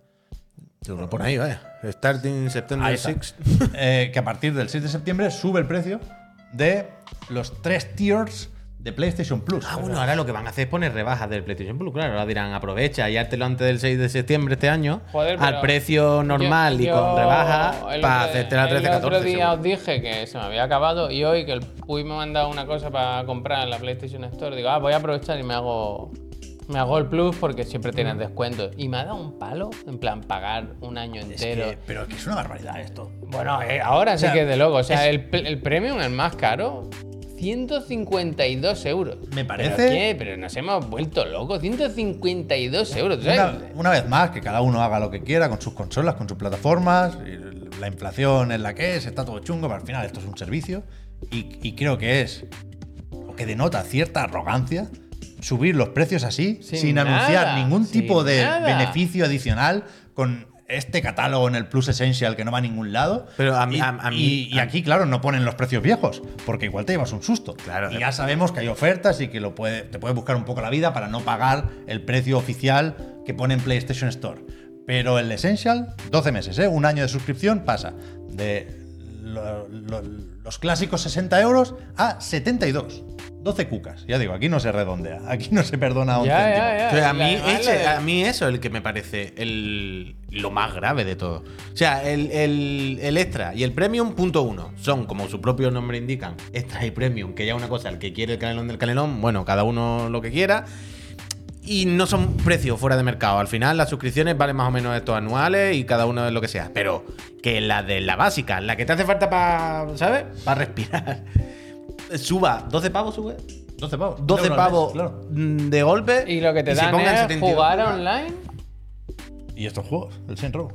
C: Por ahí, vaya. Starting September
A: Ahí está. Eh, que a partir del 6 de septiembre sube el precio de los tres tiers de PlayStation Plus.
C: Ah, bueno, ahora lo que van a hacer es poner rebajas del PlayStation Plus. Claro, ahora dirán, aprovecha y hártelo antes del 6 de septiembre este año.
B: Joder,
C: al
B: pero
C: precio normal y
B: Yo-
C: con
B: yo
C: rebajas
B: el
C: para
B: otro-
C: hacerte la 13,
B: El otro
C: 14.
B: día
C: seguro.
B: os dije que se me había acabado y hoy que el Puy me ha mandado una cosa para comprar en la PlayStation Store. Digo, ah, voy a aprovechar y me hago. Me hago el plus porque siempre tienes descuentos. Y me ha dado un palo, en plan, pagar un año
A: Es
B: entero.
A: que- pero que es una barbaridad esto.
B: Bueno, eh, ahora sí
A: sea,
B: que es de loco. O sea, el, pl- el premium, el más caro, 152 euros.
A: Me
B: ¿Pero
A: parece-
B: qué? Pero nos hemos vuelto locos. 152 euros. ¿tú
A: Una,
B: sabes?
A: una vez más, que cada uno haga lo que quiera con sus consolas, con sus plataformas, y la inflación es la que es, está todo chungo, pero al final esto es un servicio y, y creo que es, o que denota cierta arrogancia, subir los precios así,
B: Sin
A: sin,
B: nada,
A: anunciar ningún
B: sin
A: tipo de
B: nada.
A: beneficio adicional con este catálogo en el Plus Essential que no va a ningún lado.
C: Pero a mí-
A: y,
C: a- a mí-
A: y- y
C: a-
A: aquí, claro, no ponen los precios viejos, porque igual te llevas un susto.
C: Claro,
A: y ya sabemos que hay ofertas y que lo puede, te puedes buscar un poco la vida para no pagar el precio oficial que pone en PlayStation Store. Pero el Essential, 12 meses, ¿eh? Un año de suscripción pasa de lo- lo- los clásicos 60 euros a 72. 12 cucas. Ya digo, aquí no se redondea. Aquí no se perdona un
B: Ya,
A: céntimo.
B: ya, ya.
C: O sea, a,
B: Y
C: mí,
B: además
C: ese-
B: lo de-
C: a mí eso es el que me parece el- lo más grave de todo. O sea, el, el- el extra y el premium punto uno son, como su propio nombre indican, extra y premium, que ya es una cosa, el que quiere el canelón del canelón, bueno, cada uno lo que quiera. Y no son precios fuera de mercado. Al final las suscripciones valen más o menos estos anuales y cada uno es lo que sea. Pero que la de la básica, la que te hace falta para, ¿sabes? Para respirar. Suba, 12 pavos sube.
A: 12 pavos. euros
C: 12
A: al mes,
C: pavos
A: claro.
C: mm, de golpe.
B: Y lo que te
C: se
B: dan
C: pongan
B: es
C: 72.
B: jugar online.
A: Y estos juegos, el Saints Row.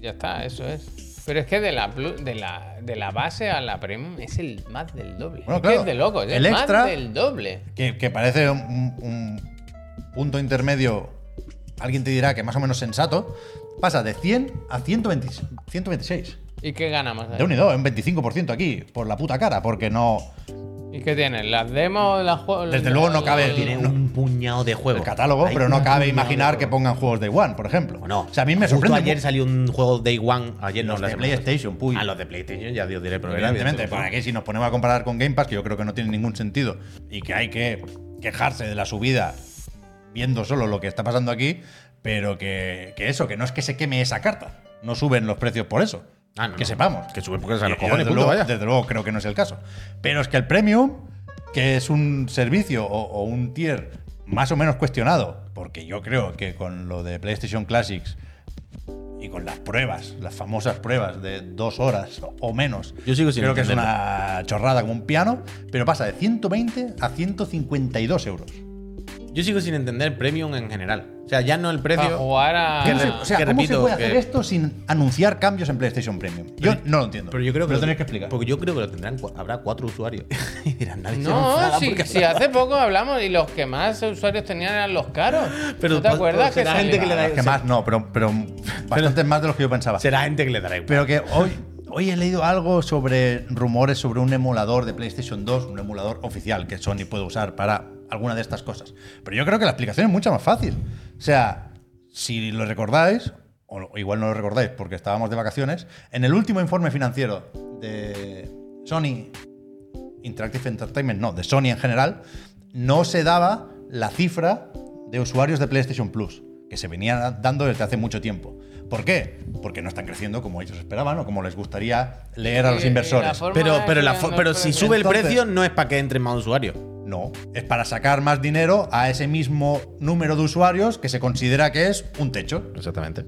B: Ya está, eso es. Pero es que de la, plu- de la, de la base a la premium es el más del doble.
A: Bueno,
B: es
A: claro.
B: que es de locos, es
A: El
B: el
A: extra-
B: más del doble.
A: que, que parece un, un punto intermedio, alguien te dirá que más o menos sensato, pasa de 100 a 120 126.
B: ¿Y qué ganamos ahí?
A: De un y dos, un 25% aquí, por la puta cara, porque no.
B: ¿Y qué tienes? ¿Las demos? Las jue-
A: Desde luego no
B: la-
A: cabe
B: la-
A: dinero. No.
C: Tiene un puñado de juegos.
A: El catálogo,
C: Hay
A: pero no
C: un
A: cabe
C: puñado
A: imaginar
C: de
A: que
C: juegos.
A: pongan juegos de One, por ejemplo.
C: No.
A: O sea, a mí me
C: Justo
A: sorprende.
C: ayer
A: mu-
C: salió un juego Day One. Ayer no,
A: los
C: la
A: de
C: semana pasada.
A: PlayStation, puy.
C: Ah, los de PlayStation, ya Dios diré, pero era
A: Evidentemente,
C: evidente.
A: ¿para qué si nos ponemos a comparar con Game Pass, que yo creo que no tiene ningún sentido, y que hay que quejarse de la subida viendo solo lo que está pasando aquí, pero que, que eso, que no es que se queme esa carta, no suben los precios por eso,
C: Ah, no,
A: que
C: no.
A: sepamos.
C: Que sube porque se
A: Yo,
C: los cojones,
A: desde,
C: punto,
A: luego,
C: vaya.
A: desde luego creo que no es el caso. Pero es que el Premium, que es un servicio o, o un tier más o menos cuestionado, porque yo creo que con lo de PlayStation Classics y con las pruebas, las famosas pruebas de dos horas o menos,
C: Yo sigo sin
A: creo que es
C: entenderlo.
A: una chorrada como un piano, pero pasa de 120 a 152 euros.
C: Yo sigo sin entender premium en general. O sea, ya no el
A: Ah,
B: Para
A: oh.
C: precio.
B: jugar a.
A: Yo no sé, o sea,
C: Ah, que
A: ¿cómo se
C: repito,
A: puede hacer
C: que-
A: esto sin anunciar cambios en PlayStation Premium? Yo
C: Pero-
A: no lo entiendo.
C: Pero yo creo que.
A: Me lo tenéis que explicar.
C: Porque yo creo que lo tendrán. cua- Habrá cuatro usuarios. y dirán, nadie se
B: No,
C: enfada
B: si,
C: porque-
B: si hace poco hablamos y los que más usuarios tenían eran los caros.
C: Pero
B: ¿No te
C: pues,
B: acuerdas
C: será
B: que
C: gente que le
B: salía?
C: da-
A: Las que
C: o sea-
A: más no, pero, pero bastantes más de los que yo pensaba.
C: Será gente que le dará igual.
A: Pero que hoy, hoy he leído algo sobre rumores sobre un emulador de PlayStation 2, un emulador oficial que Sony puede usar para alguna de estas cosas. Pero yo creo que la explicación es mucho más fácil. O sea, si lo recordáis, o lo- igual no lo recordáis porque estábamos de vacaciones, en el último informe financiero de Sony Interactive Entertainment, no, de Sony en general, no se daba la cifra de usuarios de PlayStation Plus, que se venía dando desde hace mucho tiempo. ¿Por qué? Porque no están creciendo como ellos esperaban o como les gustaría leer a los
B: Y- y Eh, la
A: inversores.
B: forma
C: Pero,
B: de
C: pero, la
B: que
C: fo-
B: los
C: pero si
B: precios-
C: sube el
A: Entonces-
C: precio, no es para que entren más usuarios.
A: No, es para sacar más dinero a ese mismo número de usuarios que se considera que es un techo.
C: Exactamente.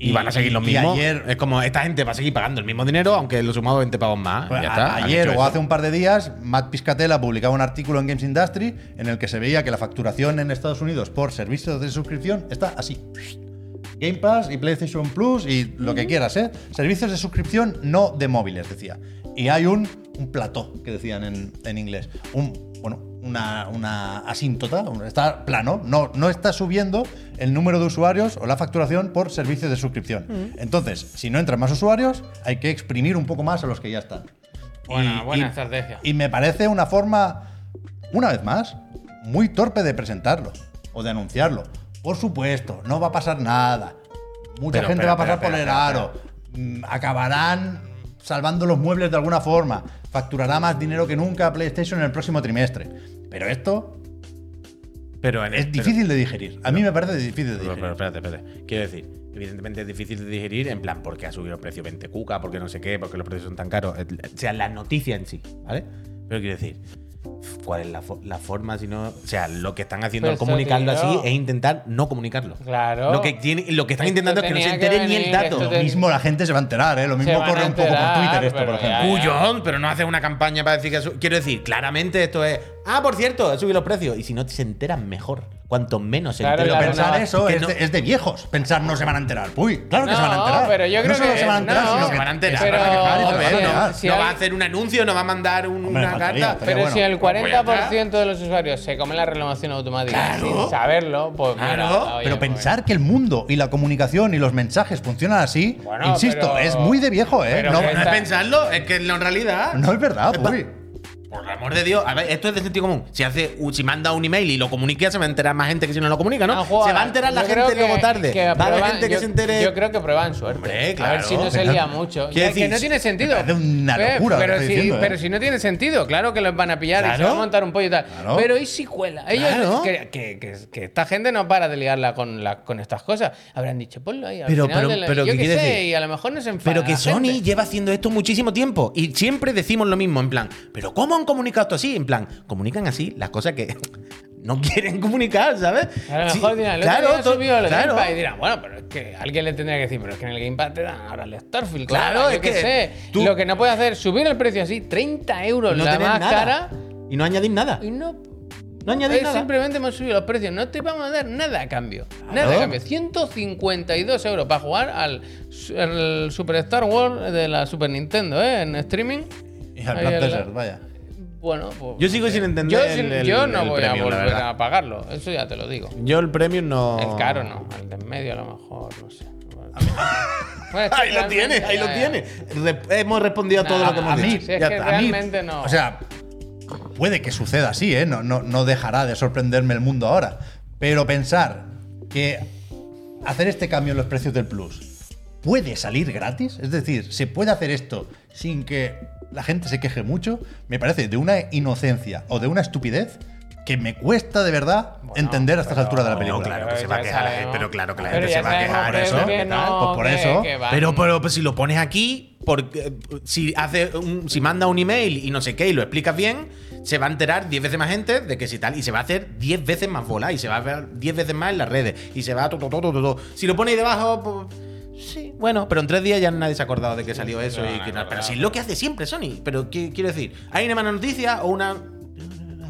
A: Y-
C: Y, van a seguir los
A: y
C: mismos.
A: ayer-
C: es como esta gente va a seguir pagando el mismo dinero, aunque lo sumado 20 pavos más.
A: Pues
C: ya
A: a-
C: está, han
A: ayer
C: hecho
A: o
C: eso.
A: hace un par de días, Matt Piscatella publicaba un artículo en Games Industry en el que se veía que la facturación en Estados Unidos por servicios de suscripción está así. Game Pass y PlayStation Plus y lo que quieras, ¿eh? Servicios de suscripción no de móviles, decía. Y hay un, un plató, que decían en, en inglés. Un, bueno, una, una asíntota, un- está plano. No, no está subiendo el número de usuarios o la facturación por servicios de suscripción. Entonces, si no entran más usuarios, hay que exprimir un poco más a los que ya están.
B: Buena- buena estrategia.
A: Y me parece una forma, una vez más, muy torpe de presentarlo o de anunciarlo. Por supuesto, no va a pasar nada. Mucha
C: Pero,
A: gente
C: pero,
A: va a pasar
C: pero,
A: por el
C: pero, pero,
A: aro. Mm, Acabarán salvando los muebles de alguna forma. Facturará más dinero que nunca PlayStation en el próximo trimestre. Pero esto
C: Pero en-
A: es
C: pero-
A: difícil de digerir. A mí me parece difícil de
C: Pero,
A: digerir.
C: pero, espérate, espérate. Quiero decir, evidentemente es difícil de digerir, en plan, porque ha subido el precio 20 cuca, porque no sé qué, porque los precios son tan caros. Et- O sea, la noticia en sí, ¿vale? Pero quiero decir, ¿cuál es la, fo- la forma si no. O sea, lo que están haciendo al
B: Pero,
C: comunicarlo así
B: Pues tío.
C: es intentar no comunicarlo.
B: Claro.
C: Lo que, tiene, lo que están
B: Esto
C: intentando es que no
B: tenía
C: se
B: que
C: entere ni el
B: venir,
C: dato.
B: esto
A: Lo mismo la gente se va a enterar, ¿eh? Lo mismo
B: van a
A: corre un poco por
B: enterar,
A: Twitter esto, por
B: pero ya,
A: ejemplo.
C: Cuyón, pero no haces una campaña para decir que. ha su- Quiero decir, claramente esto es. Ah, por cierto, he subido los precios. Y si no se enteran, mejor. Cuanto menos se
B: Claro,
C: enteran.
A: Pero
B: Claro,
A: pensar
B: no,
A: eso
C: que
A: es,
C: no-
A: de, es de viejos. Pensar no se van a enterar. Uy, claro que se van a
B: No,
A: enterar.
B: pero yo creo
A: no solo
B: que-
A: se van a enterar,
B: no,
A: sino
C: No,
A: que
C: se van a enterar.
B: pero-
C: van a quejar y se van a
A: pero-
C: quejar.
B: si
C: no
B: hay-
C: va a hacer un anuncio, no va a mandar un-
A: Hombre,
C: una
A: faltaría,
C: carta.
A: pero
B: Pero
A: bueno,
B: si el
A: pues
C: ya está.
B: 40% de los usuarios se comen la renovación automática
C: Claro.
B: sin saberlo, pues mira,
C: Claro,
B: oye,
A: Pero
B: pues-
A: pensar que el mundo y la comunicación y los mensajes funcionan así,
B: Bueno,
A: insisto,
B: pero-
A: es muy de viejo, ¿eh?
B: pero
A: No,
B: que
C: No es
B: Está-
C: pensarlo, es que en realidad.
A: no es verdad, Puy.
C: Por la amor de Dios, a ver, esto es de sentido común. Si hace, u- si manda un email y lo comunica, se va a enterar más gente que si no lo comunica, ¿no?
B: Han jugado
C: se va a
B: la-
C: enterar la
B: Ah, yo creo
C: gente
B: que-
C: luego tarde.
B: que
C: va a haber
B: prueban-
C: gente que
B: yo-
C: se entere.
B: Yo creo que prueban suerte.
C: Hombre,
B: A
C: claro,
B: ver si no se
A: pero-
B: lía mucho.
C: Quiero
B: Ya, que
C: decir,
B: no tiene sentido.
A: parece una
B: Pero-
A: locura lo que
B: Pero,
A: estoy
B: si,
A: diciendo, ¿eh?
B: pero si no tiene sentido, claro que los van a pillar y se
C: Claro.
B: van a montar un pollo y tal.
A: Claro.
B: Pero ¿y si cuela? Ellos,
C: Claro.
B: que, que- que- que esta gente no para de liarla con, la- con estas cosas. Habrán dicho, ponlo ahí. Al
C: Pero-
B: final
C: pero-
B: de la-
C: pero
B: yo
C: ¿qué
B: qué
C: quiere
B: sé,
C: decir?
B: y a lo mejor no se enfada.
C: Pero que
B: la gente.
C: Sony lleva haciendo esto muchísimo tiempo y siempre decimos lo mismo, en plan, pero ¿cómo han comunicado esto así? En plan, comunican así las cosas que no quieren comunicar, ¿sabes?
B: A lo
C: Sí,
B: mejor dirán,
C: claro,
B: claro,
C: to-
B: subido el
C: claro.
B: Game Pass", y dirán, bueno, pero es que alguien le tendría que decir, pero es que en el Game Pass te dan ahora el Starfield.
C: Claro,
B: Claro,
C: es
B: yo qué
C: que
B: sé.
C: tú-
B: Lo que no puede hacer, subir el precio así, 30 euros
C: no
B: la
C: tener
B: más
C: nada.
B: cara
C: Y no añadir nada.
B: y no.
C: No añadir
B: eh,
C: nada.
B: Simplemente hemos subido los precios, no te vamos a dar nada a cambio. Nada a cambio. 152 euros para jugar al su- el Super Star Wars de la Super Nintendo, ¿eh? En streaming.
A: Y al
B: Ahí
A: Black
B: al lado.
A: Desert, vaya.
B: Bueno, pues.
C: Yo sigo sin entender
B: Yo,
C: el-
B: sin-
C: el-
B: yo no
C: el
B: voy
C: premio,
B: a
C: la
B: volver
C: verdad.
B: a pagarlo, eso ya te lo digo.
C: Yo el premium no.
B: El caro Oh, no, el del medio a lo mejor, no sé. Bueno, es que
C: Ahí lo
B: realmente-
C: tienes, ahí
B: ya,
C: lo
B: ya.
C: tienes. Re- hemos respondido a todo
B: Nah,
C: lo que hemos
A: a mí,
C: dicho.
B: Sí, es
A: ya
B: que
A: está. A mí,
B: realmente no.
A: O sea, puede que suceda así, ¿eh? No, no, no dejará de sorprenderme el mundo ahora. Pero pensar que hacer este cambio en los precios del Plus puede salir gratis, es decir, se puede hacer esto sin que la gente se queje mucho, me parece de una inocencia o de una estupidez que me cuesta de verdad entender a estas alturas de la película.
C: claro.
B: Pero
C: que se va a
B: ya
C: quejar la gente,
B: sabemos.
C: pero claro que la
B: Pero
C: gente
B: ya
C: se va a
B: sabemos
C: quejar,
B: que
A: ¿eso?
B: es que
A: ¿Qué tal?
B: no,
A: Pues por
B: que-
A: eso.
B: que van.
C: Pero, pero pues, si lo pones aquí, porque, si, hace un- si manda un email y no sé qué y lo explicas bien, se va a enterar 10 veces más gente de que si tal, y se va a hacer 10 veces más bola, y se va a ver 10 veces más en las redes, y se va a to, to, to, to, to, to. Si lo pones ahí debajo, pues, sí, bueno, pero en tres días ya nadie se ha acordado de que salió eso. y que no- pero si es lo que hace siempre Sony, pero ¿qué quiero decir? Hay una mala noticia o una.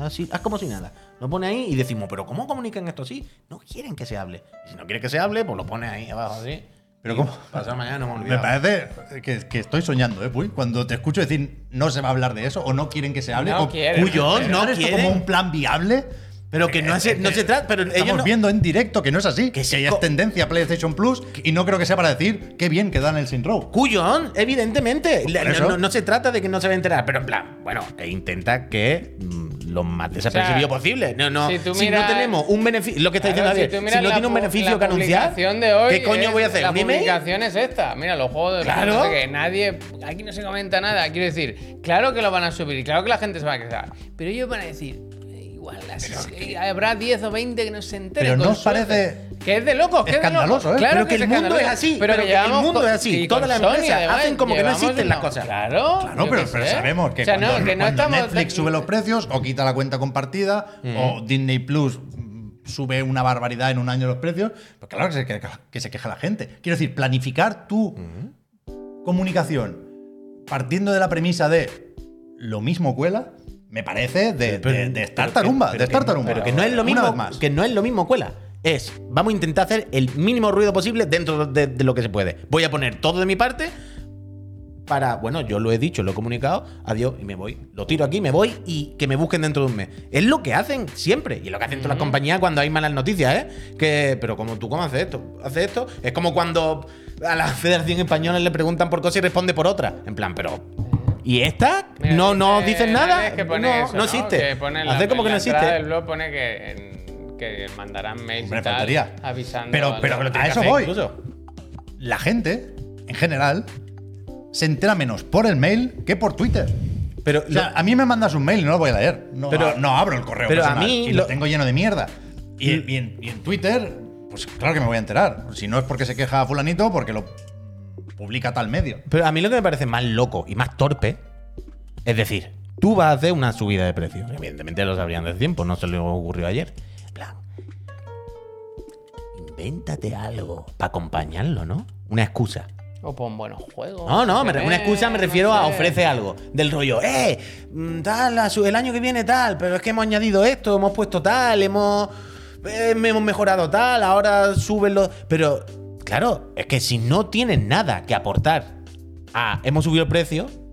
C: Así, haz como si nada. Lo pone ahí y decimos, pero ¿cómo comunican esto así? No quieren que se hable. Y si no quieres que se hable, pues lo pones ahí abajo así.
A: Pero
C: Y
A: ¿cómo?
C: Pasado mañana no me he
A: Me
C: olvidado.
A: parece que, que estoy soñando, ¿eh, Puy? Cuando te escucho decir no se va a hablar de eso o no quieren que se hable.
B: No
A: o
B: quieren.
A: "Cuyón,
C: Pero
A: no
C: no
A: esto
C: quieren.
A: como un plan viable.
C: Pero que no, se, no se trata. Pero ellos
A: eh, Estamos
C: no-
A: viendo en directo que no es así, que,
C: Que sí,
A: ya
C: co-
A: es tendencia PlayStation Plus y no creo que sea para decir qué bien que dan el Sinrow.
C: Cuyón, evidentemente. La-
A: eso.
C: No, no- no se trata de que no se va a enterar, pero en plan, bueno, e intenta que mm, lo más desapercibido
B: O sea,
C: posible. No, no. Si,
B: si tú
C: no
B: miras-
C: tenemos un beneficio, lo que está
B: Claro,
C: diciendo Javier, si,
B: miras
C: no
B: la
C: tiene un
B: pu-
C: beneficio
B: la
C: que anunciar,
B: publicación de hoy
C: ¿qué coño
B: es-
C: voy a hacer?
B: La
C: ¿Un email?
B: publicación es esta. Mira, los juegos de
C: Claro.
B: no sé qué, nadie. Aquí no se comenta nada. Quiero deceir, claro que lo van a subir y claro que la gente se va a quejar. Pero ellos van a decir. eh, Igual, las- eh, habrá 10 o 20 que no se enteren.
A: Pero no
B: con
A: os parece
B: suerte. Que es de locos, que es de locos.
A: escandaloso, ¿eh?
B: Claro
C: Pero que el mundo
B: escandaloso.
C: es así, pero que el
B: llevamos
C: mundo
B: con-
C: es así.
B: y con
C: Todas las
B: Sony,
C: empresas
B: además,
C: hacen como que no
B: llevamos
C: existen las
B: una-
C: cosas.
B: Claro.
A: Claro,
B: yo
A: Ah, pero,
B: qué
A: pero
B: sé.
A: sabemos que
B: O sea, no,
A: cuando,
B: que no
A: cuando
B: estamos-
A: Netflix sube los precios o quita la cuenta compartida o Disney Plus mm, sube una barbaridad en un año los precios, pues claro que se, que- que se queja la gente. Quiero decir, planificar tu comunicación partiendo de la premisa de lo mismo cuela, me parece de,
C: Pero-
A: de- de estar
C: pero que-
A: tarumba,
C: pero
A: de estar
C: que-
A: tarumba.
C: Pero que no es lo
A: Una
C: mismo,
A: vez más.
C: que no es lo mismo cuela. Es, vamos a intentar hacer el mínimo ruido posible dentro de, de lo que se puede. Voy a poner todo de mi parte para, bueno, yo lo he dicho, lo he comunicado, adiós y me voy. Lo tiro aquí, me voy y que me busquen dentro de un mes. Es lo que hacen siempre y es lo que hacen todas las compañías cuando hay malas noticias, ¿eh? Que, pero como tú, ¿cómo haces esto? ¿Haces esto? Es como cuando a la Federación Española le preguntan por cosas y responde por otra. En plan, pero... ¿Y esta?
B: Mira,
C: ¿No, no
B: dice-
C: dices
B: nadie
C: nada?
B: es que
C: no,
B: pone eso,
C: no existe.
B: Que pone en la-
C: Hacer como
B: en
C: que no
B: la
C: existe.
B: entrada del blog pone que, en- que mandarán mails
A: Hombre,
B: y tal,
A: faltaría.
B: avisando.
A: Pero-
B: al-
A: pero que lo tiene A que eso hacer voy. incluso. la gente, en general, se entera menos por el mail que por Twitter.
C: Pero,
A: O sea, a mí me mandas un mail y no lo voy a leer. No,
C: Pero-
A: no abro el correo
C: pero a
A: personal
C: mí
A: y lo,
C: lo-
A: tengo lleno de mierda. Y, y en, y en Twitter, pues claro que me voy a enterar. Si no es porque se queja fulanito, porque lo publica tal medio.
C: pero a mí lo que me parece más loco y más torpe es decir, tú vas a hacer una subida de precios. Evidentemente lo sabrían desde tiempo, no se lo ocurrió ayer. En plan, invéntate algo para acompañarlo, ¿no? Una excusa.
B: O pon buenos juegos.
C: No, no, me re-
B: internet,
C: una excusa me refiero
B: no
C: a
B: sé.
C: ofrece algo. Del rollo, eh, mm, tal, la su- el año que viene tal, pero es que hemos añadido esto, hemos puesto tal, hemos, eh, hemos mejorado tal, ahora suben los. Pero, claro, es que si no tienes nada que aportar a hemos subido el precio, pero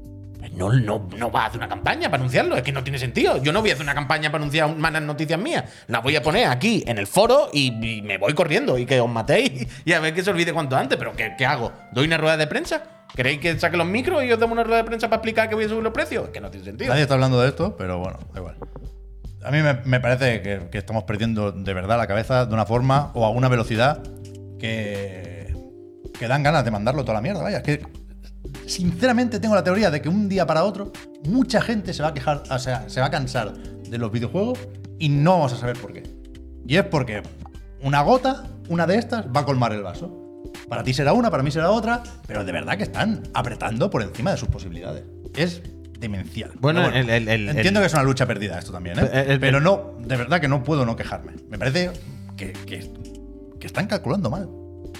C: Pues no, no, no va a hacer una campaña para anunciarlo. Es que no tiene sentido. Yo no voy a hacer una campaña para anunciar un- malas noticias mías. Las voy a poner aquí en el foro y, y me voy corriendo y que os matéis y a ver que se olvide cuanto antes. Pero ¿qué, qué hago? ¿Doy una rueda de prensa? ¿Queréis que saque los micros y os demos una rueda de prensa para explicar que voy a subir los precios? Es que no tiene sentido.
A: Nadie está hablando de esto, pero bueno, da igual. A mí me, me parece que, que estamos perdiendo de verdad la cabeza de una forma o a una velocidad que, que dan ganas de mandarlo toda la mierda. Vaya, es que sinceramente tengo la teoría de que un día para otro mucha gente se va a quejar, o sea, se va a cansar de los videojuegos y no vamos a saber por qué. Y es porque una gota, una de estas, va a colmar el vaso. Para ti será una, para mí será otra, pero de verdad que están apretando por encima de sus posibilidades. Es demencial.
C: Bueno,
A: Pero
C: el- el- el-
A: entiendo
C: el-
A: que es una lucha perdida esto también, ¿eh?
C: El- el-
A: pero no, de verdad que no puedo no quejarme. Me parece que, que- que están calculando mal.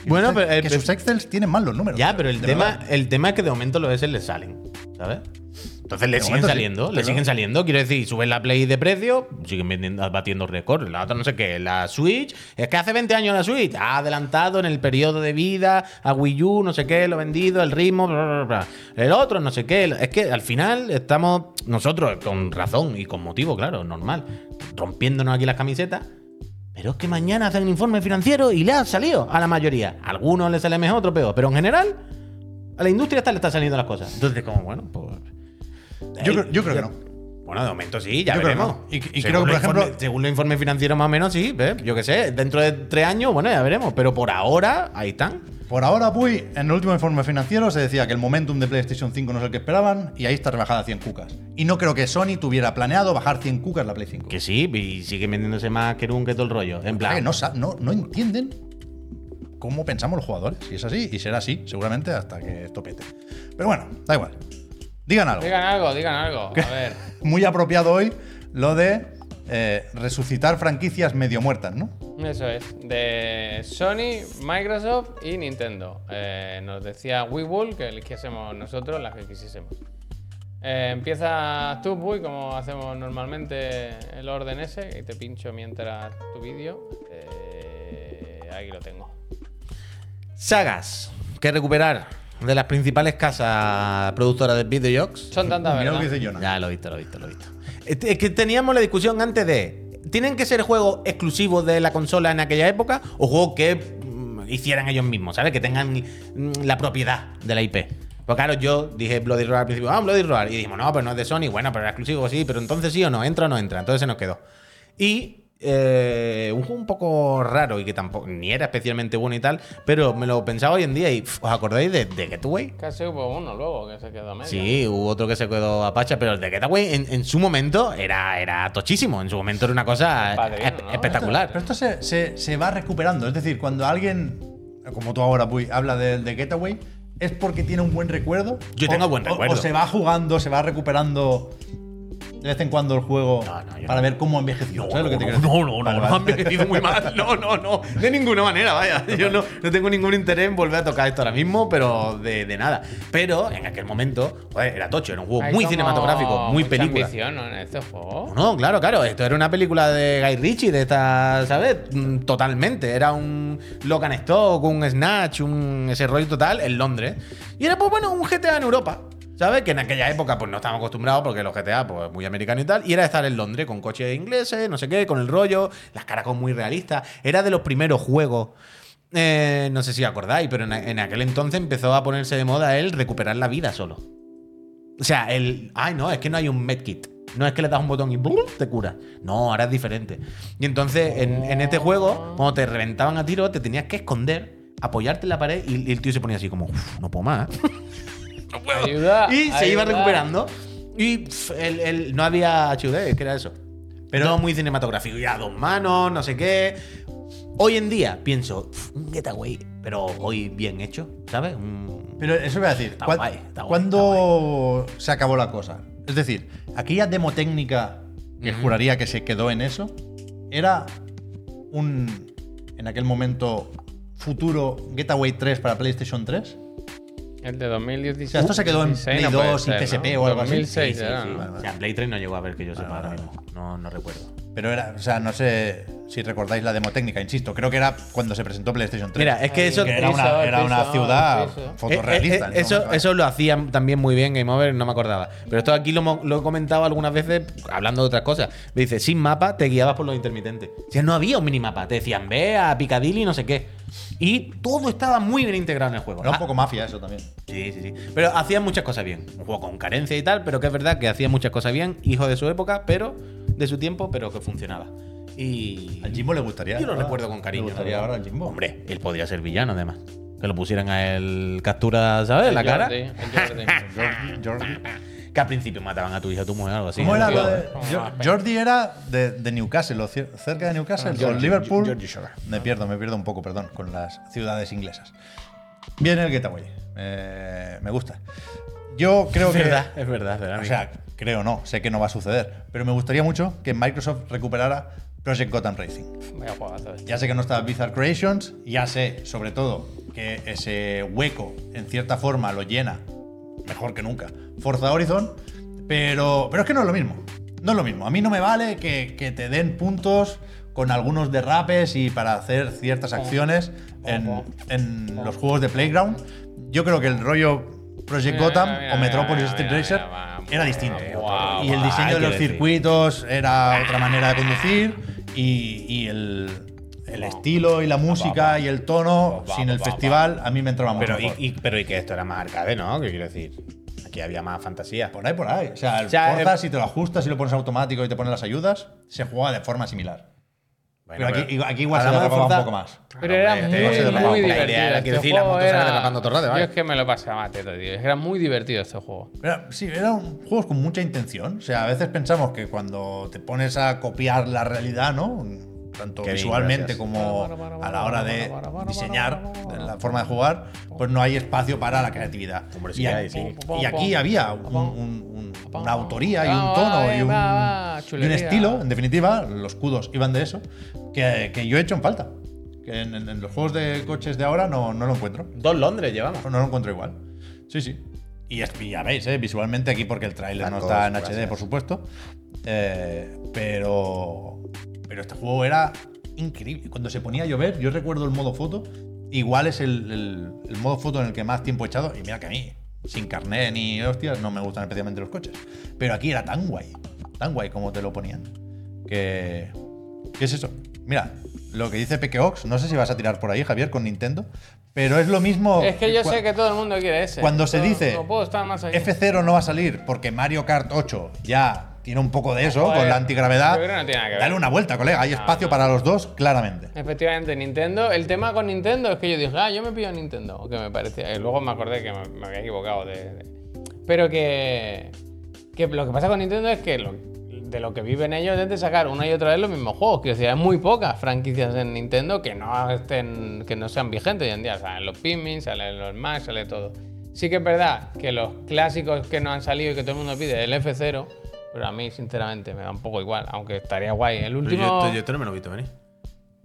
A: Que
C: Bueno,
A: sus-
C: pero, eh,
A: que
C: pero-
A: sus excels tienen mal los números.
C: Ya, pero el
A: de
C: tema,
A: verdad.
C: el tema es que de momento los S les salen, ¿sabes? Entonces le
A: De
C: siguen
A: momento sí,
C: saliendo, le
A: pero-
C: siguen saliendo. Quiero decir, suben la Play de precio, siguen vendiendo, batiendo récord. La otra no sé qué, la Switch. Es que hace 20 años la Switch ha adelantado en el periodo de vida a Wii U, no sé qué, lo vendido, el ritmo, bla, bla, bla. El otro, no sé qué. Es que al final estamos nosotros, con razón y con motivo, claro, normal, rompiéndonos aquí las camisetas. Pero es que mañana hacen un informe financiero y le ha salido a la mayoría. A algunos les sale mejor, otros peor. Pero en general, a la industria esta le están saliendo las cosas. Entonces, como, bueno, pues.
A: Yo, creo- yo creo que no.
C: Bueno, de momento sí, ya
A: Yo creo que
C: veremos.
A: no. Y- y creo
C: Según
A: que, por
C: los informes-
A: ejemplo-
C: según los informes financieros, más o menos, sí, ¿ves? yo qué sé. Dentro de tres años, bueno, ya veremos. Pero por ahora, ahí están.
A: Por ahora, Puy, en el último informe financiero se decía que el momentum de PlayStation 5 no es el que esperaban y ahí está rebajada a 100 cucas. Y no creo que Sony tuviera planeado bajar 100 cucas la Play 5.
C: Que sí, y sigue vendiéndose más que nunca y todo el rollo.
A: Claro que
C: En plan.
A: Eh, no, sa- no, no entienden cómo pensamos los jugadores. Y es así, y será así, seguramente, hasta que esto pete. Pero bueno, da igual. Digan algo.
B: Digan algo, digan algo. A ver.
A: Muy apropiado hoy lo de eh, resucitar franquicias medio muertas, ¿no?
B: Eso es. De Sony, Microsoft y Nintendo. Eh, nos decía WeBull que eligiésemos nosotros las que quisiésemos. Eh, empiezas tú, Puy, como hacemos normalmente el orden ese, y te pincho mientras tu vídeo. Eh, aquí lo tengo.
C: Sagas que recuperar de las principales casas productoras de videojuegos.
B: Son tantas,
A: Mira lo que
B: ¿verdad?
A: dice Jonas.
C: Ya, lo he visto, lo he visto, lo he visto. Este, Es que teníamos la discusión antes de. ¿Tienen que ser juegos exclusivos de la consola en aquella época o juegos que mm, hicieran ellos mismos, ¿sabes? Que tengan mm, la propiedad de la IP. Pues claro, yo dije Bloody Roar al principio, ah, Bloody Roar. Y dijimos, no, pero no es de Sony, bueno, pero era exclusivo, sí, pero entonces sí o no, entra o no entra. Entonces se nos quedó. Y eh, un juego un poco raro y que tampoco ni era especialmente bueno y tal, pero me lo pensaba hoy en día y pf, ¿os acordáis de, de Getaway?
B: Casi hubo pues, uno luego que se quedó a medio.
C: Sí, hubo otro que se quedó a Pacha, pero el de Getaway en, en su momento era, era tochísimo. En su momento era una cosa
B: El padrino,
C: esp-
B: ¿no?
C: espectacular.
A: Pero esto se, se- se va recuperando. Es decir, cuando alguien, como tú ahora, Puy, habla de, de Getaway, es porque tiene un buen recuerdo.
C: Yo
A: O-
C: tengo buen
A: o-
C: recuerdo.
A: O se va jugando, se va recuperando de vez en cuando el juego
C: No, no, yo
A: para
C: no.
A: ver cómo envejeció. ¿Sabes
C: no,
A: lo que te
C: no,
A: quiero decir?
C: no, no,
A: Vale,
C: no,
A: vale.
C: han envejecido muy mal. No, no, no. De ninguna manera, vaya. Yo no, no tengo ningún interés en volver a tocar esto ahora mismo, pero de, de nada. Pero en aquel momento, joder, era tocho, era un juego
B: Hay
C: pues, muy
B: como
C: cinematográfico, muy
B: mucha
C: película.
B: ambición, ¿no? en pues, estos juegos.
C: No, claro, claro. Esto era una película de Guy Ritchie, de esta, ¿sabes? Mm, Totalmente. Era un Lock and Stock, un Snatch, un ese rollo total en Londres. Y era, pues bueno, un GTA en Europa. ¿Sabes? Que en aquella época pues no estábamos acostumbrados porque los GTA pues muy americanos y tal. Y era estar en Londres con coches ingleses, no sé qué, con el rollo, las caracos muy realistas. Era de los primeros juegos eh, no sé si acordáis, pero en, en aquel entonces empezó a ponerse de moda el recuperar la vida solo. O sea, el. Ay, no, es que no hay un medkit. No es que le das un botón y ¡blum! te cura. No, ahora es diferente. Y entonces, en, en este juego, cuando te reventaban a tiro, te tenías que esconder, apoyarte en la pared y, y el tío se ponía así como, "Uf, no puedo más. ¿eh?".
B: Ayuda,
C: y se iba
B: ayuda.
C: recuperando. Y pf, el- el- no había HD, que era eso. Pero no muy cinematográfico. Ya dos manos, no sé qué. Hoy en día pienso, "Pf, un getaway, pero hoy bien hecho, ¿sabes? Un-
A: Pero eso voy a decir.
C: Está
A: ¿cuán-
C: guay, está guay,
A: ¿Cuándo se acabó la cosa? Es decir, aquella demo técnica que juraría que se quedó en eso era un, en aquel momento, futuro Getaway 3 para PlayStation 3.
B: El de 2016.
A: O sea, esto se quedó en Play 2 y PSP o algo así.
B: 2006
C: Sí, sí,
B: era,
C: sí.
B: ¿no?
C: O sea, Play 3 no llegó a ver que yo sepa ahora mismo. No, no recuerdo.
A: Pero era, o sea, no sé si recordáis la demo técnica, insisto, creo que era cuando se presentó PlayStation 3.
C: Mira, es que eso.
A: que era una,
B: el
A: era una
B: piso,
A: ciudad
B: el piso.
A: fotorrealista.
C: Eh, eh,
A: ¿no?
C: eh, eso, eso lo hacían también muy bien Game Over, no me acordaba. Pero esto aquí lo, mo- lo he comentado algunas veces hablando de otras cosas. Me dice, sin mapa te guiabas por los intermitentes. O sea, no había un minimapa. Te decían, ve a Piccadilly, no sé qué. Y todo estaba muy bien integrado en el juego.
A: Era un
C: Ah,
A: poco mafia eso también.
C: Sí, sí, sí. Pero hacían muchas cosas bien. Un juego con carencia y tal, pero que es verdad que hacía muchas cosas bien. Hijo de su época, pero de su tiempo, pero que funcionaba. Y.
A: Al Jimbo le gustaría.
C: Yo lo
A: ¿verdad?
C: recuerdo con cariño.
A: Le gustaría ahora al Jimbo.
C: Hombre, él podría ser villano además. Que lo pusieran a él captura, ¿sabes? En la
B: El
C: cara. Ah,
B: Jordi, el Jordi.
A: Jordi, Jordi.
C: Que al principio mataban a tu hija, a tu mujer, algo así.
A: ¿Cómo era lo
B: Jordi.
A: de
C: Ah,
A: Jo- Jordi era de, de Newcastle, o cie- cerca de Newcastle, o
D: Jordi,
A: Liverpool.
D: Jordi Shore.
A: Me pierdo, me pierdo un poco, perdón, con las ciudades inglesas. Viene el Getaway. Eh, me gusta. Yo creo
C: Es
A: que.
C: verdad, es verdad, es verdad.
A: O sea, creo no, sé que no va a suceder. Pero me gustaría mucho que Microsoft recuperara Project Gotham Racing.
B: Vaya juegazo este.
A: Ya sé que no está Bizarre Creations, ya sé, sobre todo, que ese hueco, en cierta forma, lo llena mejor que nunca Forza Horizon, pero, pero es que no es lo mismo. No es lo mismo. A mí no me vale que, que te den puntos con algunos derrapes y para hacer ciertas acciones en,
B: Ojo.
A: en los juegos de Playground. Yo creo que el rollo Project
B: Mira,
A: Gotham
B: mira, mira,
A: o
B: mira,
A: Metropolis
B: mira,
A: Street
B: mira,
A: Racer
B: mira, va,
A: era
B: va,
A: distinto.
B: va,
A: y el diseño
C: va,
A: de
C: hay que
A: los
C: decir.
A: circuitos circuitos, era otra manera de conducir y, y el, el estilo y la música y el tono
C: Va,
A: sin el
C: va,
A: festival a mí me entraba mucho
C: pero, y,
A: mejor.
C: y- pero y que esto era más arcade, ¿no? ¿Qué quiero decir? Aquí había más fantasía.
A: por ahí, por ahí. O sea, el
C: O sea,
A: Forza,
C: eh,
A: si te lo ajustas y lo pones automático y te pones las ayudas, se juega de forma similar. pero
C: Bueno,
A: aquí,
C: pero-
A: aquí igual se
C: Hablamos de
A: derrapaba un
C: Forza-
A: poco más.
B: Pero era
C: Hombre,
B: muy,
C: te- se derrapaba
B: muy
C: un poco.
B: divertido.
C: La idea era
B: este
C: que decir, las
B: juego
C: motos se van
B: era-
C: derrapando todo el rato, ¿vale?
B: Yo es que me lo pasaba teto, tío. Era muy divertido este juego.
A: Era- sí, eran juegos con mucha intención. O sea, a veces pensamos que cuando te pones a copiar la realidad, ¿no? Tanto
C: Qué bien,
A: visualmente
C: gracias.
A: como a la hora de diseñar la forma de jugar, pues no hay espacio para la creatividad.
C: Hombre, sí
A: y,
C: que
A: a-
C: hay, sí.
A: y aquí había un- un- un- una autoría y un
B: Vamos,
A: tono y
B: eh,
A: un,
B: va, va,
A: y un
B: chulería.
A: estilo, en definitiva, los cudos iban de eso, que, que yo he hecho en falta. Que en, en- en los juegos de coches de ahora no, no lo encuentro.
C: Dos Londres llevamos.
A: No lo encuentro igual. Sí, sí. Y es- y ya veis, ¿eh? visualmente aquí, porque el tráiler no
C: Tacos,
A: está en
C: gracias.
A: HD, por supuesto. Eh, pero. Pero este juego era increíble. Cuando se ponía a llover, yo recuerdo el modo foto. Igual es el, el- el modo foto en el que más tiempo he echado. Y mira que a mí, sin carnet ni hostias, no me gustan especialmente los coches. Pero aquí era tan guay, tan guay como te lo ponían. Que. ¿Qué es eso? Mira, lo que dice Pequeox, no sé si vas a tirar por ahí, Javier, con Nintendo, pero es lo
C: Oh,
A: mismo.
B: Es que yo
A: cua-
B: sé que todo el mundo quiere ese.
A: cuando se
B: Yo
A: dice
B: No puedo estar más aquí.
A: F0 no va a salir porque Mario Kart 8 ya tiene un poco de eso
B: Joder,
A: con la antigravedad.
B: yo creo que no tiene nada que ver.
A: Dale una vuelta, colega. Hay espacio para los dos, claramente.
B: Efectivamente, Nintendo. El tema con Nintendo es que yo dije, ah, yo me pido Nintendo. o Que me parecía. eh, Luego me acordé que me, me había equivocado. De, de- Pero que, que lo que pasa con Nintendo es que lo- de lo que viven ellos es de sacar una y otra vez los mismos juegos. Que o sea, hay muy pocas franquicias en Nintendo que no estén, que no sean vigentes hoy en día. Salen los Pikmin, salen los Max, sale todo. Sí que es verdad que los clásicos que no han salido y que todo el mundo pide, el F0. Pero a mí, sinceramente, me da un poco igual, aunque estaría guay. El último.
C: Yo, esto no me lo he visto venir.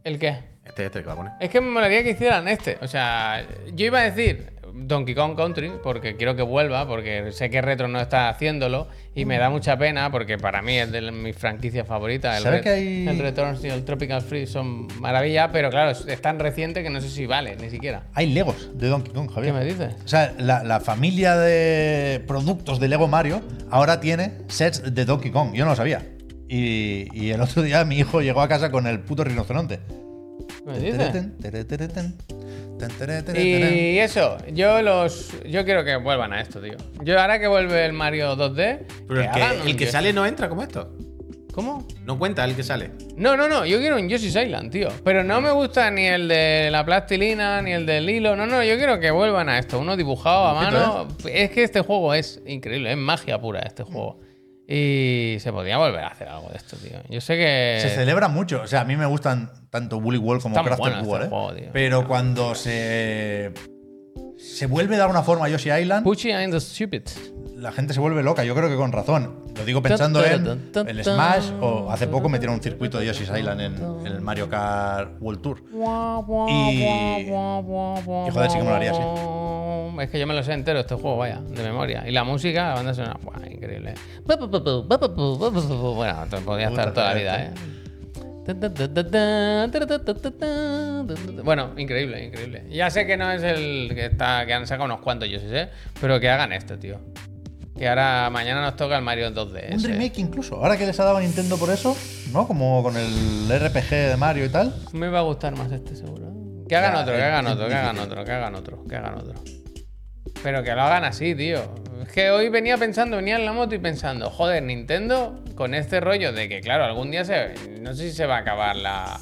B: ¿El qué?
C: Este es este que va a poner.
B: Es que me molaría que hicieran este. O sea, yo iba a decir Donkey Kong Country porque quiero que vuelva, porque sé que Retro no está haciéndolo y me da mucha pena porque para mí es de mis franquicias favoritas. El,
A: ¿Sabes
B: Ret-
A: que hay-
B: el Returns y el Tropical Freeze son maravilla, pero claro, es es tan reciente que no sé si vale, ni siquiera.
A: Hay Legos de Donkey Kong, Javier.
B: ¿Qué me dices?
A: O sea, la, la familia de productos de Lego Mario ahora tiene sets de Donkey Kong. Yo no lo sabía. Y, y el otro día mi hijo llegó a casa con el puto rinoceronte.
B: ¿Qué me dices?
A: Teretén, teretén, teretén,
B: Y eso, yo los yo quiero que vuelvan a esto, tío. Yo ahora que vuelve el Mario 2D,
C: Pero el
B: hagan
C: que,
B: un
C: el que
B: Yoshi-
C: sale no entra como esto.
B: ¿Cómo?
C: No cuenta el que sale.
B: No, no, no, yo quiero un Yoshi's Island, tío. Pero no me gusta ni el de la plastilina, ni el del hilo. No, no, yo quiero que vuelvan a esto. Uno dibujado a mano. Es que este juego es increíble, es magia pura este juego. Y se podría volver a hacer algo de esto, tío. Yo sé que.
A: Se celebra mucho. O sea, a mí me gustan tanto Bully World como
B: Están
A: Crafted
B: buenos
A: World.
B: estos
A: ¿eh?
B: juegos, este tío.
A: Pero cuando se. Se vuelve a dar una forma a Yoshi Island,
B: Pucci and the Stupid.
A: la gente se vuelve loca. Yo creo que con razón. Lo digo pensando en el Smash o hace poco metieron un circuito de Yoshi's Island en, en el Mario Kart World Tour.
B: Y.
A: Y joder, sí que molaría, sí.
B: ¿no? Es que yo me lo sé entero este juego, vaya, de memoria. Y la música, la banda sonora, ¡buah, increíble. Bu, bu, bu, bu, bu, bu, bu, bu, bu, bu, bu. Bueno, te podría estar toda la vida, ¿eh? Tan, tan, tan, tan, tan, tan, tan, tan, tan, tan, tan. Bueno, increíble, increíble. Ya sé que no es el que está que han sacado unos cuantos, yo sí sé, pero que hagan esto, tío. Que ahora mañana nos toca el Mario 2D.
A: Un remake incluso. Ahora que les ha dado Nintendo por eso, ¿no? Como con el RPG de Mario y tal.
B: Me va a gustar más este, seguro. Que hagan
A: Ya,
B: otro,
A: es-
B: que hagan
A: es
B: otro, que hagan
A: difícil.
B: otro, que hagan otro, que hagan otro. Pero que lo hagan así, tío. Es que hoy venía pensando, venía en la moto y pensando, joder, Nintendo, con este rollo de que, claro, algún día se. No sé si se va a acabar la,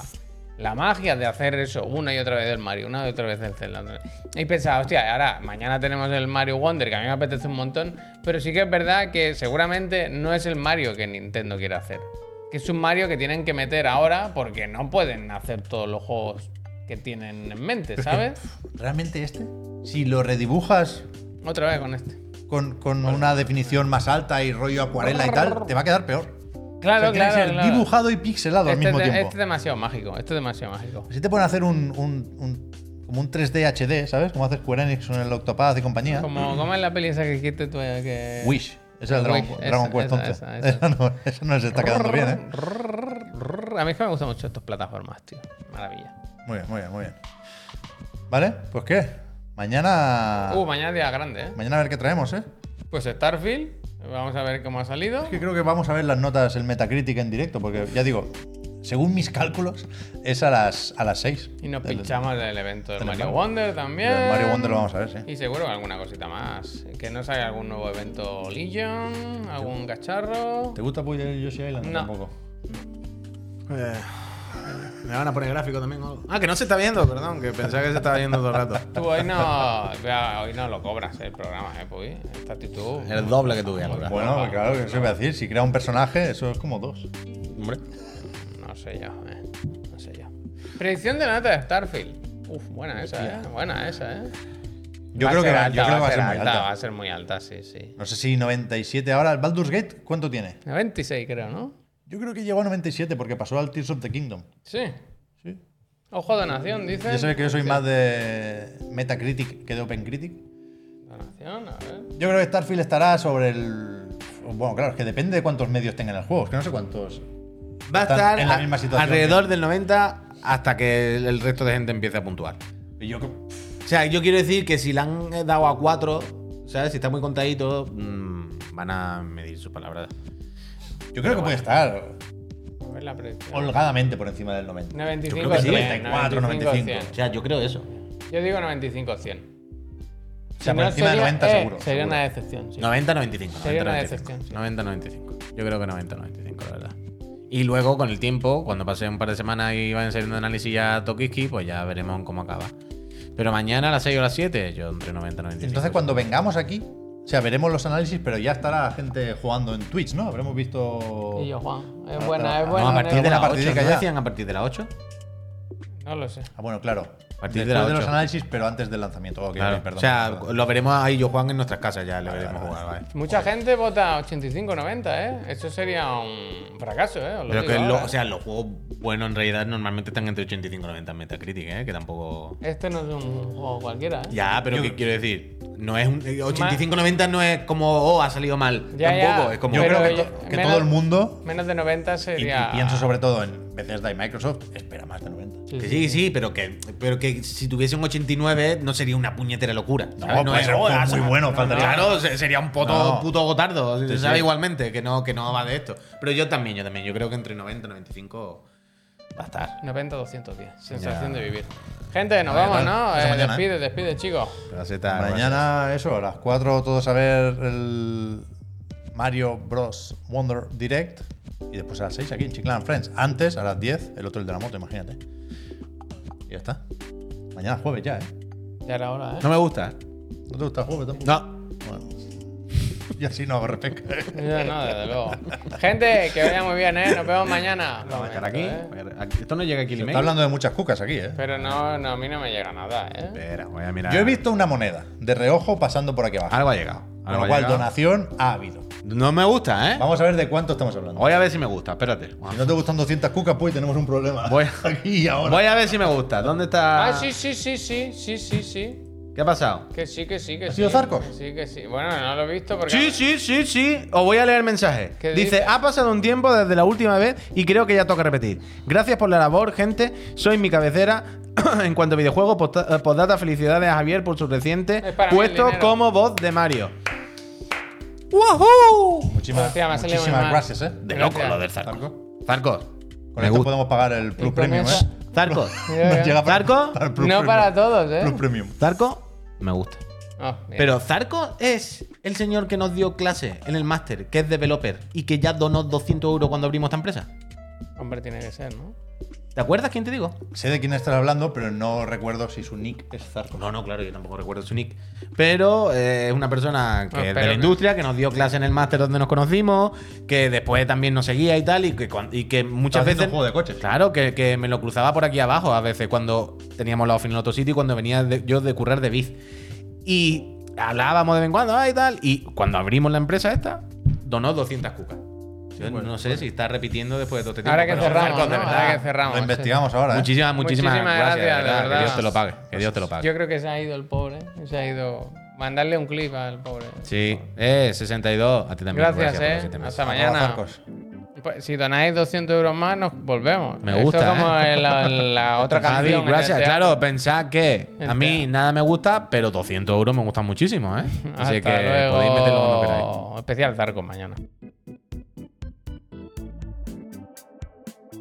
B: la magia de hacer eso una y otra vez del Mario, una y otra vez del Zelda. otra vez. Y pensaba, hostia, ahora mañana tenemos el Mario Wonder, que a mí me apetece un montón, pero sí que es verdad que seguramente no es el Mario que Nintendo quiere hacer. Que es un Mario que tienen que meter ahora porque no pueden hacer todos los juegos que tienen en mente, ¿sabes?
A: Realmente este, si lo redibujas
B: Otra vez con este.
A: con, con una definición más alta y rollo acuarela y tal, te va a quedar peor.
B: Claro,
A: O sea, tiene que
B: claro.
A: ser
B: claro.
A: dibujado y pixelado al
B: Este
A: mismo
B: es de-
A: tiempo.
B: este es demasiado mágico, este es demasiado mágico.
A: Si te pueden hacer un, un- un- como un 3D HD, ¿sabes? Como hace Square Enix con el Octopath y compañía.
B: Como, como en la peli esa que dijiste tú eh, que...
A: Wish. Es el
B: Wish,
A: Dragon,
B: esa,
A: Dragon Quest
B: esa,
A: 11.
B: esa, esa.
A: Esa no, esa no se está quedando bien, ¿eh?
B: A mí es que me gustan mucho estas plataformas, tío. Maravilla.
A: Muy bien, muy bien, muy bien. ¿Vale? Pues qué. Mañana.
B: Uh, mañana es día grande, ¿eh?
A: Mañana a ver qué traemos, ¿eh?
B: Pues Starfield, vamos a ver cómo ha salido.
A: Es que creo que vamos a ver las notas, el Metacritic en directo, porque ya digo, según mis cálculos, es a las, a las 6.
B: Y nos pinchamos del evento del
A: del
B: Mario
A: Mario.
B: Wonder también.
A: Mario Wonder lo vamos a ver, sí.
B: Y seguro que alguna cosita más. Que no salga algún nuevo evento Legion, algún cacharro.
A: ¿Te gusta apoyar Yoshi Island?
B: No.
A: Tampoco.
D: Eh, Me van a poner gráfico también. o algo. Ah, que no se está viendo, perdón, que pensaba que se estaba viendo todo el rato.
B: Tú hoy no, vea, hoy no lo cobras el programa, ¿eh, Puy? Esta actitud.
C: El doble que tú veas, Laura.
A: Bueno, claro, que eso iba a decir. Si crea un personaje, eso es como dos.
C: Hombre.
B: No sé yo, ¿eh? No sé yo. Predicción de la nota de Starfield. Uf, buena esa, ¿eh? Buena esa, ¿eh.
A: Yo creo que
B: ser
A: va,
B: alta,
A: yo creo que va a ser muy
B: alta,
A: alta.
B: Va a ser muy alta, sí, sí.
A: No sé si 97 ahora. ¿El Baldur's Gate cuánto tiene?
B: 96, creo, ¿no?
A: Yo creo que llegó a 97 porque pasó al Tears of the Kingdom.
B: Sí.
A: Sí.
B: Ojo, donación, dice.
A: Ya sabes que yo soy más de Metacritic que de OpenCritic.
B: Donación, a ver.
A: Yo creo que Starfield estará sobre el. Bueno, claro, es que depende de cuántos medios tengan el juego. Es que no sé cuántos.
C: Va a
A: Están
C: estar
A: en la
C: a-
A: misma situación ¿eh?
C: alrededor del 90 hasta que el- el resto de gente empiece a puntuar.
A: Y yo creo-
C: O sea, yo quiero decir que si le han dado a 4, ¿sabes? Si está muy contadito, mm, van a medir sus palabras.
A: Yo creo que puede estar
B: A ver la predicción.
A: holgadamente por encima del 90.
B: 95,
C: Yo creo que sí,
A: 94, 95.
B: 100.
C: sea, yo creo eso.
B: Yo digo 95, 100.
A: O sea, por encima del 90 seguro.
B: Sería
A: seguro.
B: una decepción, sí.
C: 90-95.
B: Sería una
C: 90-95.
B: decepción, sí.
C: 90-95. Yo creo que 90-95, la verdad. Y luego, con el tiempo, cuando pase un par de semanas y vayan saliendo análisis ya Tokiski, pues ya veremos cómo acaba. Pero mañana a las 6 o las 7, yo entre 90-95.
A: Entonces, cuando vengamos aquí, o sea, veremos los análisis, pero ya estará gente jugando en Twitch, ¿no? Habremos visto.
B: Y yo, Juan. Es
A: Ah,
B: buena,
A: ah,
B: es
A: no,
B: buena.
C: No, a
B: no
C: partir
B: es
C: de la
B: buena.
A: partida
C: partida
A: que
C: que
A: ya.
C: decían a partir de las 8.
B: No lo sé.
A: Ah, bueno, claro.
C: partir de
A: Después
C: la
A: de los
C: ocho.
A: análisis, pero antes del lanzamiento. Ok,
C: Claro.
A: ok, perdón,
C: o sea,
A: perdón.
C: lo veremos ahí yo Juan en nuestras casas, ya le veremos
A: vale,
C: jugar, vale.
B: Mucha gente vota 85-90, ¿eh? Eso sería un fracaso, ¿eh? Os lo
C: Pero
B: digo
C: que lo-
B: ahora.
C: o sea, los juegos buenos en realidad normalmente están entre 85 y 90 en Metacritic, ¿eh? Que tampoco.
B: Este no es un juego cualquiera, ¿eh?
C: Ya, pero ¿qué quiero decir? No es un eh, 85-90 no es como, oh, ha salido mal.
B: Ya, ya.
C: tampoco. Es como.
A: Yo
B: Pero
A: creo que,
B: yo-
A: to- que
B: menos-
A: todo el mundo,
B: Menos de 90
A: y- y,
B: sería.
A: pienso sobre todo en Bethesda y Microsoft, espera más de 90.
C: Que sí, sí, pero que, pero que si tuviese un 89 no sería una puñetera locura.
A: No,
C: ¿sabes?
A: puede
C: es,
A: ser un
C: "Oh,
A: juego
C: ha
A: muy
C: salido-".
A: bueno, faltaría más.
C: Claro, se- sería un puto,
A: No.
C: puto gotardo. se
A: Sí,
C: sabe
A: sí.
C: igualmente que no, que no va de esto. Pero yo también, yo también. Yo creo que entre 90 y 95 va a estar.
B: 90-210. Sensación de vivir. Gente, nos
A: Vale,
B: vamos,
A: tal.
B: ¿no?
A: Hasta
B: Eh,
A: mañana,
B: despide, despide, chicos.
A: Mañana, eso, a las 4 todos a ver el Mario Bros. Wonder Direct. Y después a las 6 aquí en Chiclan Friends. Antes, a las 10, el otro el de la moto, imagínate. Y ya está. Mañana es jueves ya, ¿eh?
B: Ya era hora, ¿eh?
C: No me gusta.
A: ¿No te gusta el jueves tampoco?
C: No.
A: Bueno. Y así no, Rebeca.
B: Ya, No, desde luego. Gente, que vaya muy bien, ¿eh? Nos vemos mañana.
C: Vamos a dejar aquí.
B: Momento, ¿eh?
C: voy a- aquí- Esto no llega aquí el
A: Se
C: email.
A: está hablando de muchas cucas aquí, ¿eh?
B: Pero no, no, a mí no me llega nada, ¿eh?
C: Espera, voy a mirar.
A: Yo he visto una moneda de reojo pasando por aquí
D: Ah,
A: abajo.
C: Algo ha llegado.
A: Con
C: algo
A: lo
C: ha
A: cual,
C: llegado.
A: donación ha habido.
C: No me gusta, ¿eh?
A: Vamos a ver de cuánto estamos hablando.
C: Voy a ver si me gusta. Espérate.
A: Si no te gustan 200 cucas, pues tenemos un problema.
C: Voy-
A: aquí y ahora.
C: Voy a ver si me gusta. ¿Dónde está?
B: Ah, sí, sí, sí, sí, sí, sí, sí.
C: ¿Qué ha pasado?
B: Que sí, que sí, que sí.
A: ¿Ha sido Zarco?
B: Sí, que sí. Bueno, no lo he visto porque.
C: Sí, sí, sí, sí. Os voy a leer el mensaje.
B: ¿Qué
C: Dice,
B: dice?
C: ha pasado un tiempo desde la última vez y creo que ya toca repetir. Gracias por la labor, gente. Sois mi cabecera. en cuanto a videojuegos, posta- eh, postdata, felicidades a Javier por su reciente
B: Es para mí el
C: puesto
B: dinero.
C: como voz de Mario. ¡Woohoo!
A: Muchísimas,
B: Hostia, me ha salido muy
A: muchísimas
B: mal.
A: gracias, ¿eh?
C: De loco
B: Gracias.
C: lo del Zarco. Zarco.
A: Con
C: Me
A: esto
C: gusta.
A: podemos pagar el Plus
B: con
A: Premium,
B: eso-
A: ¿eh?
C: Zarco.
B: Mira, mira.
A: Nos llega para-
C: ¿Zarco?
A: para el
B: no
A: Plus Premium.
B: para todos, ¿eh?
A: Plus Premium.
C: Zarco, me gusta.
B: Oh,
A: Eh.
B: bien.
C: Pero Zarco es el señor que nos dio clase en el máster, que es developer y que ya donó 200 euros cuando abrimos esta empresa.
B: Hombre, tiene que ser, ¿no?
C: ¿Te acuerdas quién te digo?
A: Sé de quién estás hablando, pero no recuerdo si su nick es Zarco.
C: No, no, claro, yo tampoco recuerdo su nick. Pero eh, es una persona que
B: No,
C: es de
B: Ah, pero
C: la
B: que-
C: industria, que nos dio clase en el máster donde nos conocimos, que después también nos seguía y tal, y que, cuan- y que
A: Estaba
C: muchas
A: haciendo
C: veces.
A: un juego de coches.
C: Claro, que, que me lo cruzaba por aquí abajo a veces cuando teníamos la oficina en otro sitio y cuando venía de- yo de currar de biz. Y hablábamos de vez en cuando, ah, y tal. Y cuando abrimos la empresa esta, donó 200 cucas. Yo no sé si está repitiendo después de todo este tiempo.
B: Ahora que
C: pero
B: cerramos,
C: Marcos, de
B: ¿no?
C: verdad.
B: Ahora que cerramos.
A: Lo investigamos ahora, ¿eh?
C: Muchísimas, muchísimas,
B: Ah, Muchísimas
C: gracias. de
B: gracias, de
C: verdad.
B: verdad.
C: Que Dios te lo pague. Que Dios te lo pague.
B: Yo creo que se ha ido el pobre. ¿eh? Se ha ido. Mandarle un clip al pobre.
C: Sí, eh, 62. A ti también.
B: Gracias,
C: por los siete
B: eh.
C: meses.
B: Hasta
A: Arroba
B: mañana.
A: Zarcos.
B: Pues, si donáis 200 euros más, nos volvemos.
C: Me
B: Esto
C: gusta,
B: es como
C: ¿eh?
B: en la, la otra
C: Javi,
B: canción. en el
C: gracias.
B: teatro.
C: Claro, pensad que a
B: El
C: mí
B: teatro.
C: nada me gusta, pero 200 euros me gustan muchísimo, ¿eh? Así
B: Hasta
C: que
B: luego.
C: podéis meterlo cuando queráis.
B: Especial Zarco mañana.